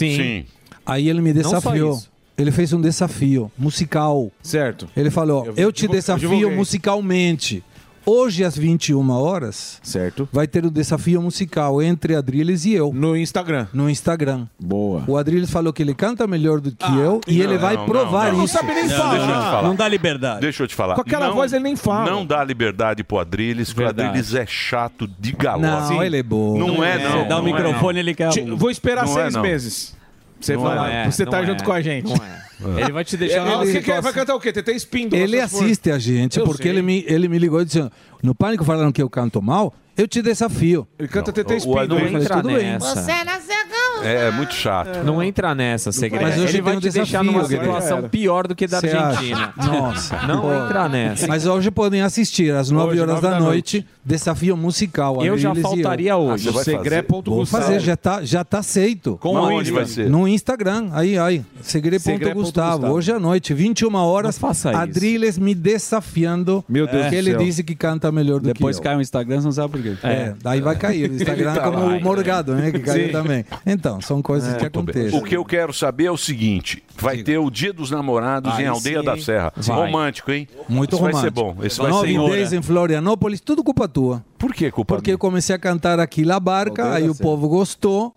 Speaker 1: Aí ele me
Speaker 14: Não só
Speaker 1: desafiou.
Speaker 14: isso.
Speaker 1: Ele fez um desafio musical.
Speaker 3: Certo.
Speaker 1: Ele falou: "Eu, te
Speaker 3: divulguei.
Speaker 1: desafio
Speaker 3: Divulguei.
Speaker 1: musicalmente. Hoje às 21 horas,
Speaker 3: certo?
Speaker 1: Vai ter o desafio musical entre Adrilles e eu
Speaker 3: no Instagram.
Speaker 1: No Instagram.
Speaker 3: Boa. Ah,
Speaker 1: O Adrilles falou que ele canta melhor do que eu e ele vai provar isso.
Speaker 4: Deixa eu te falar.
Speaker 1: Não dá
Speaker 4: liberdade. Deixa eu te falar.
Speaker 1: Com aquela
Speaker 4: é
Speaker 1: voz ele nem fala.
Speaker 4: Não dá liberdade pro Adrilles, porque o
Speaker 1: Verdade.
Speaker 4: Adrilles é chato de galo.
Speaker 1: Não, Sim. ele é bom.
Speaker 4: Não é,
Speaker 1: Você
Speaker 4: não.
Speaker 1: dá o
Speaker 4: Não é,
Speaker 1: microfone,
Speaker 4: não.
Speaker 1: ele quer Ti- um.
Speaker 7: Vou esperar
Speaker 4: Não é,
Speaker 7: seis
Speaker 4: não.
Speaker 7: meses. Você,
Speaker 4: Não
Speaker 7: vai,
Speaker 4: é,
Speaker 7: você tá
Speaker 4: não
Speaker 7: junto
Speaker 4: é.
Speaker 7: com a gente.
Speaker 4: É. Ele vai te
Speaker 3: deixar
Speaker 7: Ele,
Speaker 3: numa
Speaker 7: ele quer,
Speaker 3: situação-
Speaker 7: vai cantar o quê? TT Espíndola.
Speaker 1: Ele
Speaker 7: se for.
Speaker 1: assiste a gente,
Speaker 7: Eu
Speaker 1: porque
Speaker 7: sei.
Speaker 1: ele é me, ele me ligou dizendo: No Pânico falaram que eu canto mal, eu te desafio.
Speaker 7: Ele canta TT
Speaker 1: o Adriano
Speaker 7: Espíndola.
Speaker 1: fez tudo bem.
Speaker 14: Você nasceu com
Speaker 4: É, é muito chato.
Speaker 3: Não entra nessa, segredo.
Speaker 4: Mas hoje
Speaker 3: Ele vai
Speaker 4: tem um
Speaker 3: te deixar
Speaker 4: desafio,
Speaker 3: numa
Speaker 4: Guilherme.
Speaker 3: situação pior do que da
Speaker 1: Você
Speaker 3: Argentina.
Speaker 1: acha? Nossa.
Speaker 3: Não
Speaker 1: Pô.
Speaker 3: entra nessa.
Speaker 1: Mas hoje podem assistir às 9
Speaker 3: Hoje,
Speaker 1: horas
Speaker 3: nove
Speaker 1: da,
Speaker 3: da
Speaker 1: noite, desafio musical.
Speaker 3: Eu já
Speaker 1: Amílis e
Speaker 3: faltaria hoje. Ah, você vai Segré fazer? ponto
Speaker 1: Vou
Speaker 3: Gustavo.
Speaker 1: fazer, já tá, já tá aceito.
Speaker 3: Como Mas aonde aonde vai vai ser? ser?
Speaker 1: No Instagram, aí, aí. Segre é
Speaker 3: Segre
Speaker 1: ponto
Speaker 3: ponto
Speaker 1: Gustavo.
Speaker 3: Gustavo.
Speaker 1: Hoje à noite, 21 horas,
Speaker 3: faça isso.
Speaker 1: Adriles me desafiando.
Speaker 10: Meu Deus
Speaker 1: Porque
Speaker 10: do
Speaker 1: ele
Speaker 10: céu.
Speaker 1: disse que canta melhor do
Speaker 10: Depois
Speaker 1: que eu.
Speaker 10: cai o Instagram, você não sabe por quê.
Speaker 1: É, daí vai cair. O Instagram
Speaker 4: Ele um tá
Speaker 1: como
Speaker 4: lá,
Speaker 1: o Morgado, né? Que caiu
Speaker 4: Sim.
Speaker 1: também. Então, são coisas que
Speaker 4: Muito É, bem.
Speaker 1: acontecem.
Speaker 4: O que eu quero saber é o seguinte: vai ter o Dia dos Namorados
Speaker 1: Aí
Speaker 4: em Aldeia
Speaker 1: sim,
Speaker 4: da
Speaker 1: hein?
Speaker 4: Serra.
Speaker 1: Vai.
Speaker 4: Romântico, hein?
Speaker 1: Muito
Speaker 4: Isso
Speaker 1: romântico.
Speaker 4: Vai ser bom. Esse vai
Speaker 1: Nove
Speaker 4: ser
Speaker 1: e
Speaker 4: bom.
Speaker 1: 10 em Florianópolis, tudo culpa tua.
Speaker 4: Por que culpa
Speaker 1: Porque eu comecei a cantar aqui La Barca,
Speaker 4: Aldeia
Speaker 1: aí
Speaker 4: da
Speaker 1: o
Speaker 4: Serra.
Speaker 1: povo gostou.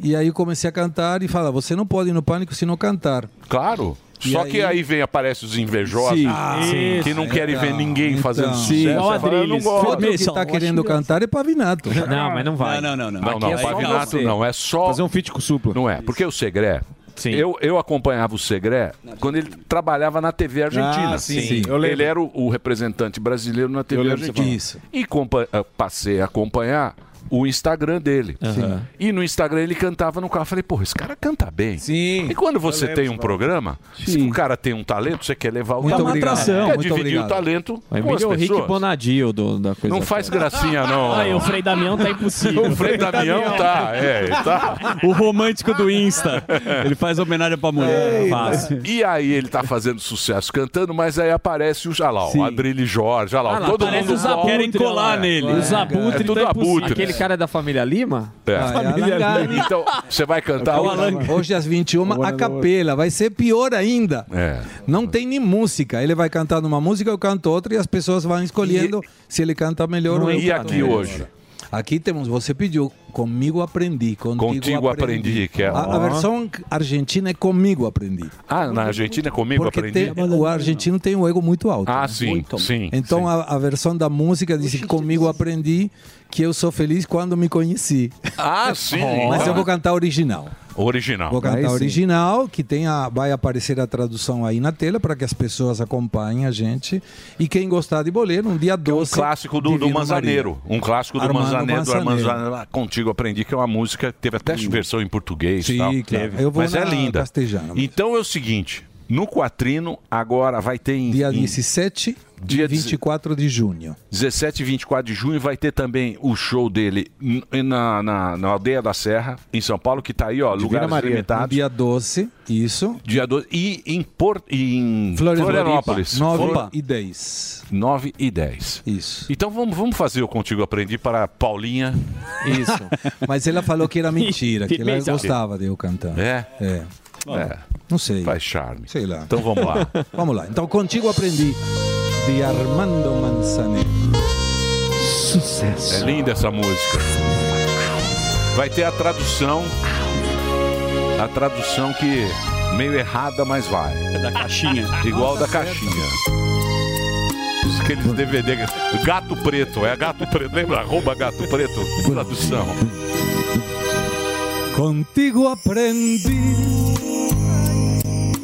Speaker 1: E aí eu comecei a cantar e fala, você não pode ir no pânico se não cantar.
Speaker 4: Claro.
Speaker 1: E
Speaker 4: Só
Speaker 1: aí-
Speaker 4: que aí vem, aparece os invejosos
Speaker 1: Sim. Ah, sim.
Speaker 4: que não
Speaker 1: Isso.
Speaker 4: querem ver
Speaker 1: Então,
Speaker 4: ninguém fazendo
Speaker 1: Sim.
Speaker 4: sucesso. Você fala, "Ah, eu não gosto.
Speaker 1: Outro que tá querendo cantar é Pavinato.
Speaker 3: Não, mas não vai.
Speaker 4: Não, não, não. Não,
Speaker 3: Aqui é só
Speaker 4: Pavinato
Speaker 3: você.
Speaker 4: não. É só. Fazer um feat com supla. Não é. Porque o Segré. Eu, eu acompanhava o Segré quando ele trabalhava na TV Argentina.
Speaker 7: Ah, sim. Sim. Eu lembro.
Speaker 4: Ele era o, o representante brasileiro na TV
Speaker 7: lembro de
Speaker 4: Argentina.
Speaker 7: falar. Isso.
Speaker 4: E compa- ah, passei a acompanhar o Instagram dele.
Speaker 7: Sim.
Speaker 4: E no Instagram ele cantava no carro. Eu Falei, porra, esse cara canta bem. Sim. E quando você
Speaker 7: lembro
Speaker 4: tem
Speaker 7: de
Speaker 4: um programa, se o cara tem um talento, você quer levar o
Speaker 3: Muito
Speaker 4: talento.
Speaker 3: obrigado.
Speaker 4: Quer
Speaker 3: Muito
Speaker 4: dividir
Speaker 3: obrigado.
Speaker 4: o talento
Speaker 3: Aí
Speaker 4: com
Speaker 3: vem
Speaker 4: as
Speaker 3: o Rick
Speaker 4: pessoas.
Speaker 3: Bonadio do, da coisa.
Speaker 4: Não faz gracinha, não.
Speaker 3: Aí o Frei Damião
Speaker 5: é
Speaker 3: tá impossível.
Speaker 4: O Frei Damião tá, é, tá.
Speaker 10: O romântico do Insta. Ele faz homenagem pra mulher. Faz.
Speaker 4: E aí ele tá fazendo sucesso cantando, mas aí aparece o Jalal,
Speaker 10: Sim.
Speaker 4: o Adrilho Jorge, olha lá,
Speaker 3: Ah lá,
Speaker 4: todo
Speaker 3: parece
Speaker 4: mundo
Speaker 3: os abutres,
Speaker 4: querem
Speaker 3: olha lá. né? Os abutres,
Speaker 4: é tudo
Speaker 3: então é possível.
Speaker 4: abutre.
Speaker 3: Aquele cara é da família Lima?
Speaker 4: É.
Speaker 1: Ah, é Família Alan Lima. Lima.
Speaker 4: Então, você vai cantar o
Speaker 1: Hoje às 21, a capela. Vai ser pior ainda.
Speaker 4: É.
Speaker 1: Não tem nem música. Ele vai cantar numa música, eu canto outra e as pessoas vão escolhendo se ele canta melhor ou
Speaker 4: Não
Speaker 1: não.
Speaker 4: e aqui hoje?
Speaker 1: Aqui temos, você pediu, comigo aprendi, contigo,
Speaker 4: um Contigo aprendi, que é-
Speaker 1: a, a
Speaker 4: Ó.
Speaker 1: versão argentina é comigo aprendi.
Speaker 4: Ah, na Argentina comigo
Speaker 1: Porque
Speaker 4: aprendi.
Speaker 1: tem- o argentino tem um ego muito alto.
Speaker 4: Ah,
Speaker 1: né?
Speaker 4: sim, sim,
Speaker 1: Então A, a versão da música diz que comigo aprendi que eu sou feliz quando me conheci.
Speaker 4: Ah, sim.
Speaker 1: Mas eu vou cantar original.
Speaker 4: Original.
Speaker 1: Vou cantar original, que tem a, vai aparecer a tradução aí na tela para que as pessoas acompanhem a gente. E quem gostar de boleiro, um dia doce.
Speaker 4: Um clássico do, do
Speaker 1: Divino
Speaker 4: Manzaneiro.
Speaker 1: Maria.
Speaker 4: Um clássico do
Speaker 1: Armando
Speaker 4: Manzaneiro. do Armando
Speaker 1: Manzaneiro.
Speaker 4: Manzaneiro. Ah, Contigo aprendi que é uma música que teve até versão em português. e
Speaker 1: Sim,
Speaker 4: tal.
Speaker 1: claro. Eu vou
Speaker 4: Mas
Speaker 1: na
Speaker 4: é linda.
Speaker 1: castelhana
Speaker 4: Então é o seguinte: no Quatrino, agora vai ter em.
Speaker 1: Dia
Speaker 4: em
Speaker 1: 17 e 24 de junho.
Speaker 4: 17 e 24 de junho vai ter também o show dele n- na, na, na Aldeia da Serra, em São Paulo, que tá aí, ó, lugares
Speaker 1: No
Speaker 4: limitados.
Speaker 1: dia 12, isso.
Speaker 4: Dia 12. E em, Por, e em Florianópolis.
Speaker 1: 9
Speaker 4: Flor-
Speaker 1: e 10.
Speaker 4: 9 e 10.
Speaker 1: Isso.
Speaker 4: Então vamos, vamos fazer o Contigo Aprendi para Paulinha.
Speaker 1: Isso. Mas ela falou que era mentira, que ela
Speaker 4: Mentira.
Speaker 1: gostava de eu cantar.
Speaker 4: É?
Speaker 1: É.
Speaker 4: É.
Speaker 1: Não sei.
Speaker 4: Faz charme.
Speaker 1: Sei lá.
Speaker 4: Então vamos lá.
Speaker 1: vamos lá. Então, contigo aprendi de Armando Manzanero.
Speaker 4: É linda essa música. Vai ter a tradução. A tradução que meio errada, mas vai. É da caixinha. Tá Igual da caixinha. Os Aqueles DVD. Gato preto, é gato preto. Lembra? Arroba gato preto. Tradução.
Speaker 1: Contigo aprendí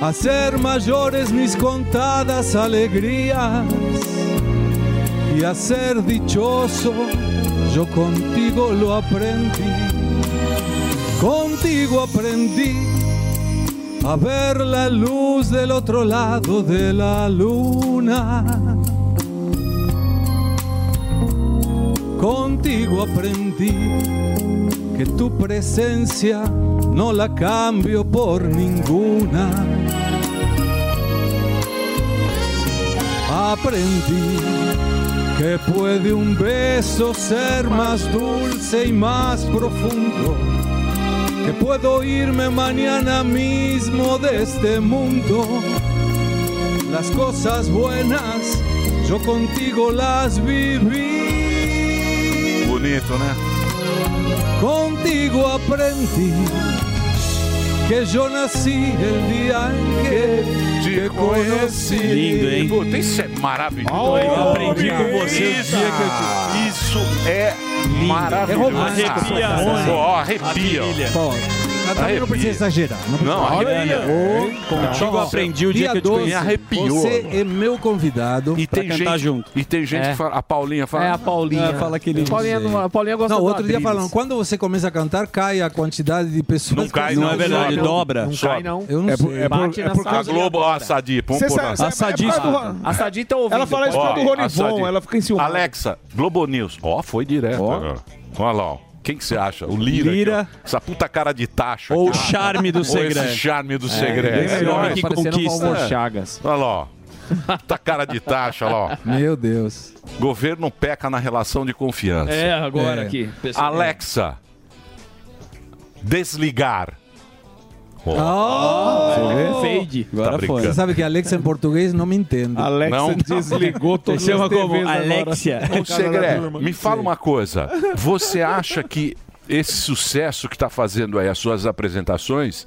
Speaker 1: Hacer mayores mis contadas alegrías y a ser dichoso, yo contigo lo aprendí. Contigo aprendí a ver la luz del otro lado de la luna. Contigo aprendí que tu presencia no la cambio por ninguna. Aprendí que puede un beso ser más dulce y más profundo. Que puedo irme mañana mismo de este mundo. Las cosas buenas yo contigo las viví.
Speaker 4: Bonito, né?
Speaker 1: Contigo aprendí que yo nací el día en que te conocí.
Speaker 4: Lindo, hein? Puta, isso é maravilhoso.
Speaker 1: Eu aprendi com
Speaker 4: você o dia que eu te... Isso é maravilhoso.
Speaker 1: romântico.
Speaker 4: Arrepia.
Speaker 1: Arrepia.
Speaker 4: Ó, arrepia.
Speaker 1: Bom, Mas também não precisa exagerar. Não, precisa.
Speaker 4: Não, arrepia.
Speaker 1: Ô,
Speaker 4: Contigo
Speaker 1: ó,
Speaker 4: aprendi o dia que eu te conheci. Arrepiou.
Speaker 1: Você é meu convidado.
Speaker 4: E tem gente, E tem gente
Speaker 1: É.
Speaker 4: que fala, a Paulinha fala.
Speaker 1: É,
Speaker 4: Paulinha
Speaker 1: sei.
Speaker 4: não- a Paulinha gosta
Speaker 1: Não,
Speaker 4: do
Speaker 1: outro dia
Speaker 4: Adriles.
Speaker 1: falando, quando você começa a cantar, cai a quantidade de pessoas.
Speaker 4: Não cai, não, é sobe. Não
Speaker 1: cai,
Speaker 4: Sobe.
Speaker 1: não. Eu não
Speaker 4: é por,
Speaker 1: sei.
Speaker 4: é por, é por causa- a Globo, ó, a Sadi, vamos
Speaker 1: Cê
Speaker 4: pôr
Speaker 1: sabe-
Speaker 4: lá.
Speaker 1: cê- é por causa do Ron-
Speaker 4: A Sadi tá ouvindo.
Speaker 1: Ela fala isso por causa do
Speaker 4: Ó,
Speaker 1: Rony
Speaker 4: a Sadi.
Speaker 1: Von, ela fica enciumada.
Speaker 4: Alexa, Globo News. Ó, foi direto. Ó. Olha lá, ó. Quem que você acha? O Lira.
Speaker 10: Lira.
Speaker 4: aqui, ó. Essa puta cara de tacho.
Speaker 10: Ou
Speaker 4: aqui,
Speaker 10: o
Speaker 4: ó.
Speaker 10: charme do
Speaker 4: Ou
Speaker 10: segredo.
Speaker 4: Esse charme do
Speaker 10: É,
Speaker 4: segredo.
Speaker 10: esse
Speaker 4: Ó,
Speaker 10: homem que
Speaker 4: parecendo
Speaker 10: conquista.
Speaker 4: Valmor Olha lá, ó. Puta cara de tacho, olha lá, ó.
Speaker 1: Meu Deus.
Speaker 4: Governo peca na relação de confiança.
Speaker 1: É, agora É. aqui, pessoal.
Speaker 4: Alexa, desligar. Ó.
Speaker 1: Oh,
Speaker 4: Fade. Tá
Speaker 1: Agora foi.
Speaker 4: brincando.
Speaker 1: Você sabe que Alexa em português não me entende.
Speaker 4: Alexa Não? desligou
Speaker 1: todas
Speaker 4: Chama
Speaker 1: as
Speaker 4: como
Speaker 1: TVs agora.
Speaker 4: Alexia. Ô, Segré, né? me fala uma coisa. Você acha que esse sucesso que está fazendo aí as suas apresentações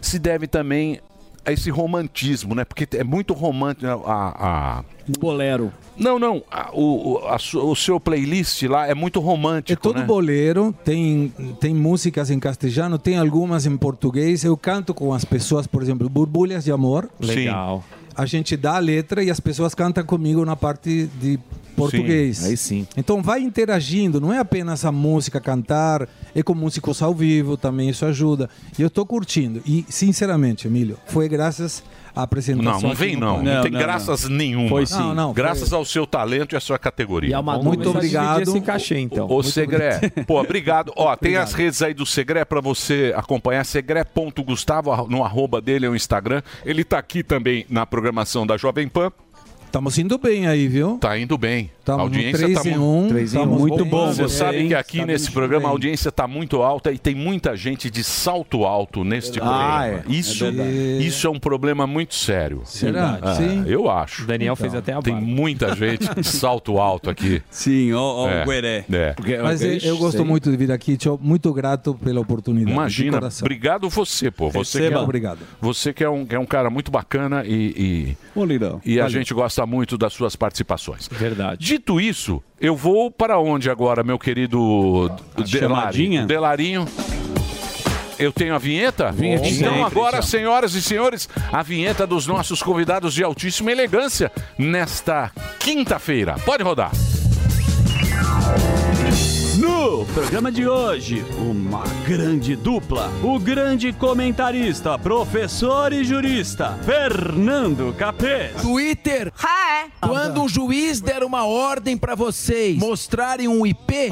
Speaker 4: se deve também a esse romantismo, né? Porque é muito romântico né? a,
Speaker 11: Bolero.
Speaker 4: Não, não. a- o, o- a sua- o seu playlist lá é muito romântico,
Speaker 1: Todo
Speaker 4: né?
Speaker 1: boleiro tem tem músicas em castelhano, tem algumas em português. Eu canto com as pessoas, por exemplo, Burbulhas de Amor.
Speaker 11: Legal.
Speaker 1: A gente dá a letra e as pessoas cantam comigo na parte de português.
Speaker 11: Sim, aí sim.
Speaker 1: Então vai interagindo, não é apenas a música cantar, é com músicos ao vivo também, isso ajuda. E eu tô curtindo. E, sinceramente, Emílio, foi graças à apresentação.
Speaker 4: Não, não
Speaker 1: aqui
Speaker 4: vem
Speaker 1: no
Speaker 4: não. Não,
Speaker 1: Palco.
Speaker 4: tem graças nenhuma.
Speaker 1: Foi sim. Não, não, foi. é
Speaker 4: graças ao seu talento e à sua categoria.
Speaker 1: Muito obrigado. Então,
Speaker 3: então.
Speaker 4: Ô, Segré. Pô, obrigado. Ó, tem as redes aí do Segré pra você acompanhar. Segré.gustavo, arro- no arroba dele é o Instagram. Ele tá aqui também na programação da Jovem Pan.
Speaker 1: Estamos indo bem aí, viu?
Speaker 4: Tá indo bem.
Speaker 1: Tamo
Speaker 4: a audiência
Speaker 1: três
Speaker 4: tá
Speaker 1: em
Speaker 4: mu-
Speaker 1: um, Três em tamo um.
Speaker 4: Muito
Speaker 1: bombando,
Speaker 4: bom. Você
Speaker 1: hein?
Speaker 4: sabe que aqui
Speaker 1: Tá
Speaker 4: nesse
Speaker 1: muito
Speaker 4: programa a
Speaker 1: bem.
Speaker 4: audiência tá muito alta e tem muita gente de salto alto neste
Speaker 1: Ah,
Speaker 4: programa.
Speaker 1: é.
Speaker 4: Isso,
Speaker 1: É verdade.
Speaker 4: isso é um problema muito sério.
Speaker 1: Será?
Speaker 4: Ah,
Speaker 1: Sim.
Speaker 4: Eu acho.
Speaker 1: Daniel fez
Speaker 4: até a Tem muita gente de salto alto aqui.
Speaker 10: Sim, ó, ó,
Speaker 4: É.
Speaker 10: o Gueré.
Speaker 4: É.
Speaker 1: Mas eu, eu gosto muito de vir aqui, tio. Muito grato pela oportunidade. de
Speaker 4: Imagina,
Speaker 1: coração.
Speaker 4: obrigado você, pô. Você
Speaker 1: Receba.
Speaker 4: que é,
Speaker 1: Obrigado.
Speaker 4: Você que é um, que é um cara muito bacana e. e... E a
Speaker 10: Valeu.
Speaker 4: gente gosta muito das suas participações. Verdade. Dito isso, eu vou para onde agora, meu querido Delarinho?
Speaker 10: chamadinha?
Speaker 4: Delarinho. Eu tenho a vinheta?
Speaker 10: Vinheta.
Speaker 4: Então
Speaker 10: Sempre,
Speaker 4: agora,
Speaker 10: sempre.
Speaker 4: senhoras e senhores, a vinheta dos nossos convidados de altíssima elegância nesta quinta-feira. Pode rodar.
Speaker 10: No programa de hoje, uma grande dupla, o grande comentarista, professor e jurista, Fernando Capês.
Speaker 28: Twitter. Quando o juiz der uma ordem pra vocês mostrarem um IP,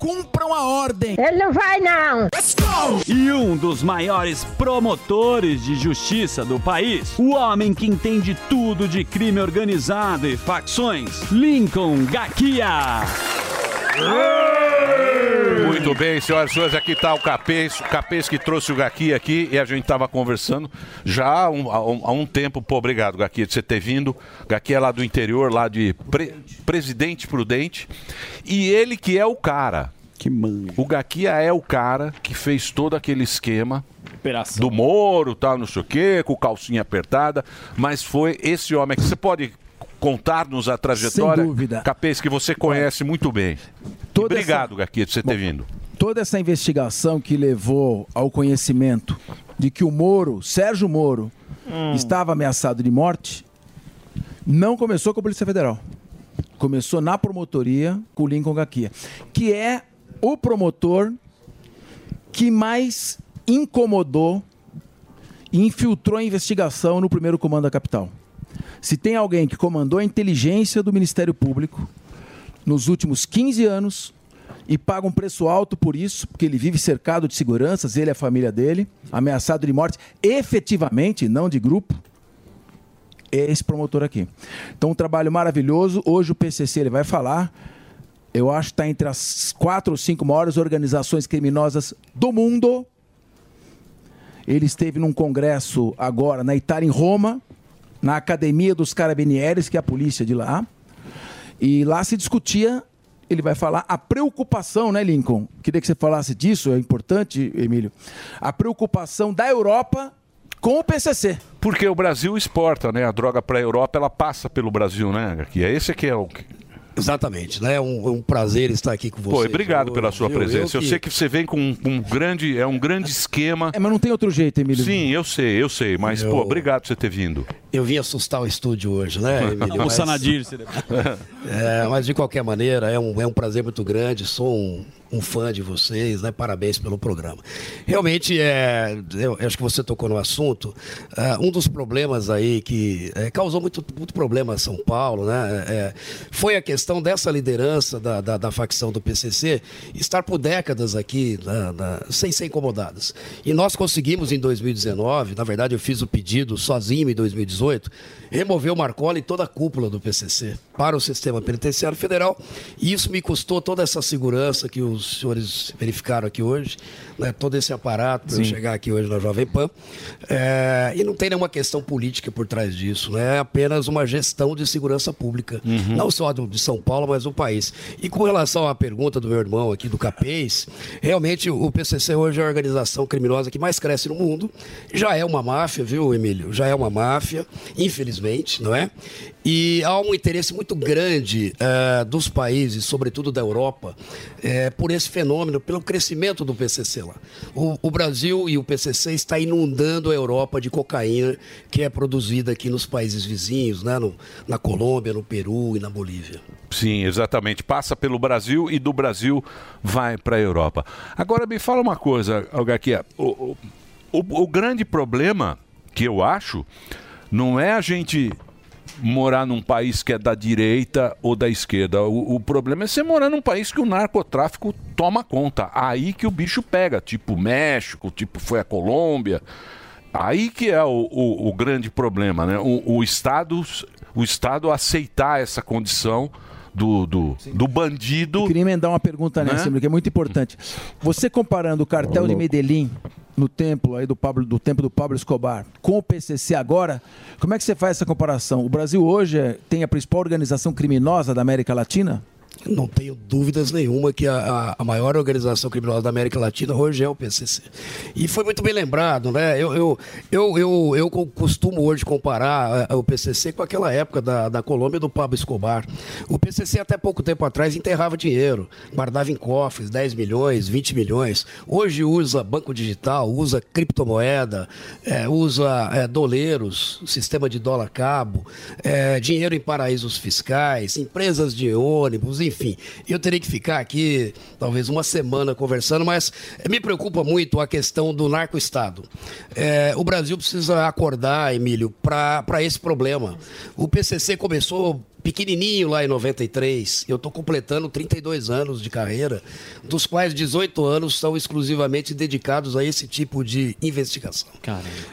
Speaker 28: cumpram a ordem. Ele não vai não. Let's go!
Speaker 10: E um dos maiores promotores de justiça do país, o homem que entende tudo de crime organizado e facções, Lincoln Gakia.
Speaker 4: Muito bem, senhoras e senhores, aqui está o Capês, o Capês que trouxe o Gaqui aqui e a gente estava conversando já há um, há um- há um tempo. Pô, obrigado, Gaqui, de você ter vindo. Gaqui é lá do interior, lá de Pre- Presidente Prudente. E ele que é o cara.
Speaker 10: Que manja.
Speaker 4: O Gaquia é o cara que fez todo aquele esquema do Moro, tal, não sei o quê, com calcinha apertada, mas foi esse homem que você pode contar-nos a trajetória.
Speaker 28: dúvida.
Speaker 4: Capês, que você conhece muito bem. Obrigado, Gaquia, de você ter vindo.
Speaker 28: Toda essa investigação que levou ao conhecimento de que o Moro, Sérgio Moro,
Speaker 2: Hum.
Speaker 28: estava ameaçado de morte, não começou com a Polícia Federal. Começou na promotoria com o Lincoln Gaquia, que é o promotor que mais incomodou e infiltrou a investigação no primeiro comando da capital. Se tem alguém que comandou a inteligência do Ministério Público nos últimos 15 anos e paga um preço alto por isso, porque ele vive cercado de seguranças, ele e a família dele, ameaçado de morte, efetivamente, não de grupo, é esse promotor aqui. Então, um trabalho maravilhoso. Hoje o PCC ele vai falar. Eu acho que está entre as quatro ou cinco maiores organizações criminosas do mundo. Ele esteve num congresso agora na Itália, em Roma, na Academia dos Carabinieres, que é a polícia de lá. E lá se discutia
Speaker 14: ele vai falar a preocupação, né, Lincoln? Queria que você falasse disso, é importante, Emílio. A preocupação da Europa com o PCC.
Speaker 4: Porque o Brasil exporta, né? A droga para a Europa, ela passa pelo Brasil, né? Que é esse que é o...
Speaker 22: Exatamente, né? É um, um prazer estar aqui com
Speaker 4: Pô,
Speaker 22: vocês.
Speaker 4: obrigado
Speaker 22: Eu-
Speaker 4: pela sua
Speaker 22: eu-
Speaker 4: presença. Eu,
Speaker 22: que-
Speaker 4: sei que você vem com um, um grande, é um grande esquema.
Speaker 14: É, mas não tem outro jeito, Emílio.
Speaker 4: Sim, eu sei, eu sei. Mas, pô, obrigado por você ter vindo.
Speaker 22: Eu vim assustar o estúdio hoje, né? Emílio?
Speaker 4: Vou
Speaker 22: Mas-
Speaker 4: sanadir,
Speaker 22: É, mas de qualquer maneira, é um, é um prazer muito grande. Sou um, um fã de vocês, né? Parabéns pelo programa. Realmente, é, eu acho que você tocou no assunto. Ah, um dos problemas aí que eh, causou muito, muito problema a São Paulo, né? é, foi a questão dessa liderança da, da, da facção do PCC estar por décadas aqui na- na- sem ser incomodadas. E nós conseguimos em 2019, na verdade, eu fiz o pedido sozinho em 2018, remover o Marcola e toda a cúpula do PCC para o sistema penitenciário federal. E isso me custou toda essa segurança que os senhores verificaram aqui hoje, né, todo esse aparato para eu
Speaker 16: Sim.
Speaker 22: chegar aqui hoje na Jovem Pan. É, e não tem nenhuma questão política por trás disso, né? é apenas uma gestão de segurança pública, não só do, de São Paulo, mas do país. E com relação à pergunta do meu irmão aqui, do Capês, realmente o PCC hoje é a organização criminosa que mais cresce no mundo. Já é uma máfia, viu, Emílio? Já é uma máfia, infelizmente, não é? E há um interesse muito grande eh, dos países, sobretudo da Europa, eh, por esse fenômeno, pelo crescimento do PCC lá. O, o Brasil e o PCC está inundando a Europa de cocaína que é produzida aqui nos países vizinhos, né? No- na Colômbia, no Peru e na Bolívia.
Speaker 4: Sim, exatamente. Passa pelo Brasil e do Brasil vai para a Europa. Agora me fala uma coisa, Algaquia. O, o, o- o grande problema que eu acho não é a gente morar num país que é da direita ou da esquerda. O, o problema é você morar num país que o narcotráfico toma conta. Aí que o bicho pega, tipo México, tipo foi a Colômbia. Aí que é o, o- o grande problema, né? O, o Estado, o Estado aceitar essa condição do, do, do bandido.
Speaker 14: Eu queria emendar uma pergunta
Speaker 4: Né?
Speaker 14: nessa, Emílio, que é muito importante. Você comparando o cartel de Medellín no templo aí do Pablo, do tempo do Pablo Escobar com o PCC agora, como é que você faz essa comparação? O Brasil hoje é- tem a principal organização criminosa da América Latina?
Speaker 22: Não tenho dúvidas nenhuma que a, a- a maior organização criminosa da América Latina hoje é o PCC. E foi muito bem lembrado, né? Eu, eu, eu, eu, eu co- costumo hoje comparar eh, o PCC com aquela época da, da Colômbia do Pablo Escobar. O PCC até pouco tempo atrás enterrava dinheiro, guardava em cofres 10 milhões, 20 milhões. Hoje usa banco digital, usa criptomoeda, eh, usa eh, doleiros, sistema de dólar cabo, eh, dinheiro em paraísos fiscais, empresas de ônibus, enfim. Eu terei que ficar aqui talvez uma semana conversando, mas me preocupa muito a questão do narco-estado. Eh, o Brasil precisa acordar, Emílio, para esse problema. O PCC começou pequenininho lá em 93. Eu estou completando 32 anos de carreira, dos quais 18 anos são exclusivamente dedicados a esse tipo de investigação.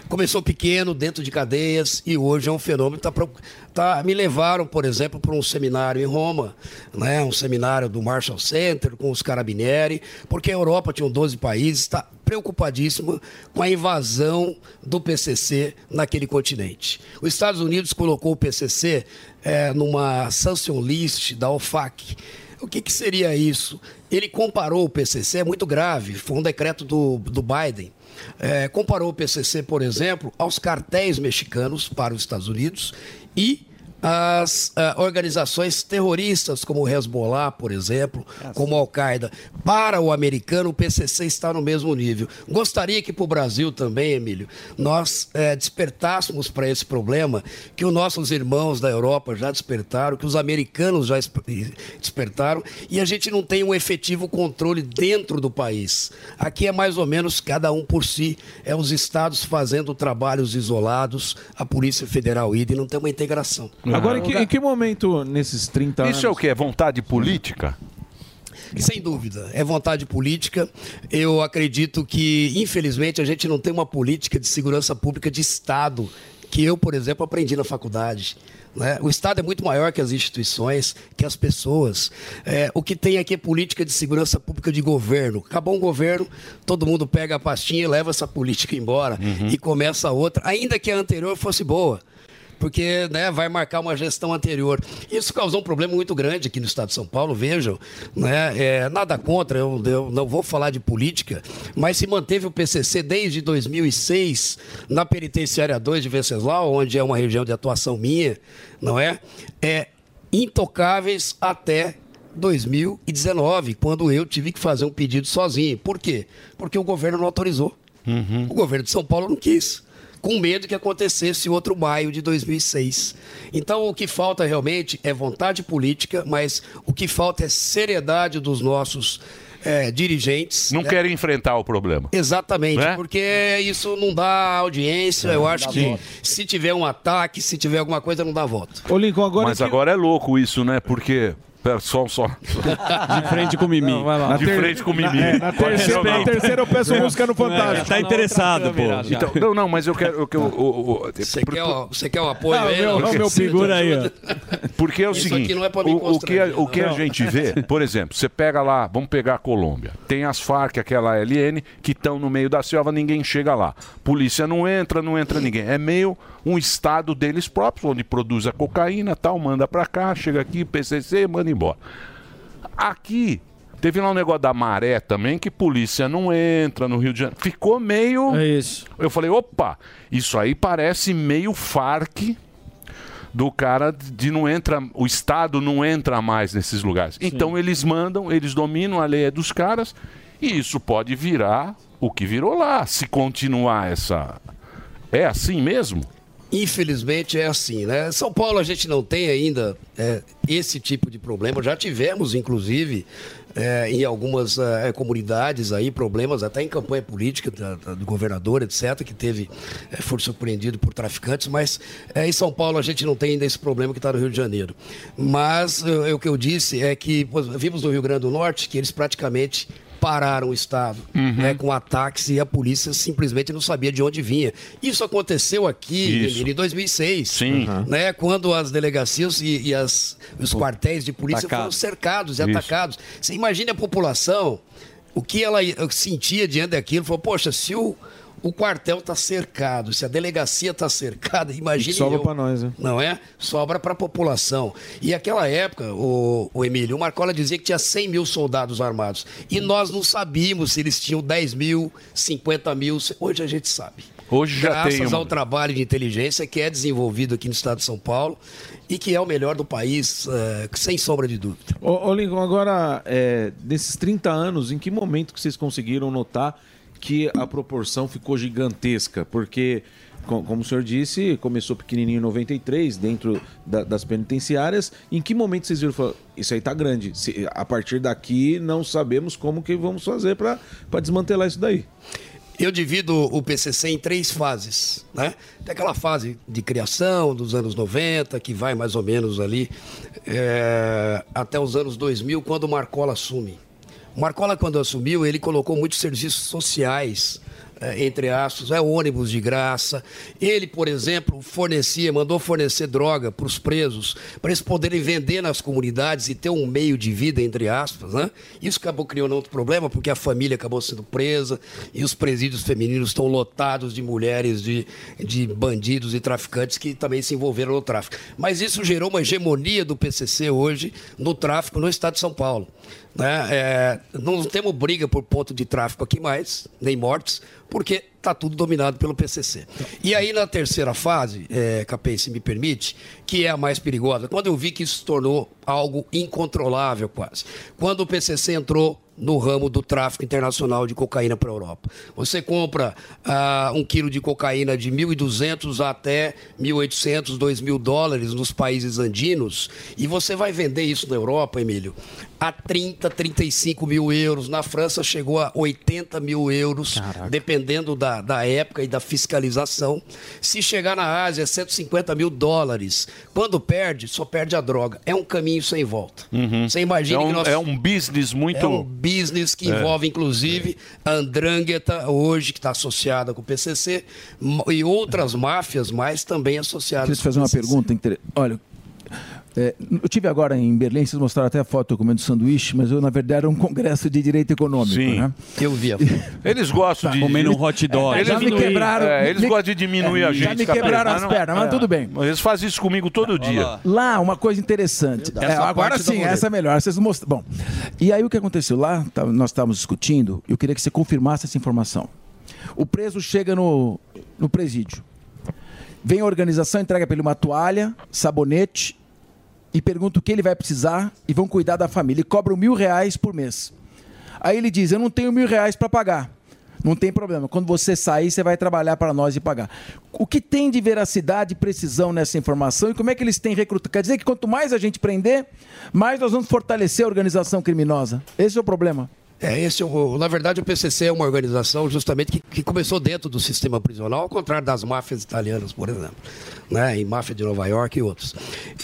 Speaker 22: Começou pequeno, dentro de cadeias, e hoje é um fenômeno. Tá, pro- tá- me levaram, por exemplo, para um seminário em Roma, né? um seminário do Marshall Center, com os Carabinieri, porque a Europa tinha 12 países, está preocupadíssima com a invasão do PCC naquele continente. Os Estados Unidos colocou o PCC eh, numa sanction list da OFAC. O que, que seria isso? Ele comparou o PCC, é muito grave, foi um decreto do, do Biden. É, comparou o PCC, por exemplo, aos cartéis mexicanos para os Estados Unidos e às ah, organizações terroristas como o Hezbollah, por exemplo, como a Al-Qaeda. Para o americano, o PCC está no mesmo nível. Gostaria que para o Brasil também, Emílio, nós eh, despertássemos para esse problema que os nossos irmãos da Europa já despertaram, que os americanos já esp- e- despertaram, e a gente não tem um efetivo controle dentro do país. Aqui é mais ou menos cada um por si, é os estados fazendo trabalhos isolados, a Polícia Federal ida e não tem uma integração.
Speaker 7: Agora, em que, em que momento nesses 30 anos...
Speaker 22: Isso é o
Speaker 4: que? É vontade política?
Speaker 22: Sem dúvida, é vontade política. Eu acredito que, infelizmente, a gente não tem uma política de segurança pública de Estado, que eu, por exemplo, aprendi na faculdade. né? O Estado é muito maior que as instituições, que as pessoas. É, o que tem aqui é política de segurança pública de governo. Acabou um governo, todo mundo pega a pastinha e leva essa política embora e começa outra, ainda que a anterior fosse boa. porque né, vai marcar uma gestão anterior. Isso causou um problema muito grande aqui no estado de São Paulo, vejam. Né, é, nada contra, eu, eu não vou falar de política, mas se manteve o PCC desde 2006 na Penitenciária 2 de Venceslau, onde é uma região de atuação minha, não é? É intocáveis até 2019, quando eu tive que fazer um pedido sozinho. Por quê? Porque o governo não autorizou. O governo de São Paulo não quis. Com medo que acontecesse outro maio de 2006. Então, o que falta realmente é vontade política, mas o que falta é seriedade dos nossos eh, dirigentes.
Speaker 4: Não
Speaker 22: né?
Speaker 4: querem enfrentar o problema.
Speaker 22: Exatamente,
Speaker 4: Né?
Speaker 22: porque isso não dá audiência.
Speaker 4: É,
Speaker 22: eu
Speaker 4: não
Speaker 22: acho
Speaker 4: dá
Speaker 22: que
Speaker 4: voto.
Speaker 22: se tiver um ataque, se tiver alguma coisa, não dá voto.
Speaker 7: Ô, Lincoln, agora.
Speaker 4: Mas agora é louco isso, né? Porque. Pera, só, só.
Speaker 7: De
Speaker 4: frente com o Mimi.
Speaker 7: Na
Speaker 4: de
Speaker 7: ter-
Speaker 4: frente com o
Speaker 7: na-
Speaker 4: Mimi.
Speaker 7: é, na terceira- na terceira eu
Speaker 22: É.
Speaker 7: peço música no Fantástico.
Speaker 4: Tá interessado,
Speaker 7: pô.
Speaker 4: Então, não, não, mas eu quero. Eu, quero- o- o- o-
Speaker 22: Você quer, o- você quer o apoio
Speaker 4: Ah, o
Speaker 22: aí?
Speaker 4: meu-
Speaker 22: Não?
Speaker 4: o meu
Speaker 22: tá
Speaker 4: Segura aí, ó. Porque é o
Speaker 22: Isso
Speaker 4: seguinte,
Speaker 22: aqui não é pra me
Speaker 4: o, o que, a,
Speaker 22: constranger,
Speaker 4: o que a
Speaker 22: não.
Speaker 4: gente vê, por exemplo, você pega lá, vamos pegar a Colômbia, tem as Farc, aquela LN, que estão no meio da selva, ninguém chega lá. Polícia não entra, não entra ninguém. É meio um estado deles próprios, onde produz a cocaína tal, manda pra cá, chega aqui, PCC, manda embora. Aqui... Teve lá um negócio da maré também, que polícia não entra no Rio de Janeiro. Ficou meio. É isso. Eu falei, opa, isso aí parece meio Farc do cara de não entra, o Estado não entra mais nesses lugares. Então eles mandam, eles dominam a lei é dos caras e isso pode virar o que virou lá, se continuar essa. É assim mesmo?
Speaker 22: Infelizmente é assim, né? São Paulo a gente não tem ainda é, esse tipo de problema. Já tivemos, inclusive, é, em algumas é, comunidades aí, problemas, até em campanha política da- da- do governador, etc., que teve, é, foi surpreendido por traficantes, mas é, em São Paulo a gente não tem ainda esse problema que está no Rio de Janeiro. Mas é, o que eu disse é que pô, vimos no Rio Grande do Norte que eles praticamente pararam o Estado né, com ataques e a polícia simplesmente não sabia de onde vinha. Isso aconteceu aqui
Speaker 4: Isso.
Speaker 22: Emílio, em 2006,
Speaker 4: Sim. Uhum.
Speaker 22: né, quando as delegacias e, e as- os quartéis de polícia foram
Speaker 4: Atacado.
Speaker 22: cercados e
Speaker 4: Isso.
Speaker 22: atacados. Você imagina a população, o que ela i- sentia diante daquilo, falou, poxa, se o, o quartel está cercado, se a delegacia está cercada, imagina
Speaker 7: Sobra
Speaker 22: eu
Speaker 7: pra nós, né?
Speaker 22: não é? Sobra para a população. E aquela época, o, o Emílio, o Marcola dizia que tinha 100 mil soldados armados. E nós não sabíamos se eles tinham 10 mil, 50 mil. Hoje a gente sabe.
Speaker 4: Hoje já
Speaker 22: Graças
Speaker 4: tem um. uma.
Speaker 22: ao trabalho de inteligência que é desenvolvido aqui no estado de São Paulo e que é o melhor do país, eh, sem sombra de dúvida.
Speaker 7: Ô, ô, Lincoln, agora, é, nesses 30 anos, em que momento que vocês conseguiram notar que a proporção ficou gigantesca? Porque, co- como o senhor disse, começou pequenininho em 93, dentro da- das penitenciárias. Em que momento vocês viram e falaram, isso aí tá grande, se- a partir daqui não sabemos como que vamos fazer para desmantelar isso daí?
Speaker 22: Eu divido o PCC em três fases, né? Tem aquela fase de criação dos anos 90, que vai mais ou menos ali eh, até os anos 2000, quando o Marcola assume. O Marcola, quando assumiu, ele colocou muitos serviços sociais, eh, entre aspas, é ônibus de graça. Ele, por exemplo, fornecia, mandou fornecer droga para os presos, para eles poderem vender nas comunidades e ter um meio de vida, entre aspas, né? Isso acabou criando outro problema, porque a família acabou sendo presa e os presídios femininos estão lotados de mulheres, de, de bandidos e traficantes que também se envolveram no tráfico. Mas isso gerou uma hegemonia do PCC hoje no tráfico no estado de São Paulo. Né? É, não temos briga por ponto de tráfico aqui mais, nem mortes, porque está tudo dominado pelo PCC. E aí, na terceira fase, é, Capei, se me permite, que é a mais perigosa, quando eu vi que isso se tornou algo incontrolável quase. Quando o PCC entrou no ramo do tráfico internacional de cocaína para a Europa. Você compra ah, um quilo de cocaína de 1.200 até 1.800, 2.000 dólares nos países andinos e você vai vender isso na Europa, Emílio, a 30, 35 mil euros. Na França chegou a 80 mil euros, dependendo da, da época e da fiscalização. Se chegar na Ásia, é 150 mil dólares. Quando perde, só perde a droga. É um caminho sem volta. Você imagina
Speaker 4: é um,
Speaker 22: que nós...
Speaker 4: é um business muito.
Speaker 22: É um business que
Speaker 4: É.
Speaker 22: envolve, inclusive, a Andrangheta, hoje, que está associada com o PCC, m- e outras máfias mais também associadas.
Speaker 14: Queria te fazer uma
Speaker 22: com o PCC.
Speaker 14: pergunta. inter- Olha, É, eu tive agora em Berlim, vocês mostraram até a foto comendo sanduíche, mas eu, na verdade, era um congresso de direito econômico.
Speaker 4: Sim.
Speaker 14: né?
Speaker 22: Eu via.
Speaker 4: Eles gostam de.
Speaker 14: comendo um hot dog.
Speaker 4: Eles,
Speaker 14: Já me quebraram-
Speaker 4: é, eles
Speaker 14: me-
Speaker 4: gostam de diminuir
Speaker 14: Já
Speaker 4: a gente. tá Ah,
Speaker 14: me quebraram
Speaker 4: capeta.
Speaker 14: as
Speaker 4: Não, é.
Speaker 14: pernas, mas tudo bem.
Speaker 4: Eles fazem isso comigo todo dia.
Speaker 14: Lá, uma coisa interessante.
Speaker 4: Verdade.
Speaker 14: É,
Speaker 4: Essa
Speaker 14: agora
Speaker 4: parte da
Speaker 14: sim,
Speaker 4: muleta.
Speaker 14: essa é melhor. Vocês mostram. Bom, e aí o que aconteceu lá? tá- nós estávamos discutindo. Eu queria que você confirmasse essa informação. O preso chega no, no presídio. Vem a organização, entrega para ele uma toalha, sabonete e pergunta o que ele vai precisar e vão cuidar da família. E cobram mil reais por mês. Aí ele diz: Eu não tenho mil reais para pagar. Não tem problema. Quando você sair, você vai trabalhar para nós e pagar. O que tem de veracidade e precisão nessa informação e como é que eles têm recrutado? Quer dizer que quanto mais a gente prender, mais nós vamos fortalecer a organização criminosa. Esse é o problema.
Speaker 22: É, esse, é o- na verdade, o PCC é uma organização justamente que, que começou dentro do sistema prisional, ao contrário das máfias italianas, por exemplo, né, e máfia de Nova York e outros.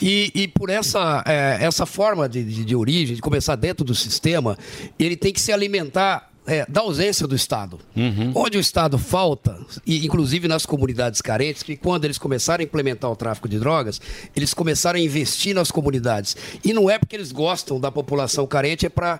Speaker 22: E, e por essa, é, essa forma de, de, de origem, de começar dentro do sistema, ele tem que se alimentar é, da ausência do Estado.
Speaker 4: Uhum.
Speaker 22: Onde o Estado falta, e inclusive nas comunidades carentes, que quando eles começaram a implementar o tráfico de drogas, eles começaram a investir nas comunidades. E não é porque eles gostam da população carente, é para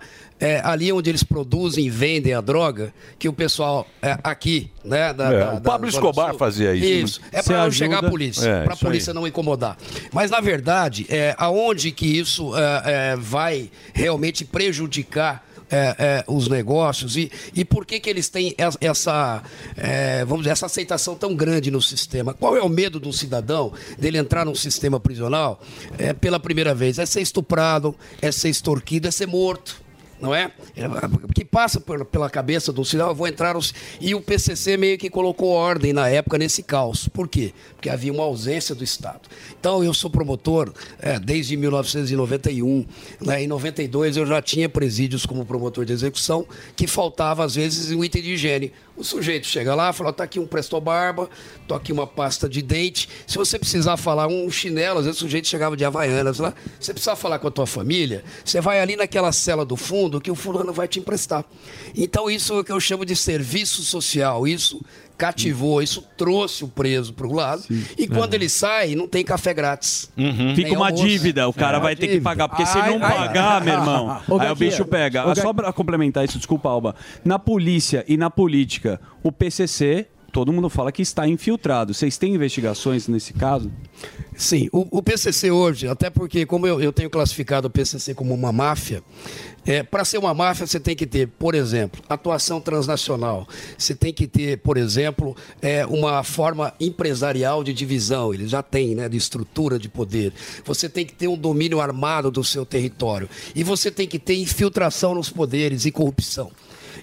Speaker 22: ali onde eles produzem e vendem a droga, que o pessoal é, aqui, né? da-
Speaker 4: É,
Speaker 22: da-
Speaker 4: o
Speaker 22: da
Speaker 4: Pablo
Speaker 22: Zona
Speaker 4: Escobar
Speaker 22: Sul.
Speaker 4: fazia isso, né?
Speaker 22: Isso. É
Speaker 4: Você
Speaker 22: para não
Speaker 4: ajuda-
Speaker 22: chegar a polícia, para a
Speaker 4: É, isso aí.
Speaker 22: polícia não incomodar. Mas, na verdade, é, aonde que isso é, é, vai realmente prejudicar é, é, os negócios e, e por que, que eles têm es- essa, é, vamos dizer, essa aceitação tão grande no sistema? Qual é o medo do cidadão dele entrar num sistema prisional é, pela primeira vez? É ser estuprado, é ser extorquido, é ser morto não é? É, Que passa por- pela cabeça do sinal, eu vou entrar. no- E o PCC meio que colocou ordem na época nesse caos. Por quê? Porque havia uma ausência do Estado. Então, eu sou promotor é, desde 1991. né? Em 92, eu já tinha presídios como promotor de execução, que faltava, às vezes, um item de higiene. O sujeito chega lá, fala: tá aqui um prestobarba, tô aqui uma pasta de dente. Se você precisar falar um chinelo, às vezes o sujeito chegava de Havaianas lá. Você precisar falar com a tua família, você vai ali naquela cela do fundo que o fulano vai te emprestar. Então, isso é o que eu chamo de serviço social. Isso cativou, isso trouxe o preso para o lado. E quando ele sai, não tem café grátis.
Speaker 4: Uhum.
Speaker 22: Nem
Speaker 10: Fica uma
Speaker 22: almoço.
Speaker 10: dívida, o cara
Speaker 22: É,
Speaker 10: vai
Speaker 22: uma
Speaker 10: ter que
Speaker 22: dívida.
Speaker 10: pagar, porque se
Speaker 22: Ai,
Speaker 10: ele não
Speaker 22: ai.
Speaker 10: pagar, meu irmão,
Speaker 22: Ô,
Speaker 10: aí
Speaker 22: Gaguinha,
Speaker 10: o bicho pega.
Speaker 22: ô,
Speaker 10: Ah,
Speaker 22: Ga-
Speaker 10: Só pra complementar isso, desculpa, Alba. Na polícia e na política, o PCC, todo mundo fala que está infiltrado. Vocês têm investigações nesse caso?
Speaker 22: Sim, o, o PCC hoje, até porque como eu, eu tenho classificado o PCC como uma máfia, para ser uma máfia você tem que ter, por exemplo, atuação transnacional, você tem que ter, por exemplo, é, uma forma empresarial de divisão, ele já tem, né, de estrutura de poder, você tem que ter um domínio armado do seu território e você tem que ter infiltração nos poderes e corrupção.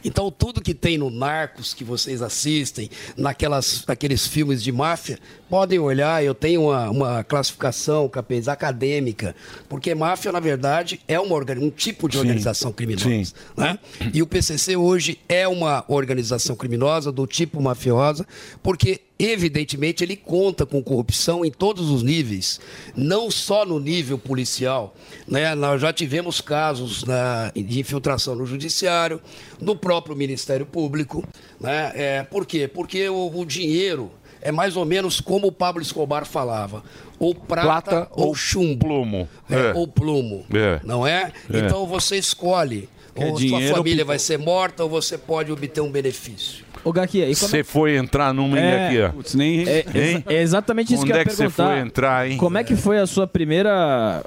Speaker 22: Então, tudo que tem no Narcos que vocês assistem, naquelas, naqueles filmes de máfia, podem olhar. Eu tenho uma, uma classificação, capês, acadêmica, porque máfia, na verdade, é uma orga- um tipo de
Speaker 16: Sim.
Speaker 22: organização criminosa. né? E o PCC hoje é uma organização criminosa do tipo mafiosa, porque evidentemente ele conta com corrupção em todos os níveis, não só no nível policial. Né? Nós já tivemos casos na- de infiltração no judiciário, no próprio Ministério Público. Né? É, por quê? Porque o, o dinheiro é mais ou menos como o Pablo Escobar falava, ou prata,
Speaker 4: Plata
Speaker 22: ou,
Speaker 4: ou
Speaker 22: chumbo. Plumo.
Speaker 4: É.
Speaker 22: Ou plumo.
Speaker 4: É.
Speaker 22: Não é?
Speaker 4: É.
Speaker 22: Então você escolhe.
Speaker 4: Quer
Speaker 22: ou
Speaker 4: dinheiro
Speaker 22: sua
Speaker 4: ou
Speaker 22: família
Speaker 4: pipoca?
Speaker 22: vai ser morta ou você pode obter um benefício.
Speaker 9: Ô, Gaki, aí como
Speaker 4: É. Você foi entrar numa
Speaker 9: É,
Speaker 4: e aqui, ó.
Speaker 9: putz, nem- É,
Speaker 4: Hein?
Speaker 9: é exatamente isso
Speaker 4: Onde
Speaker 9: que eu ia
Speaker 4: é que você
Speaker 9: perguntar.
Speaker 4: foi entrar, hein?
Speaker 9: Como é que foi a sua primeira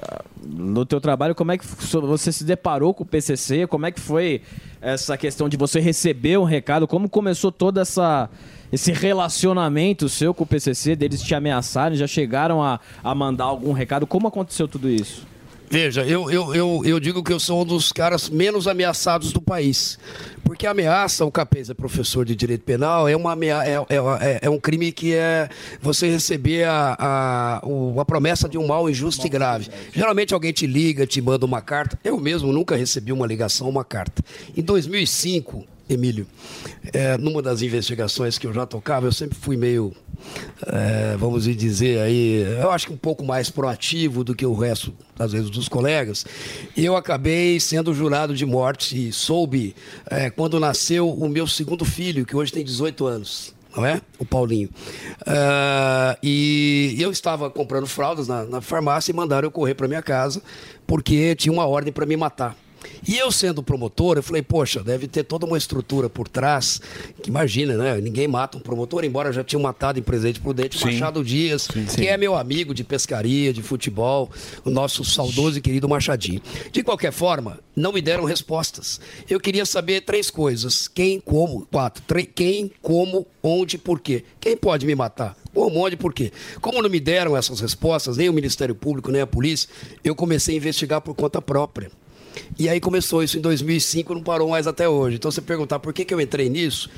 Speaker 9: no teu trabalho? Como é que so- você se deparou com o PCC? Como é que foi essa questão de você receber um recado? Como começou toda essa esse relacionamento seu com o PCC? Deles te ameaçarem? Já chegaram a, a mandar algum recado? Como aconteceu tudo isso?
Speaker 22: Veja, eu, eu, eu, eu digo que eu sou um dos caras menos ameaçados do país. Porque a ameaça, o Capês é professor de direito penal, é, uma amea é, é, é- é um crime que é você receber a, a, o- a promessa de um mal injusto e grave. Geralmente alguém te liga, te manda uma carta. Eu mesmo nunca recebi uma ligação, uma carta. Em 2005, Emílio, é, numa das investigações que eu já tocava, eu sempre fui meio, é, vamos dizer aí, eu acho que um pouco mais proativo do que o resto, às vezes, dos colegas. E eu acabei sendo jurado de morte e soube é, quando nasceu o meu segundo filho, que hoje tem 18 anos. não é? O Paulinho. Ah, e eu estava comprando fraldas na, na farmácia e mandaram eu correr para minha casa porque tinha uma ordem para me matar. E eu sendo promotor, eu falei, poxa, deve ter toda uma estrutura por trás, que imagina, né? Ninguém mata um promotor, embora eu já tinha matado em Presidente Prudente
Speaker 29: Sim.
Speaker 22: Machado Dias, que é meu amigo de pescaria, de futebol, o nosso saudoso e querido Machadinho. De qualquer forma, não me deram respostas. Eu queria saber três coisas. Quem, como, quatro. Tre- quem, como, onde, por quê. Quem pode me matar? Como, onde, por quê? Como não me deram essas respostas, nem o Ministério Público, nem a polícia, eu comecei a investigar por conta própria. E aí começou isso em 2005, não parou mais até hoje. Então, você perguntar por que, que eu entrei nisso,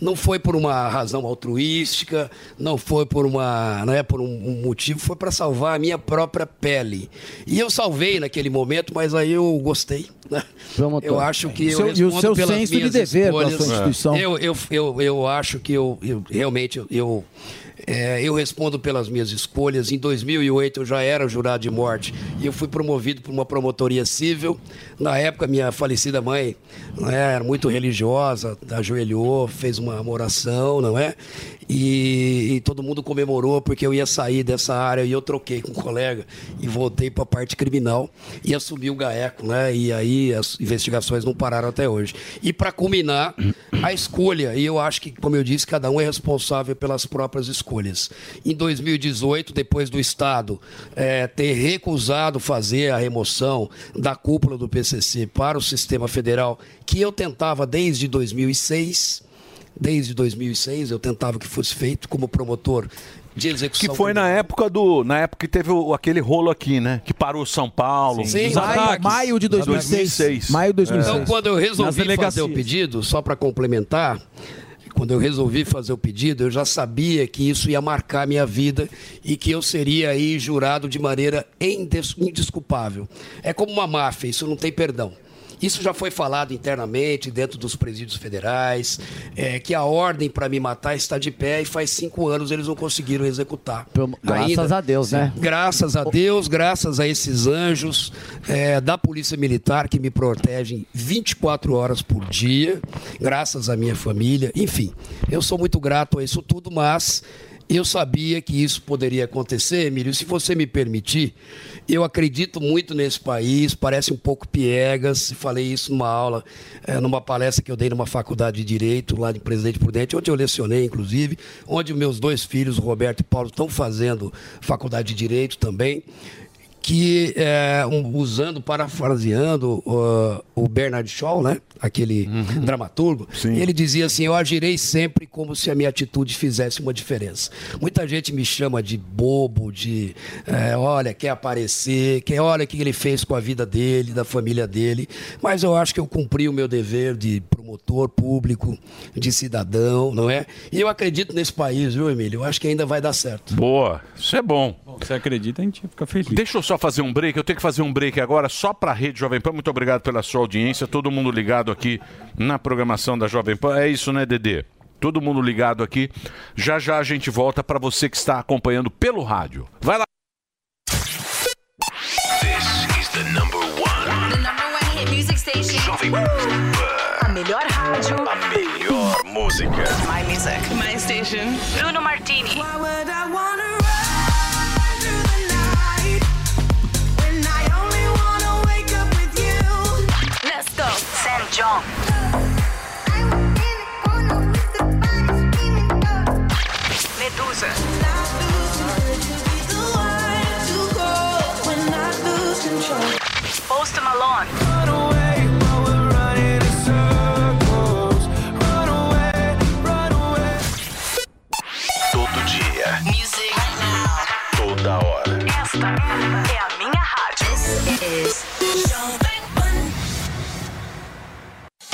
Speaker 22: não foi por uma razão altruística, não foi por, uma, né, por um, um motivo, foi para salvar a minha própria pele. E eu salvei naquele momento, mas aí eu gostei. né?
Speaker 6: Promotor.
Speaker 22: Eu acho que eu
Speaker 28: Seu- e o
Speaker 22: respondo
Speaker 28: seu
Speaker 22: pelas
Speaker 28: senso de
Speaker 22: minhas
Speaker 28: dever com a sua
Speaker 22: escolhas. É.
Speaker 28: instituição.
Speaker 22: Eu, eu, eu, eu acho que eu, eu- realmente eu- eu, é, eu respondo pelas minhas escolhas. Em 2008 eu já era jurado de morte e eu fui promovido por uma promotoria civil. Na época minha falecida mãe não é, era muito religiosa, ajoelhou, fez uma oração, não é? E, e todo mundo comemorou porque eu ia sair dessa área e eu troquei com um colega e voltei para a parte criminal e assumi o GAECO, né? E aí as investigações não pararam até hoje. E para culminar, a escolha, e eu acho que, como eu disse, cada um é responsável pelas próprias escolhas. Em 2018, depois do Estado eh, ter recusado fazer a remoção da cúpula do PCC para o sistema federal, que eu tentava desde 2006, desde 2006 eu tentava que fosse feito como promotor de execução.
Speaker 4: Que foi né, na época do. Na época que teve o- aquele rolo aqui, né? Que parou São Paulo.
Speaker 22: Sim.
Speaker 4: Os
Speaker 22: Maio-
Speaker 4: ataques.
Speaker 22: maio de 2006.
Speaker 4: 2006.
Speaker 28: Maio de 2006.
Speaker 22: Então, quando eu resolvi fazer o pedido, só para complementar, quando eu resolvi fazer o pedido, eu já sabia que isso ia marcar a minha vida e que eu seria aí jurado de maneira indes- indesculpável. É como uma máfia, isso não tem perdão. Isso já foi falado internamente, dentro dos presídios federais, é, que a ordem para me matar está de pé e faz cinco anos eles não conseguiram executar.
Speaker 6: Graças
Speaker 22: Ainda.
Speaker 6: a Deus, né?
Speaker 22: Graças a Deus, graças a esses anjos eh, da Polícia Militar que me protegem 24 horas por dia, graças à minha família, enfim, eu sou muito grato a isso tudo, mas eu sabia que isso poderia acontecer, Emílio. Se você me permitir, eu acredito muito nesse país, parece um pouco piegas. Falei isso numa aula, eh, numa palestra que eu dei numa faculdade de Direito, lá de Presidente Prudente, onde eu lecionei, inclusive, onde meus dois filhos, Roberto e Paulo, estão fazendo faculdade de Direito também que é, um- usando, parafraseando ó, o Bernard Shaw, né? aquele dramaturgo, ele dizia assim: Eu agirei sempre como se a minha atitude fizesse uma diferença. Muita gente me chama de bobo, de é, olha, quer aparecer, quer olha o que ele fez com a vida dele, da família dele, mas eu acho que eu cumpri o meu dever de promotor público, de cidadão, não é? E eu acredito nesse país, viu, Emílio? Eu acho que ainda vai dar certo.
Speaker 4: Boa, isso é bom.
Speaker 30: Você acredita, a gente fica feliz.
Speaker 4: Deixa eu só fazer um break. Eu tenho que fazer um break agora só para a Rede Jovem Pan. Muito obrigado pela sua audiência. Todo mundo ligado aqui na programação da Jovem Pan. É isso, né, Dedê? Todo mundo ligado aqui. Já já a gente volta para você que está acompanhando pelo rádio. Vai lá.
Speaker 2: The number one hit music station. A melhor rádio. A melhor
Speaker 31: música.
Speaker 2: My music. My station. Bruno Martini. Let's go. San John. Medusa. Post Malone.
Speaker 31: Todo dia. Music. Toda hora.
Speaker 2: Esta é a minha rádio. This is Jovem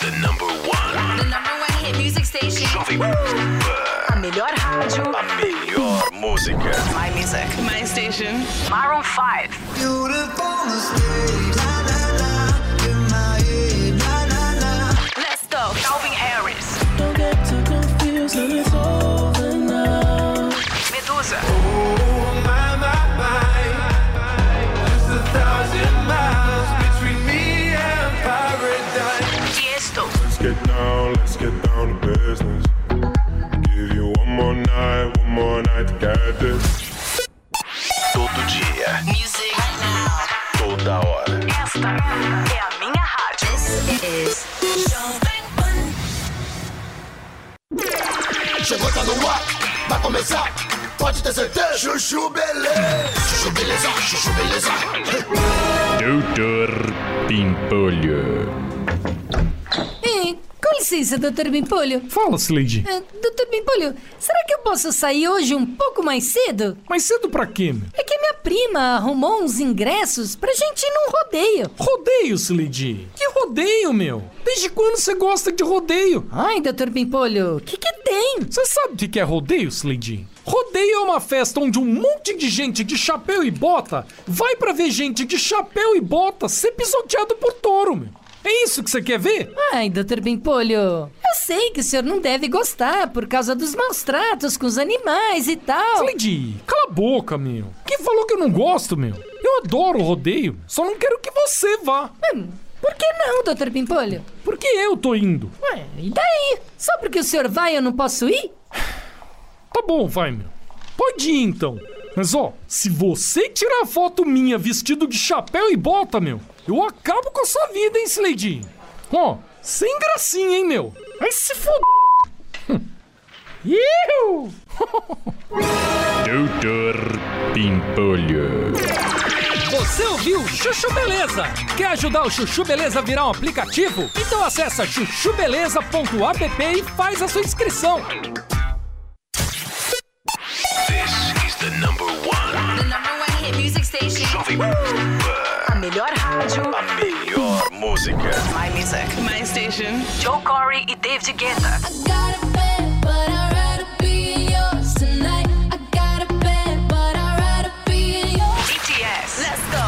Speaker 2: The number one hit music station. Jovem Pan. A melhor rádio.
Speaker 31: Melhor música. música.
Speaker 2: My music. My station.
Speaker 31: Maroon 5.
Speaker 2: Let's go. Calvin Harris. Medusa. Tiesto.
Speaker 31: Let's get down, let's get down to business. Give you one more night, one more night to get this.
Speaker 13: Todo dia. Music. Toda hora.
Speaker 2: Esta é a minha rádio.
Speaker 13: Chegou, tá no ar. Vai começar. Pode ter certeza. Chuchu beleza. Chuchu beleza. Chuchu beleza.
Speaker 19: Doutor Pimpolho.
Speaker 18: É, com licença, doutor Bimpolho.
Speaker 19: Fala, Slade.
Speaker 18: É, doutor Bimpolho, será que eu posso sair hoje um pouco mais cedo?
Speaker 19: Mas cedo pra quê?
Speaker 18: É que a minha prima arrumou uns ingressos pra gente ir num rodeio.
Speaker 19: Rodeio, Slade. Que rodeio, meu? Desde quando você gosta de rodeio?
Speaker 18: Ai, doutor Bimpolho, o que, que tem?
Speaker 19: Você sabe o que que é rodeio, Slade? Rodeio é uma festa onde um monte de gente de chapéu e bota vai pra ver gente de chapéu e bota ser pisoteado por touro, meu. É isso que você quer ver?
Speaker 18: Ai, doutor Bimpolho, eu sei que o senhor não deve gostar por causa dos maus tratos com os animais e tal.
Speaker 19: Slade, cala a boca, meu. Quem falou que eu não gosto, meu? Eu adoro rodeio, só não quero que você vá.
Speaker 18: Hum, Por que não, doutor Pimpolho?
Speaker 19: Porque eu tô indo.
Speaker 18: Ué, e daí? Só porque o senhor vai eu não posso ir?
Speaker 19: Tá bom, vai, meu. Pode ir então. Mas ó, se você tirar foto minha vestido de chapéu e bota, meu, eu acabo com a sua vida, hein, Slade? Ó, sem gracinha, hein, meu? Vai se Hum. foder. Iu! Doutor Pimpolho.
Speaker 27: Você ouviu Chuchu Beleza? Quer ajudar o Chuchu Beleza a virar um aplicativo? Então acessa chuchubeleza.app e faz a sua inscrição.
Speaker 13: This is the number one. Jovem Pan.
Speaker 2: A melhor rádio.
Speaker 13: A melhor música.
Speaker 2: My music. My station. Joe Corey e David Guetta. BTS. Let's go.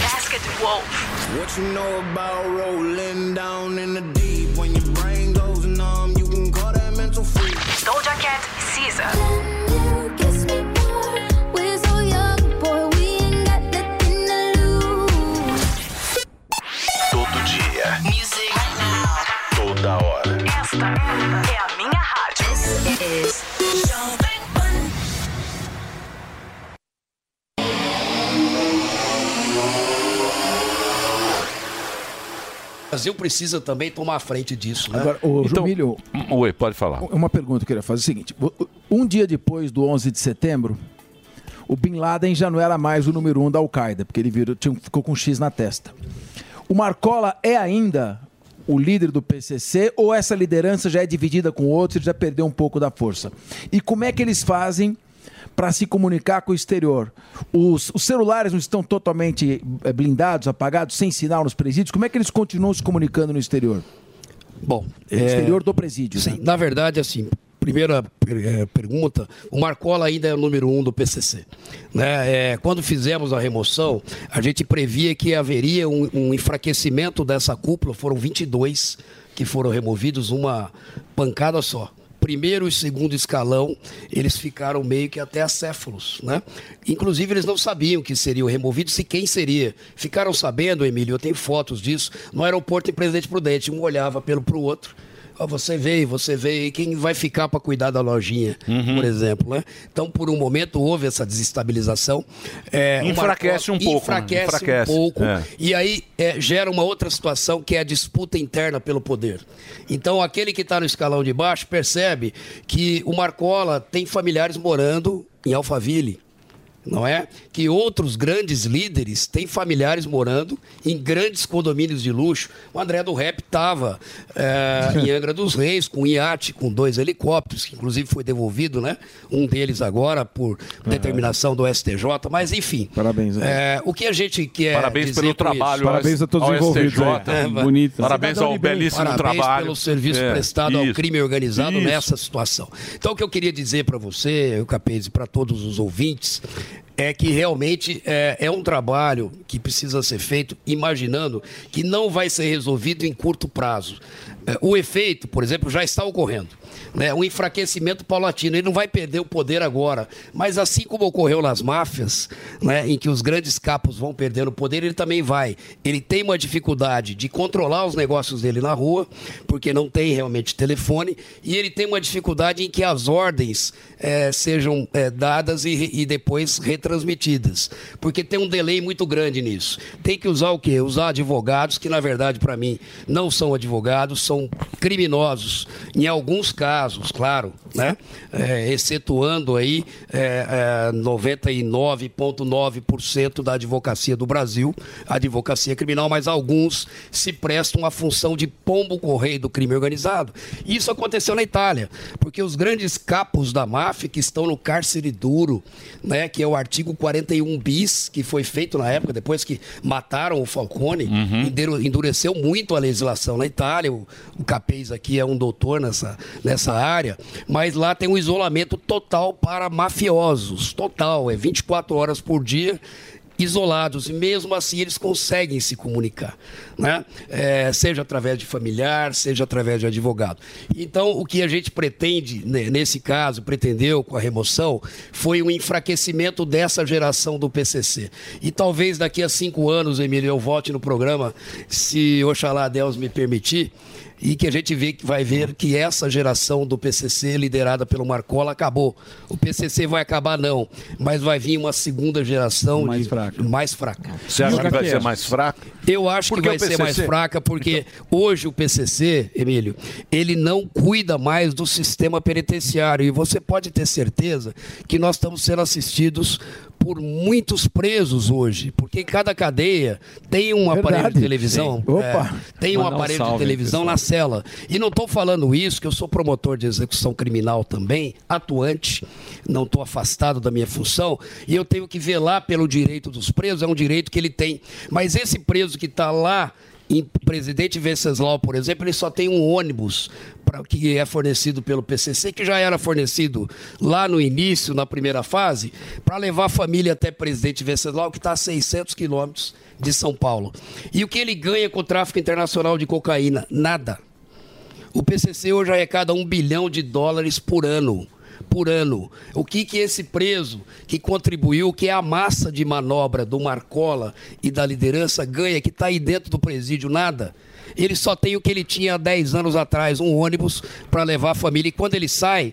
Speaker 2: Basket Wolf.
Speaker 27: What you know about rolling down in the deep? When your brain goes numb, you can call that mental freak.
Speaker 2: Doja Cat e Cisa.
Speaker 13: Todo dia. Music. Toda hora.
Speaker 2: Esta é a minha rádio.
Speaker 22: O Brasil precisa também tomar frente disso, né?
Speaker 28: Agora, ô, Jumilho,
Speaker 32: Então- Oi, pode falar.
Speaker 28: uma pergunta que eu queria fazer é o seguinte. Um dia depois do 11 de setembro, o Bin Laden já não era mais o número um da Al-Qaeda, porque ele virou, tinha- ficou com um X na testa. O Marcola é ainda o líder do PCC ou essa liderança já é dividida com outros e já perdeu um pouco da força? E como é que eles fazem para se comunicar com o exterior? Os, os celulares não estão totalmente eh, blindados, apagados, sem sinal nos presídios? Como é que eles continuam se comunicando no exterior?
Speaker 22: Bom,
Speaker 28: no exterior do presídio. né?
Speaker 22: Sim, na verdade, assim, primeira eh, pergunta, o Marcola ainda é o número um do PCC. Né? Eh, quando fizemos a remoção, a gente previa que haveria um, um enfraquecimento dessa cúpula, foram 22 que foram removidos, uma pancada só. Primeiro e segundo escalão, eles ficaram meio que até acéfalos, né? Inclusive, eles não sabiam que seriam removidos e quem seria. Ficaram sabendo, Emílio, eu tenho fotos disso, no aeroporto em Presidente Prudente. Um olhava pelo para o outro, Ó, você veio, você veio, e quem vai ficar para cuidar da lojinha,
Speaker 32: Uhum.
Speaker 22: por exemplo, né? Então, por um momento, houve essa desestabilização. É, o
Speaker 32: Enfraquece
Speaker 22: Marco-
Speaker 32: um pouco, né?
Speaker 22: Enfraquece,
Speaker 32: Enfraquece,
Speaker 22: um pouco.
Speaker 32: é.
Speaker 22: E aí é, gera uma outra situação que é a disputa interna pelo poder. Então, aquele que está no escalão de baixo percebe que o Marcola tem familiares morando em Alphaville. não é? Que outros grandes líderes têm familiares morando em grandes condomínios de luxo. O André do Rap estava em Angra dos Reis, com um iate, com dois helicópteros, que inclusive foi devolvido, né? Um deles agora por determinação do STJ, mas enfim.
Speaker 14: Parabéns.
Speaker 22: É, o que a gente quer.
Speaker 4: Parabéns
Speaker 22: dizer
Speaker 4: pelo
Speaker 22: com isso?
Speaker 4: trabalho Parabéns ao- a todos os ao envolvidos STJ, aí. é,
Speaker 22: vai.
Speaker 4: bonito. Parabéns ao belíssimo trabalho.
Speaker 22: Parabéns pelo serviço
Speaker 4: É,
Speaker 22: prestado ao
Speaker 4: isso,
Speaker 22: crime organizado
Speaker 4: isso.
Speaker 22: nessa situação. Então, o que eu queria dizer para você, Capese, para todos os ouvintes, é que realmente é, é um trabalho que precisa ser feito imaginando que não vai ser resolvido em curto prazo. É, O efeito, por exemplo, já está ocorrendo. Né? Um enfraquecimento paulatino. Ele não vai perder o poder agora. Mas assim como ocorreu nas máfias, né, em que os grandes capos vão perdendo o poder, ele também vai. Ele tem uma dificuldade de controlar os negócios dele na rua, porque não tem realmente telefone, e ele tem uma dificuldade em que as ordens eh, sejam eh, dadas e, re- e depois retransmitidas, porque tem um delay muito grande nisso. Tem que usar o quê? Usar advogados que, na verdade, para mim, não são advogados, são criminosos, em alguns casos, claro, né? Eh, excetuando aí eh, eh, 99,9% da advocacia do Brasil, advocacia criminal, mas alguns se prestam à função de pombo-correio do crime organizado. Isso aconteceu na Itália, porque os grandes capos da máfia que estão no cárcere duro, né, que é o artigo 41 bis, que foi feito na época, depois que mataram o Falcone, endure- endureceu muito a legislação na Itália. O, o Capês aqui é um doutor nessa, nessa área, mas lá tem um isolamento total para mafiosos, total, é 24 horas por dia isolados e mesmo assim eles conseguem se comunicar, né? É, seja através de familiar, seja através de advogado. Então o que a gente pretende né, nesse caso pretendeu com a remoção foi um enfraquecimento dessa geração do PCC e talvez daqui a cinco anos, Emílio, eu volte no programa se Oxalá Deus me permitir e que a gente vê, que vai ver que essa geração do PCC liderada pelo Marcola acabou. O PCC vai acabar não, mas vai vir uma segunda geração mais fraca. Mais fraca.
Speaker 4: Você acha que vai ser mais fraco?
Speaker 22: é? Eu acho
Speaker 4: Por
Speaker 22: que
Speaker 4: que
Speaker 22: vai
Speaker 4: o
Speaker 22: ser mais
Speaker 4: PCC?
Speaker 22: fraca porque
Speaker 4: Então.
Speaker 22: hoje o PCC, Emílio, ele não cuida mais do sistema penitenciário e você pode ter certeza que nós estamos sendo assistidos por muitos presos hoje, porque cada cadeia tem um aparelho de
Speaker 14: Verdade.
Speaker 22: televisão,
Speaker 14: Sim.
Speaker 22: é,
Speaker 14: Opa.
Speaker 22: tem um
Speaker 14: Mandar um
Speaker 22: aparelho
Speaker 14: salve
Speaker 22: de
Speaker 14: aí,
Speaker 22: televisão
Speaker 14: pessoal.
Speaker 22: na cela. E não estou falando isso, que eu sou promotor de execução criminal também, atuante, não estou afastado da minha função, e eu tenho que velar pelo direito dos presos, é um direito que ele tem. Mas esse preso que está lá, em Presidente Venceslau, por exemplo, ele só tem um ônibus pra, que é fornecido pelo PCC, que já era fornecido lá no início, na primeira fase, para levar a família até Presidente Venceslau, que está a 600 quilômetros de São Paulo. E o que ele ganha com o tráfico internacional de cocaína? Nada. O PCC hoje arrecada um bilhão de dólares por ano. Por ano. O que, que esse preso que contribuiu, que é a massa de manobra do Marcola e da liderança, ganha, que está aí dentro do presídio, nada? Ele só tem o que ele tinha há 10 anos atrás, um ônibus para levar a família. E quando ele sai,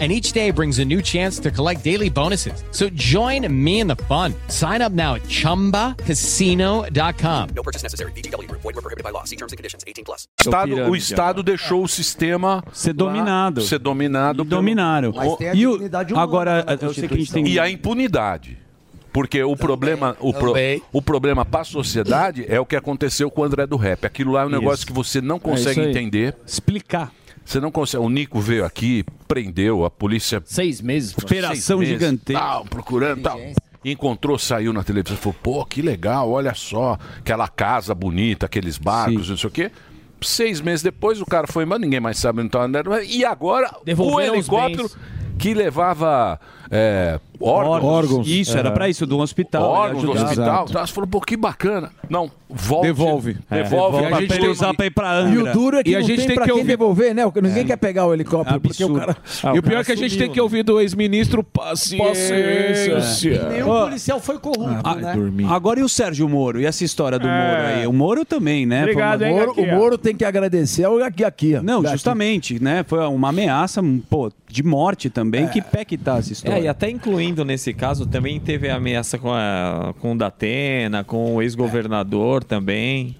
Speaker 33: And each day brings a new chance to collect daily bonuses. So join me in the fun. Sign up now at chumbacasino.com.
Speaker 34: No purchase necessary. VGW Group. Void were prohibited by law. See terms and conditions. 18 plus.
Speaker 4: O Estado, o Estado deixou o sistema ser
Speaker 10: dominado.
Speaker 4: Ser dominado. pelo-
Speaker 10: dominaram. Mas tem a
Speaker 4: E o-
Speaker 10: dignidade humana Agora, é, na eu sei que a gente Constituição. tem-
Speaker 4: E a impunidade. Porque o problema, o, pro-
Speaker 10: também.
Speaker 4: o problema para a sociedade é o que aconteceu com o André do Rap. Aquilo lá é um
Speaker 10: Isso.
Speaker 4: negócio que você não
Speaker 10: isso
Speaker 4: consegue
Speaker 10: aí.
Speaker 4: entender.
Speaker 10: Explicar.
Speaker 4: Você não consegue. O Nico veio aqui, prendeu a polícia.
Speaker 9: Seis meses.
Speaker 10: Operação gigantesca.
Speaker 4: Tal, Ah, procurando tal. Encontrou, saiu na televisão, falou, pô, que legal, olha só, aquela casa bonita, aqueles barcos, não sei o quê. Seis meses depois o cara foi embora, ninguém mais sabe onde estava. E tá, né? agora o
Speaker 10: Devolveram os
Speaker 4: helicóptero
Speaker 10: bens.
Speaker 4: que levava é, órgãos.
Speaker 10: Órgãos. É. Isso,
Speaker 14: é.
Speaker 10: era pra isso, do hospital.
Speaker 4: Órgãos do
Speaker 10: ajudar.
Speaker 4: hospital.
Speaker 10: Exato.
Speaker 4: Tá, Você falou, pô, que bacana. Não, volte.
Speaker 10: Devolve. É,
Speaker 4: Devolve.
Speaker 10: devolve.
Speaker 4: pra
Speaker 10: A gente
Speaker 4: turma.
Speaker 10: tem que usar pra ir pra Angra.
Speaker 14: E o duro é que
Speaker 10: E a
Speaker 14: não
Speaker 10: gente
Speaker 14: tem,
Speaker 10: tem
Speaker 14: pra
Speaker 10: que
Speaker 14: quem
Speaker 10: ouvir- É.
Speaker 14: devolver, né? Ninguém quer pegar o helicóptero, porque o cara...
Speaker 3: Ah,
Speaker 14: E
Speaker 3: o
Speaker 14: pior
Speaker 3: cara
Speaker 14: é que a gente
Speaker 3: sumiu,
Speaker 14: tem que ouvir
Speaker 3: do ex-ministro paciência.
Speaker 6: Nenhum policial foi corrupto,
Speaker 10: É. Ah,
Speaker 6: né?
Speaker 10: dormir. Agora e o Sérgio Moro? E essa história do
Speaker 14: É.
Speaker 10: Moro aí? O Moro também, né? Foi uma-
Speaker 14: o Moro, o Moro tem que agradecer ao aqui, aqui. ó.
Speaker 10: Não,
Speaker 14: Daqui.
Speaker 10: justamente, né? Foi uma ameaça um, pô, de morte também. Que pé que tá essa história?
Speaker 3: É, e até incluindo nesse caso, também teve ameaça com, a, com o Datena, com o ex-governador também.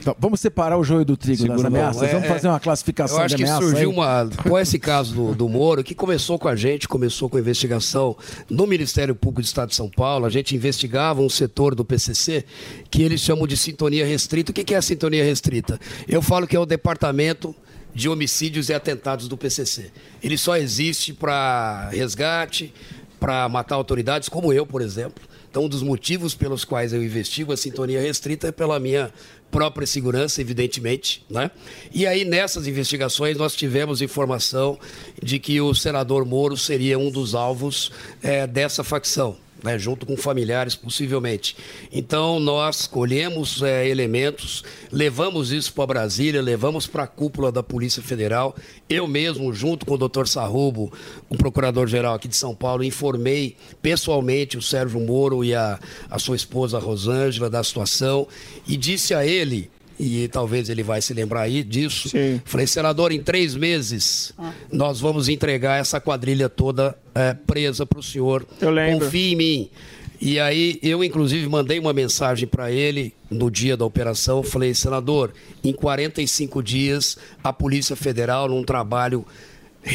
Speaker 14: Então, vamos separar o joio do trigo das
Speaker 3: Segura o
Speaker 14: ameaças?
Speaker 3: balão. É,
Speaker 14: vamos
Speaker 3: é.
Speaker 14: fazer uma classificação
Speaker 22: Eu acho
Speaker 14: de
Speaker 22: que
Speaker 14: ameaça
Speaker 22: surgiu
Speaker 14: aí?
Speaker 22: uma. Com esse caso do, do Moro, que começou com a gente, começou com a investigação no Ministério Público do Estado de São Paulo. A gente investigava um setor do PCC que eles chamam de sintonia restrita. O que que é a sintonia restrita? Eu falo que é o departamento de homicídios e atentados do PCC. Ele só existe para resgate, para matar autoridades, como eu, por exemplo. Então, um dos motivos pelos quais eu investigo a sintonia restrita é pela minha própria segurança, evidentemente. Né? E aí, nessas investigações, nós tivemos informação de que o senador Moro seria um dos alvos eh, dessa facção. né, junto com familiares, possivelmente. Então, nós colhemos eh, elementos, levamos isso para Brasília, levamos para a cúpula da Polícia Federal. Eu mesmo, junto com o doutor Sarrubo, o procurador-geral aqui de São Paulo, informei pessoalmente o Sérgio Moro e a, a sua esposa Rosângela da situação e disse a ele. E talvez ele vai se lembrar aí disso. Falei, senador, em três meses nós vamos entregar essa quadrilha toda eh, presa para o senhor. Eu lembro. Confie em mim. E aí eu, inclusive, mandei uma mensagem para ele no dia da operação. Falei, senador, em 45 dias a Polícia Federal, num trabalho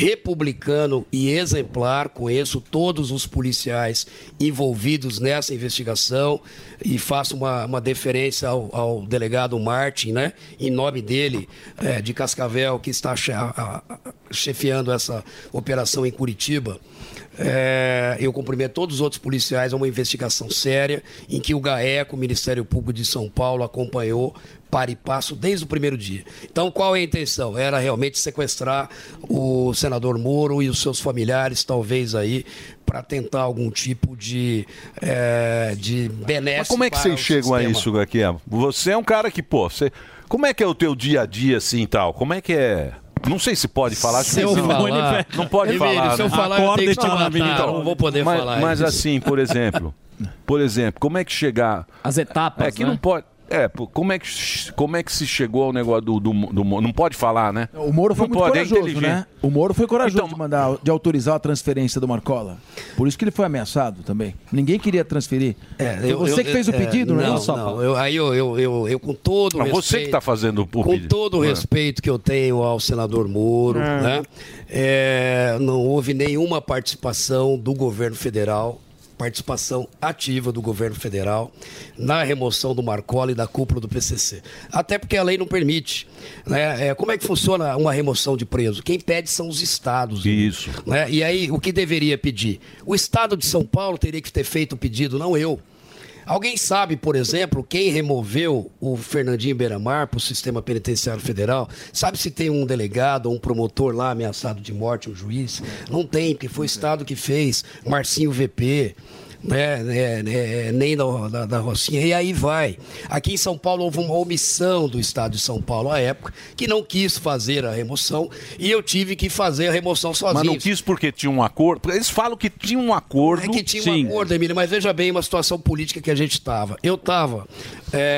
Speaker 22: republicano e exemplar. Conheço todos os policiais envolvidos nessa investigação e faço uma, uma deferência ao, ao delegado Martin, né? Em nome dele, eh, de Cascavel, que está che- a- a- chefiando essa operação em Curitiba. Eh, eu cumprimento todos os outros policiais. É uma investigação séria em que o GAECO, o Ministério Público de São Paulo, acompanhou para e passo desde o primeiro dia. Então, qual é a intenção? Era realmente sequestrar o senador Moro e os seus familiares, talvez aí, para tentar algum tipo de, eh, de benéfico.
Speaker 4: Mas como é que vocês chegam a isso, Gaquiel? Você é um cara que, pô, você... como é que é o teu dia a dia assim e tal? Como é que é. Não sei se pode falar. acho
Speaker 22: Se
Speaker 4: que
Speaker 22: eu
Speaker 4: não,
Speaker 22: falar-
Speaker 4: não pode
Speaker 22: Emílio,
Speaker 4: falar.
Speaker 22: se eu
Speaker 4: né?
Speaker 22: falar, eu tenho que te
Speaker 4: Acorda e
Speaker 22: matar,
Speaker 4: menino.
Speaker 22: eu não vou poder
Speaker 4: mas,
Speaker 22: falar
Speaker 4: Mas
Speaker 22: isso.
Speaker 4: assim, por exemplo, por exemplo, como é que chegar... As etapas, É que
Speaker 14: né?
Speaker 4: não pode... É, pô, como é, que, como é que se chegou ao negócio do... do, do não pode falar, né?
Speaker 14: O Moro foi
Speaker 4: não
Speaker 14: muito
Speaker 4: pode, é
Speaker 14: corajoso,
Speaker 4: inteligente.
Speaker 14: né? O Moro foi
Speaker 10: Então,
Speaker 14: corajoso de, mandar, de autorizar a transferência do Marcola. Por isso que ele foi ameaçado também. Ninguém queria transferir. Foi
Speaker 22: Eu-
Speaker 14: você
Speaker 22: eu-
Speaker 14: que fez o
Speaker 22: é,
Speaker 14: pedido,
Speaker 22: não,
Speaker 14: né?
Speaker 22: não, eu- aí eu, eu, eu, eu com todo o
Speaker 4: Não,
Speaker 22: respeito...
Speaker 4: você que tá fazendo o
Speaker 22: Com
Speaker 4: pedido.
Speaker 22: todo o
Speaker 4: É.
Speaker 22: respeito que eu tenho ao senador Moro,
Speaker 4: É.
Speaker 22: né? É, não houve nenhuma participação do governo federal, participação ativa do governo federal na remoção do Marcola e da cúpula do PCC. Até porque a lei não permite. Né? É, como é que funciona uma remoção de preso? Quem pede são os estados.
Speaker 4: Isso.
Speaker 22: Né? E aí, o que deveria pedir? O estado de São Paulo teria que ter feito o pedido, não eu. Alguém sabe, por exemplo, quem removeu o Fernandinho Beiramar para o sistema penitenciário federal? Sabe se tem um delegado ou um promotor lá ameaçado de morte, um juiz? Não tem, porque foi o Estado que fez, Marcinho VP, né, né, né, nem da, da, da Rocinha, e aí vai. Aqui em São Paulo houve uma omissão do Estado de São Paulo à época, que não quis fazer a remoção, e eu tive que fazer a remoção sozinho.
Speaker 4: Mas não quis porque tinha um acordo. Eles falam que tinha um acordo.
Speaker 22: É que tinha um acordo, Emílio, mas veja bem uma situação política que a gente estava. Eu estava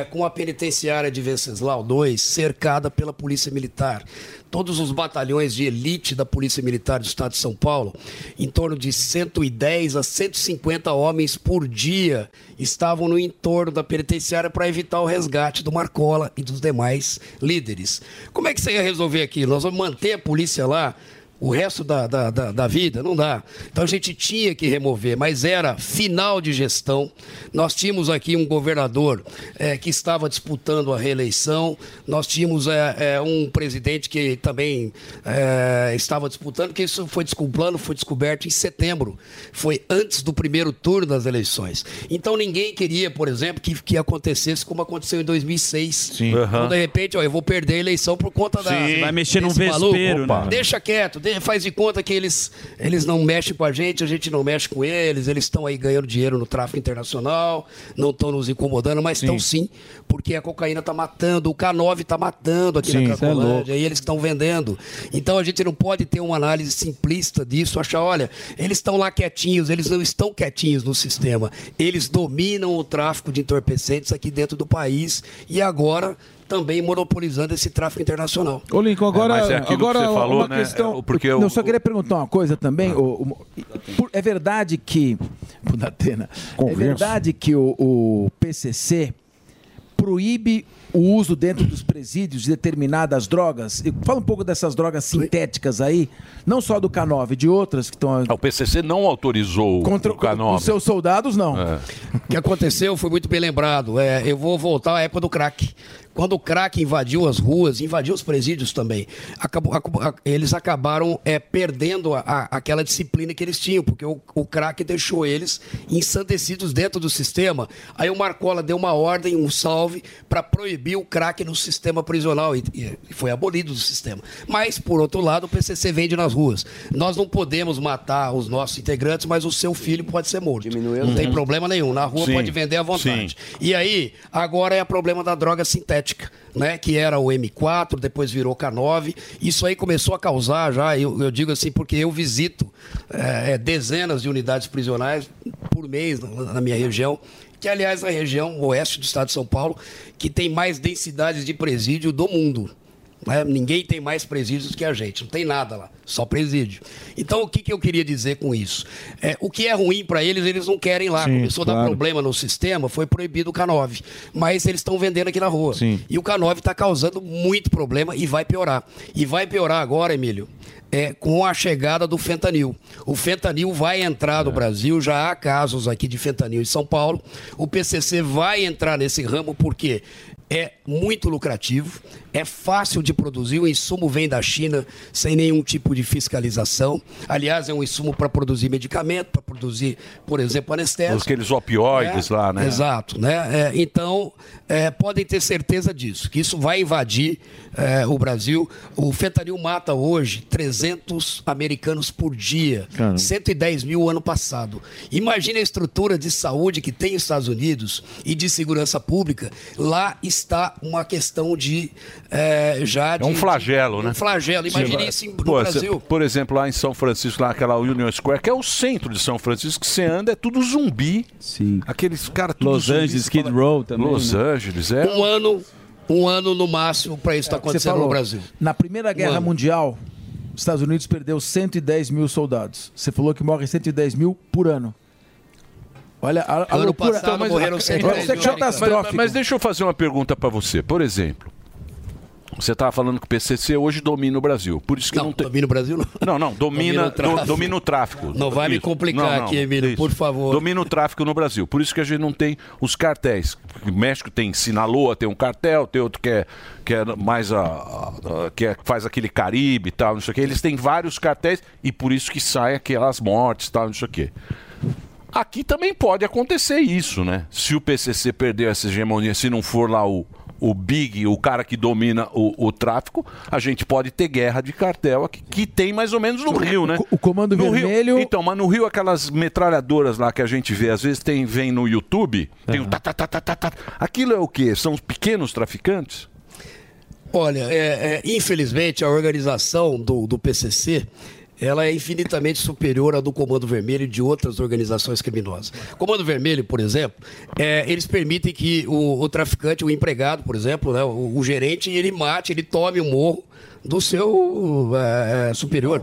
Speaker 22: com a penitenciária de Venceslau II cercada pela Polícia Militar. Todos os batalhões de elite da Polícia Militar do Estado de São Paulo, em torno de 110 a 150 homens por dia, estavam no entorno da penitenciária para evitar o resgate do Marcola e dos demais líderes. Como é que você ia resolver aquilo? Nós vamos manter a polícia lá o resto da, da, da, da vida não dá. Então a gente tinha que remover, mas era final de gestão. Nós tínhamos aqui um governador eh, que estava disputando a reeleição, nós tínhamos eh, eh, um presidente que também eh, estava disputando, que isso foi desculpando, foi descoberto em setembro. Foi antes do primeiro turno das eleições. Então ninguém queria, por exemplo, que, que acontecesse como aconteceu em 2006.
Speaker 4: Sim. Aham.
Speaker 22: Então, de repente, ó, eu vou perder a eleição por conta da.
Speaker 10: Sim. Vai mexer num
Speaker 22: desse maluco.
Speaker 10: vespeiro, né?
Speaker 22: Deixa quieto, de- faz de conta que eles, eles não mexem com a gente, a gente não mexe com eles, eles estão aí ganhando dinheiro no tráfico internacional, não estão nos incomodando, mas estão sim, porque a cocaína está matando, o K9 está matando aqui
Speaker 6: Sim,
Speaker 22: na
Speaker 6: isso é
Speaker 22: Cracolândia, e eles estão vendendo. Então a gente não pode ter uma análise simplista disso, achar, olha, eles estão lá quietinhos, eles não estão quietinhos no sistema, eles dominam o tráfico de entorpecentes aqui dentro do país e agora também monopolizando esse tráfico internacional.
Speaker 14: Ô, Lincoln, agora,
Speaker 22: É, mas é aquilo que
Speaker 14: agora
Speaker 22: você falou,
Speaker 14: uma
Speaker 22: né?
Speaker 14: questão.
Speaker 22: É, porque Ah.
Speaker 14: eu,
Speaker 22: eu-
Speaker 14: só queria perguntar uma coisa também. ô, ô, por- é verdade que. Budatena. É
Speaker 5: Converso.
Speaker 14: verdade que o, o PCC proíbe o uso dentro dos presídios de determinadas drogas. E Fala um pouco dessas drogas sintéticas aí, não só do K9, de outras que estão.
Speaker 4: O PCC não autorizou
Speaker 14: Contra
Speaker 4: o É. K9.
Speaker 14: os seus soldados, não.
Speaker 22: O que aconteceu foi muito bem lembrado. É, eu vou voltar à época do crack. Quando o crack invadiu as ruas, invadiu os presídios também, acabou- acabou- a- eles acabaram é, perdendo a- a- aquela disciplina que eles tinham, porque o, o crack deixou eles ensandecidos dentro do sistema. Aí o Marcola deu uma ordem, um salve, para proibir o crack no sistema prisional e, e foi abolido do sistema. Mas, por outro lado, o PCC vende nas ruas. Nós não podemos matar os nossos integrantes, mas o seu filho pode ser morto. Não tem
Speaker 6: Uhum.
Speaker 22: problema nenhum. Na rua
Speaker 6: Sim,
Speaker 22: pode vender à vontade. E aí, agora é o problema da droga sintética, né? Que era o M4, depois virou K9. Isso aí começou a causar já, eu, eu digo assim, porque eu visito eh, eh, dezenas de unidades prisionais por mês na, na minha região. Que, aliás, é a região oeste do estado de São Paulo, que tem mais densidades de presídio do mundo. Né? Ninguém tem mais presídios que a gente, não tem nada lá, só presídio. Então, o que, que eu queria dizer com isso? É, o que é ruim para eles, eles não querem lá.
Speaker 6: Sim,
Speaker 22: Começou a dar
Speaker 6: claro.
Speaker 22: problema no sistema, foi proibido o K9. Mas eles estão vendendo aqui na rua.
Speaker 6: Sim.
Speaker 22: E o K9 está causando muito problema e vai piorar. E vai piorar agora, Emílio, é, com a chegada do fentanil. O fentanil vai entrar
Speaker 6: É.
Speaker 22: no Brasil, já há casos aqui de fentanil em São Paulo. O PCC vai entrar nesse ramo porque é muito lucrativo, é fácil de produzir, o insumo vem da China sem nenhum tipo de fiscalização. Aliás, é um insumo para produzir medicamento, para produzir, por exemplo, anestésico.
Speaker 4: Aqueles opioides lá, né?
Speaker 22: É. Exato, né? É, então, é, podem ter certeza disso, que isso vai invadir é, o Brasil. O fentanil mata hoje 300 americanos por dia,
Speaker 27: Caramba.
Speaker 22: 110 mil ano passado. Imagina a estrutura de saúde que tem os Estados Unidos e de segurança pública. Lá está uma questão de é, já
Speaker 4: É um
Speaker 22: de-
Speaker 4: flagelo, né?
Speaker 22: Um flagelo. Imagina isso em- no
Speaker 4: Pô, cê-
Speaker 22: Brasil.
Speaker 4: por exemplo, lá em São Francisco, lá naquela Union Square, que é o centro de São Francisco, que você anda, é tudo zumbi. Sim. Aqueles caras tudo
Speaker 10: Los
Speaker 4: zumbi,
Speaker 10: Angeles,
Speaker 4: você
Speaker 10: Skid
Speaker 4: fala-
Speaker 10: Row também,
Speaker 4: Los
Speaker 10: né?
Speaker 4: Angeles, é.
Speaker 22: Um ano, um ano no máximo para
Speaker 28: É,
Speaker 22: isso estar
Speaker 14: que você
Speaker 22: acontecendo no
Speaker 14: falou.
Speaker 22: Brasil. Um
Speaker 14: Na Primeira Guerra
Speaker 22: Mano.
Speaker 14: Mundial, os Estados Unidos perdeu 110 mil soldados. Você falou que morrem 110 mil por ano. Olha, a, a
Speaker 22: Ano
Speaker 14: loucura.
Speaker 28: Então,
Speaker 7: Então,
Speaker 22: passado morreram
Speaker 14: é-
Speaker 22: 110
Speaker 14: Isso é
Speaker 22: mil
Speaker 4: Mas,
Speaker 14: catastrófico.
Speaker 4: mas deixa eu fazer uma pergunta para você. Por exemplo, você estava falando que o PCC hoje domina o Brasil. Por isso que não, tem...
Speaker 22: domina o Brasil?
Speaker 4: Não, não,
Speaker 22: Domina
Speaker 4: domina,
Speaker 22: o tráfico.
Speaker 4: do- domina o tráfico.
Speaker 22: Não vai me complicar aqui, Emílio, por favor.
Speaker 4: Domina o tráfico no Brasil. Por isso que a gente não tem os cartéis. O México tem Sinaloa, tem um cartel, tem outro que é, que é mais a, a- a- que é- faz aquele Caribe e tal, não sei o quê. Eles têm vários cartéis e por isso que saem aquelas mortes e tal, não sei o quê. Aqui também pode acontecer isso, né? Se o PCC perder essa hegemonia, se não for lá o, o Big, o cara que domina o, o tráfico, a gente pode ter guerra de cartel aqui, que tem mais ou menos no Rio, né?
Speaker 14: O comando
Speaker 4: No Rio-
Speaker 14: vermelho.
Speaker 4: Então, mas no Rio, aquelas metralhadoras lá que a gente vê, às vezes tem, vem no YouTube, tem o tá, tá, tá, tá, tá, tá. Aquilo é o quê? São os pequenos traficantes?
Speaker 22: Olha, é, é, infelizmente a organização do, do PCC ela é infinitamente superior à do Comando Vermelho e de outras organizações criminosas. Comando Vermelho, por exemplo, é, eles permitem que o, o traficante, o empregado, por exemplo, né, o, o gerente, ele mate, ele tome o morro do seu é, é, superior.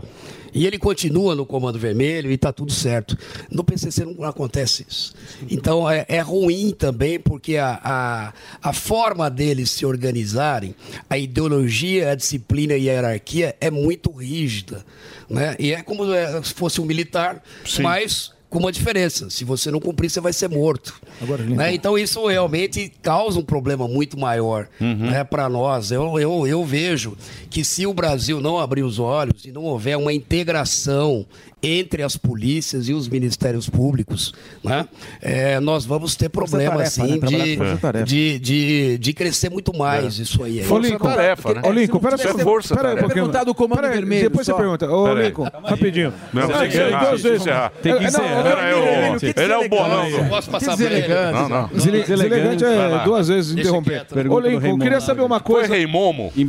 Speaker 22: E ele continua no Comando Vermelho e está tudo certo. No PCC não acontece isso. Então é, é ruim também, porque a, a, a forma deles se organizarem, a ideologia, a disciplina e a hierarquia é muito rígida. Né? E é como é, se fosse um militar, mas com uma diferença: se você não cumprir, você vai ser morto. Né? Então isso realmente causa um problema muito maior
Speaker 7: Uhum.
Speaker 22: né, para nós. Eu, eu, eu vejo que se o Brasil não abrir os olhos e não houver uma integração entre as polícias e os ministérios públicos, né? É, nós vamos ter problema,
Speaker 35: tarefa,
Speaker 22: assim,
Speaker 35: né? Trabalhar com força
Speaker 22: de,
Speaker 35: tarefa.
Speaker 22: de, de, de crescer muito mais isso aí.
Speaker 7: É.
Speaker 22: tá
Speaker 7: Ô, Lincoln, Ô,
Speaker 28: né?
Speaker 7: Lincoln, pera, pera, pera aí um pouquinho.
Speaker 28: perguntar do comando
Speaker 7: Pera aí,
Speaker 28: vermelho
Speaker 7: Depois
Speaker 28: só.
Speaker 7: você pergunta. Ô,
Speaker 28: Pera aí.
Speaker 7: Lincoln, rapidinho.
Speaker 4: Não, tem que
Speaker 7: é
Speaker 4: encerrar, tem que encerrar. Tem que encerrar. Pera aí, ô, ele é o bolão do- Posso passar pra ele? Não, não.
Speaker 7: Desele- Deselegante
Speaker 4: Vai
Speaker 7: é
Speaker 4: lá.
Speaker 7: duas vezes
Speaker 4: Deixa
Speaker 7: interromper.
Speaker 4: quieto.
Speaker 7: Ô,
Speaker 4: Pergunta do
Speaker 7: Lincoln,
Speaker 4: Raimundo.
Speaker 7: queria saber uma coisa.
Speaker 4: Foi Reimomo. Em
Speaker 7: Em
Speaker 4: Foi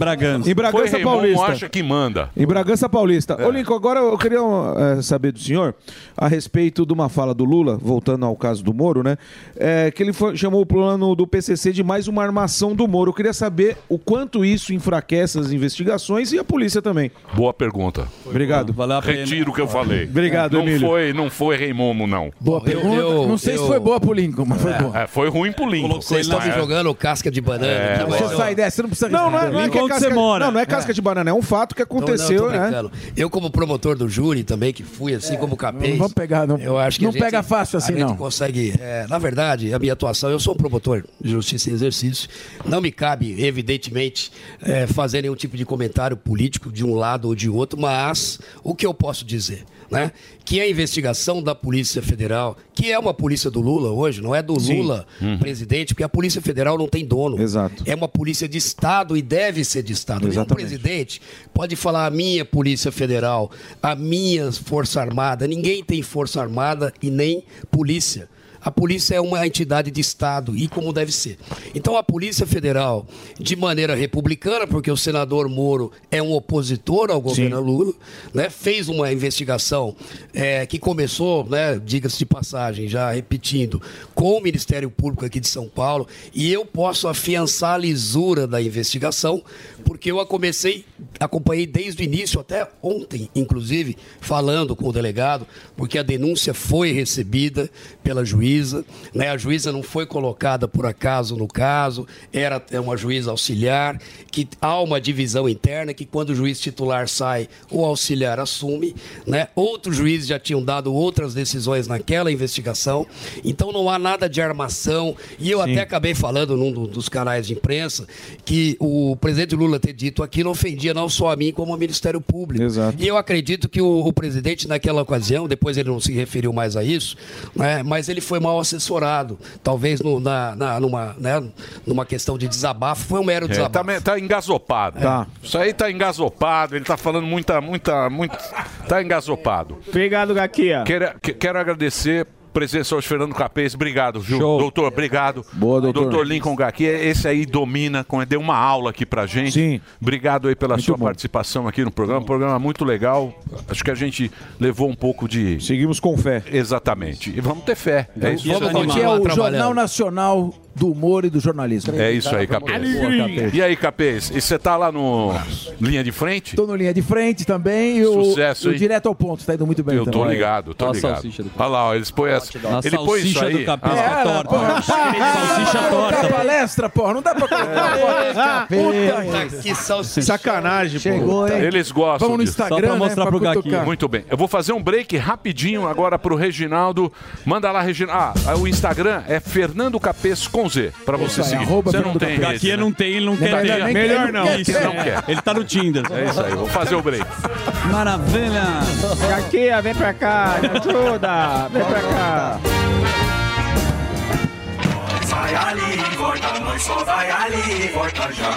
Speaker 7: Bragança
Speaker 4: Reimomo,
Speaker 7: Paulista.
Speaker 4: acha que manda.
Speaker 7: Em Bragança Paulista. Ô, Lincoln, agora eu queria eh, saber do senhor a respeito de uma fala do Lula, voltando ao caso do Moro, né? Eh, que ele foi- chamou o plano do PCC de mais uma armação do Moro. Eu queria saber o quanto isso enfraquece as investigações e a polícia também.
Speaker 4: Boa pergunta.
Speaker 7: Obrigado.
Speaker 4: Retiro o que eu falei.
Speaker 7: Obrigado,
Speaker 4: não
Speaker 7: Emílio.
Speaker 4: Foi, não foi Reimomo, não.
Speaker 22: Boa
Speaker 28: pergunta. não sei se foi boa pro Lincoln, mas foi boa.
Speaker 4: É, foi ruim pro Lincoln.
Speaker 22: Vocês estão me jogando casca de banana.
Speaker 4: É,
Speaker 22: aqui, mas
Speaker 4: você
Speaker 22: eu-
Speaker 28: Sai dessa, você não precisa
Speaker 7: Não, não é, não é que é casca, não, não é casca de banana, é um fato que
Speaker 22: Não, não, eu tô
Speaker 7: aconteceu, né? É,
Speaker 22: brincando. Eu, como promotor do júri também, que fui assim como capês.
Speaker 28: não vamos pegar, não-
Speaker 22: eu acho que
Speaker 28: não
Speaker 22: a gente-
Speaker 28: pega fácil assim,
Speaker 22: a gente
Speaker 28: não.
Speaker 22: consegue. é, na verdade, a minha atuação, eu sou um promotor de justiça em exercício. Não me cabe, evidentemente, é, fazer nenhum tipo de comentário político de um lado ou de outro, mas o que eu posso dizer? Né? Que a investigação da Polícia Federal, que é uma polícia do Lula hoje, não é do
Speaker 7: Sim.
Speaker 22: Lula
Speaker 7: Uhum.
Speaker 22: presidente, porque a Polícia Federal não tem dono.
Speaker 7: Exato.
Speaker 22: É uma polícia de Estado e deve ser de Estado. Nenhum
Speaker 7: Exatamente.
Speaker 22: presidente pode falar a minha Polícia Federal, a minha Força Armada. Ninguém tem Força Armada e nem polícia. A polícia é uma entidade de Estado e como deve ser. Então a Polícia Federal, de maneira republicana, porque o senador Moro é um opositor ao governo Lula, né, fez uma investigação eh, que começou, né, diga-se de passagem, já repetindo, com o Ministério Público aqui de São Paulo, e eu posso afiançar a lisura da investigação, porque eu a comecei, acompanhei desde o início até ontem, inclusive, falando com o delegado, porque a denúncia foi recebida pela juíza, né? A juíza não foi colocada por acaso no caso, era é uma juíza auxiliar, que há uma divisão interna que quando o juiz titular sai, o auxiliar assume, né? Outros juízes já tinham dado outras decisões naquela investigação, então não há nada de armação, e eu até acabei falando num do- dos canais de imprensa que o presidente Lula ter dito aquilo ofendia não só a mim, como ao Ministério Público. E eu acredito que o, o presidente, naquela ocasião, depois ele não se referiu mais a isso, né, mas ele foi mal assessorado, talvez no- na, na- numa, né, numa questão de desabafo, foi um mero
Speaker 4: É,
Speaker 22: desabafo.
Speaker 4: tá, me- tá engasopado.
Speaker 22: Tá.
Speaker 4: Isso aí tá engasopado, ele tá falando muita, muita, muito. Tá engasopado.
Speaker 10: Obrigado, Gaquia.
Speaker 4: Quero, que- quero agradecer. a Presença hoje, Fernando Capês, obrigado, viu?
Speaker 10: Show.
Speaker 4: Doutor, obrigado. Boa, doutor. Doutor Lincoln Gaquia, esse aí domina, com- deu uma aula aqui pra gente. Sim. Obrigado aí pela sua participação aqui no programa. Um programa muito legal. Acho que a gente levou um pouco de.
Speaker 7: Seguimos com fé.
Speaker 4: Exatamente. E vamos ter fé. É isso
Speaker 28: Vamos
Speaker 4: aí.
Speaker 28: aqui é o Jornal Nacional do Humor e do Jornalismo.
Speaker 4: É isso aí, Capês. E aí, Capês? E você tá lá no linha de frente?
Speaker 28: Estou no linha de frente também. E o,
Speaker 4: Sucesso,
Speaker 28: o
Speaker 4: hein?
Speaker 28: direto ao ponto, tá indo muito bem
Speaker 4: Eu
Speaker 28: também.
Speaker 4: tô ligado, tô
Speaker 28: Olha a
Speaker 4: ligado.
Speaker 28: salsicha do
Speaker 4: Olha lá, ó, eles põem essa.
Speaker 28: dar uma
Speaker 4: Ele põe isso
Speaker 28: salsicha
Speaker 4: aí. Ah,
Speaker 28: do Capês
Speaker 4: olha lá.
Speaker 28: que é torta. Olha lá. Salsicha torta. É. Não dá palestra, porra. Não dá pra colocar.
Speaker 22: Puta que salsicha.
Speaker 7: Sacanagem,
Speaker 28: Chegou, hein?
Speaker 4: Eles gostam.
Speaker 28: Vamos no
Speaker 4: disso.
Speaker 28: Instagram, Só pra né, mostrar pra pro cutucar. Gaquinho.
Speaker 4: Muito bem. Eu vou fazer um break rapidinho agora pro Reginaldo. Manda lá, Reginaldo. Ah, o Instagram é Fernando Capês com Z, pra você
Speaker 36: Isso aí,
Speaker 4: seguir.
Speaker 36: arroba
Speaker 4: Você não
Speaker 36: Fernando
Speaker 4: tem.
Speaker 36: Capês.
Speaker 4: esse,
Speaker 36: Aqui não tem, ele não
Speaker 4: Não
Speaker 36: quer
Speaker 4: tem.
Speaker 36: ter.
Speaker 4: Melhor não.
Speaker 36: Isso,
Speaker 4: Ele não quer.
Speaker 36: Ele tá no Tinder.
Speaker 4: É isso aí, vou fazer o break.
Speaker 36: Maravilha.
Speaker 10: Gaquia, vem pra cá, me ajuda. Vem pra cá.
Speaker 2: Vai ali, volta, nós só vai ali, volta já.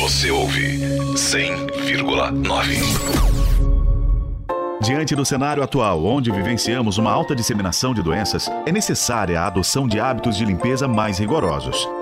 Speaker 37: Você ouve 100,9.
Speaker 38: Diante do cenário atual, onde vivenciamos uma alta disseminação de doenças, é necessária a adoção de hábitos de limpeza mais rigorosos.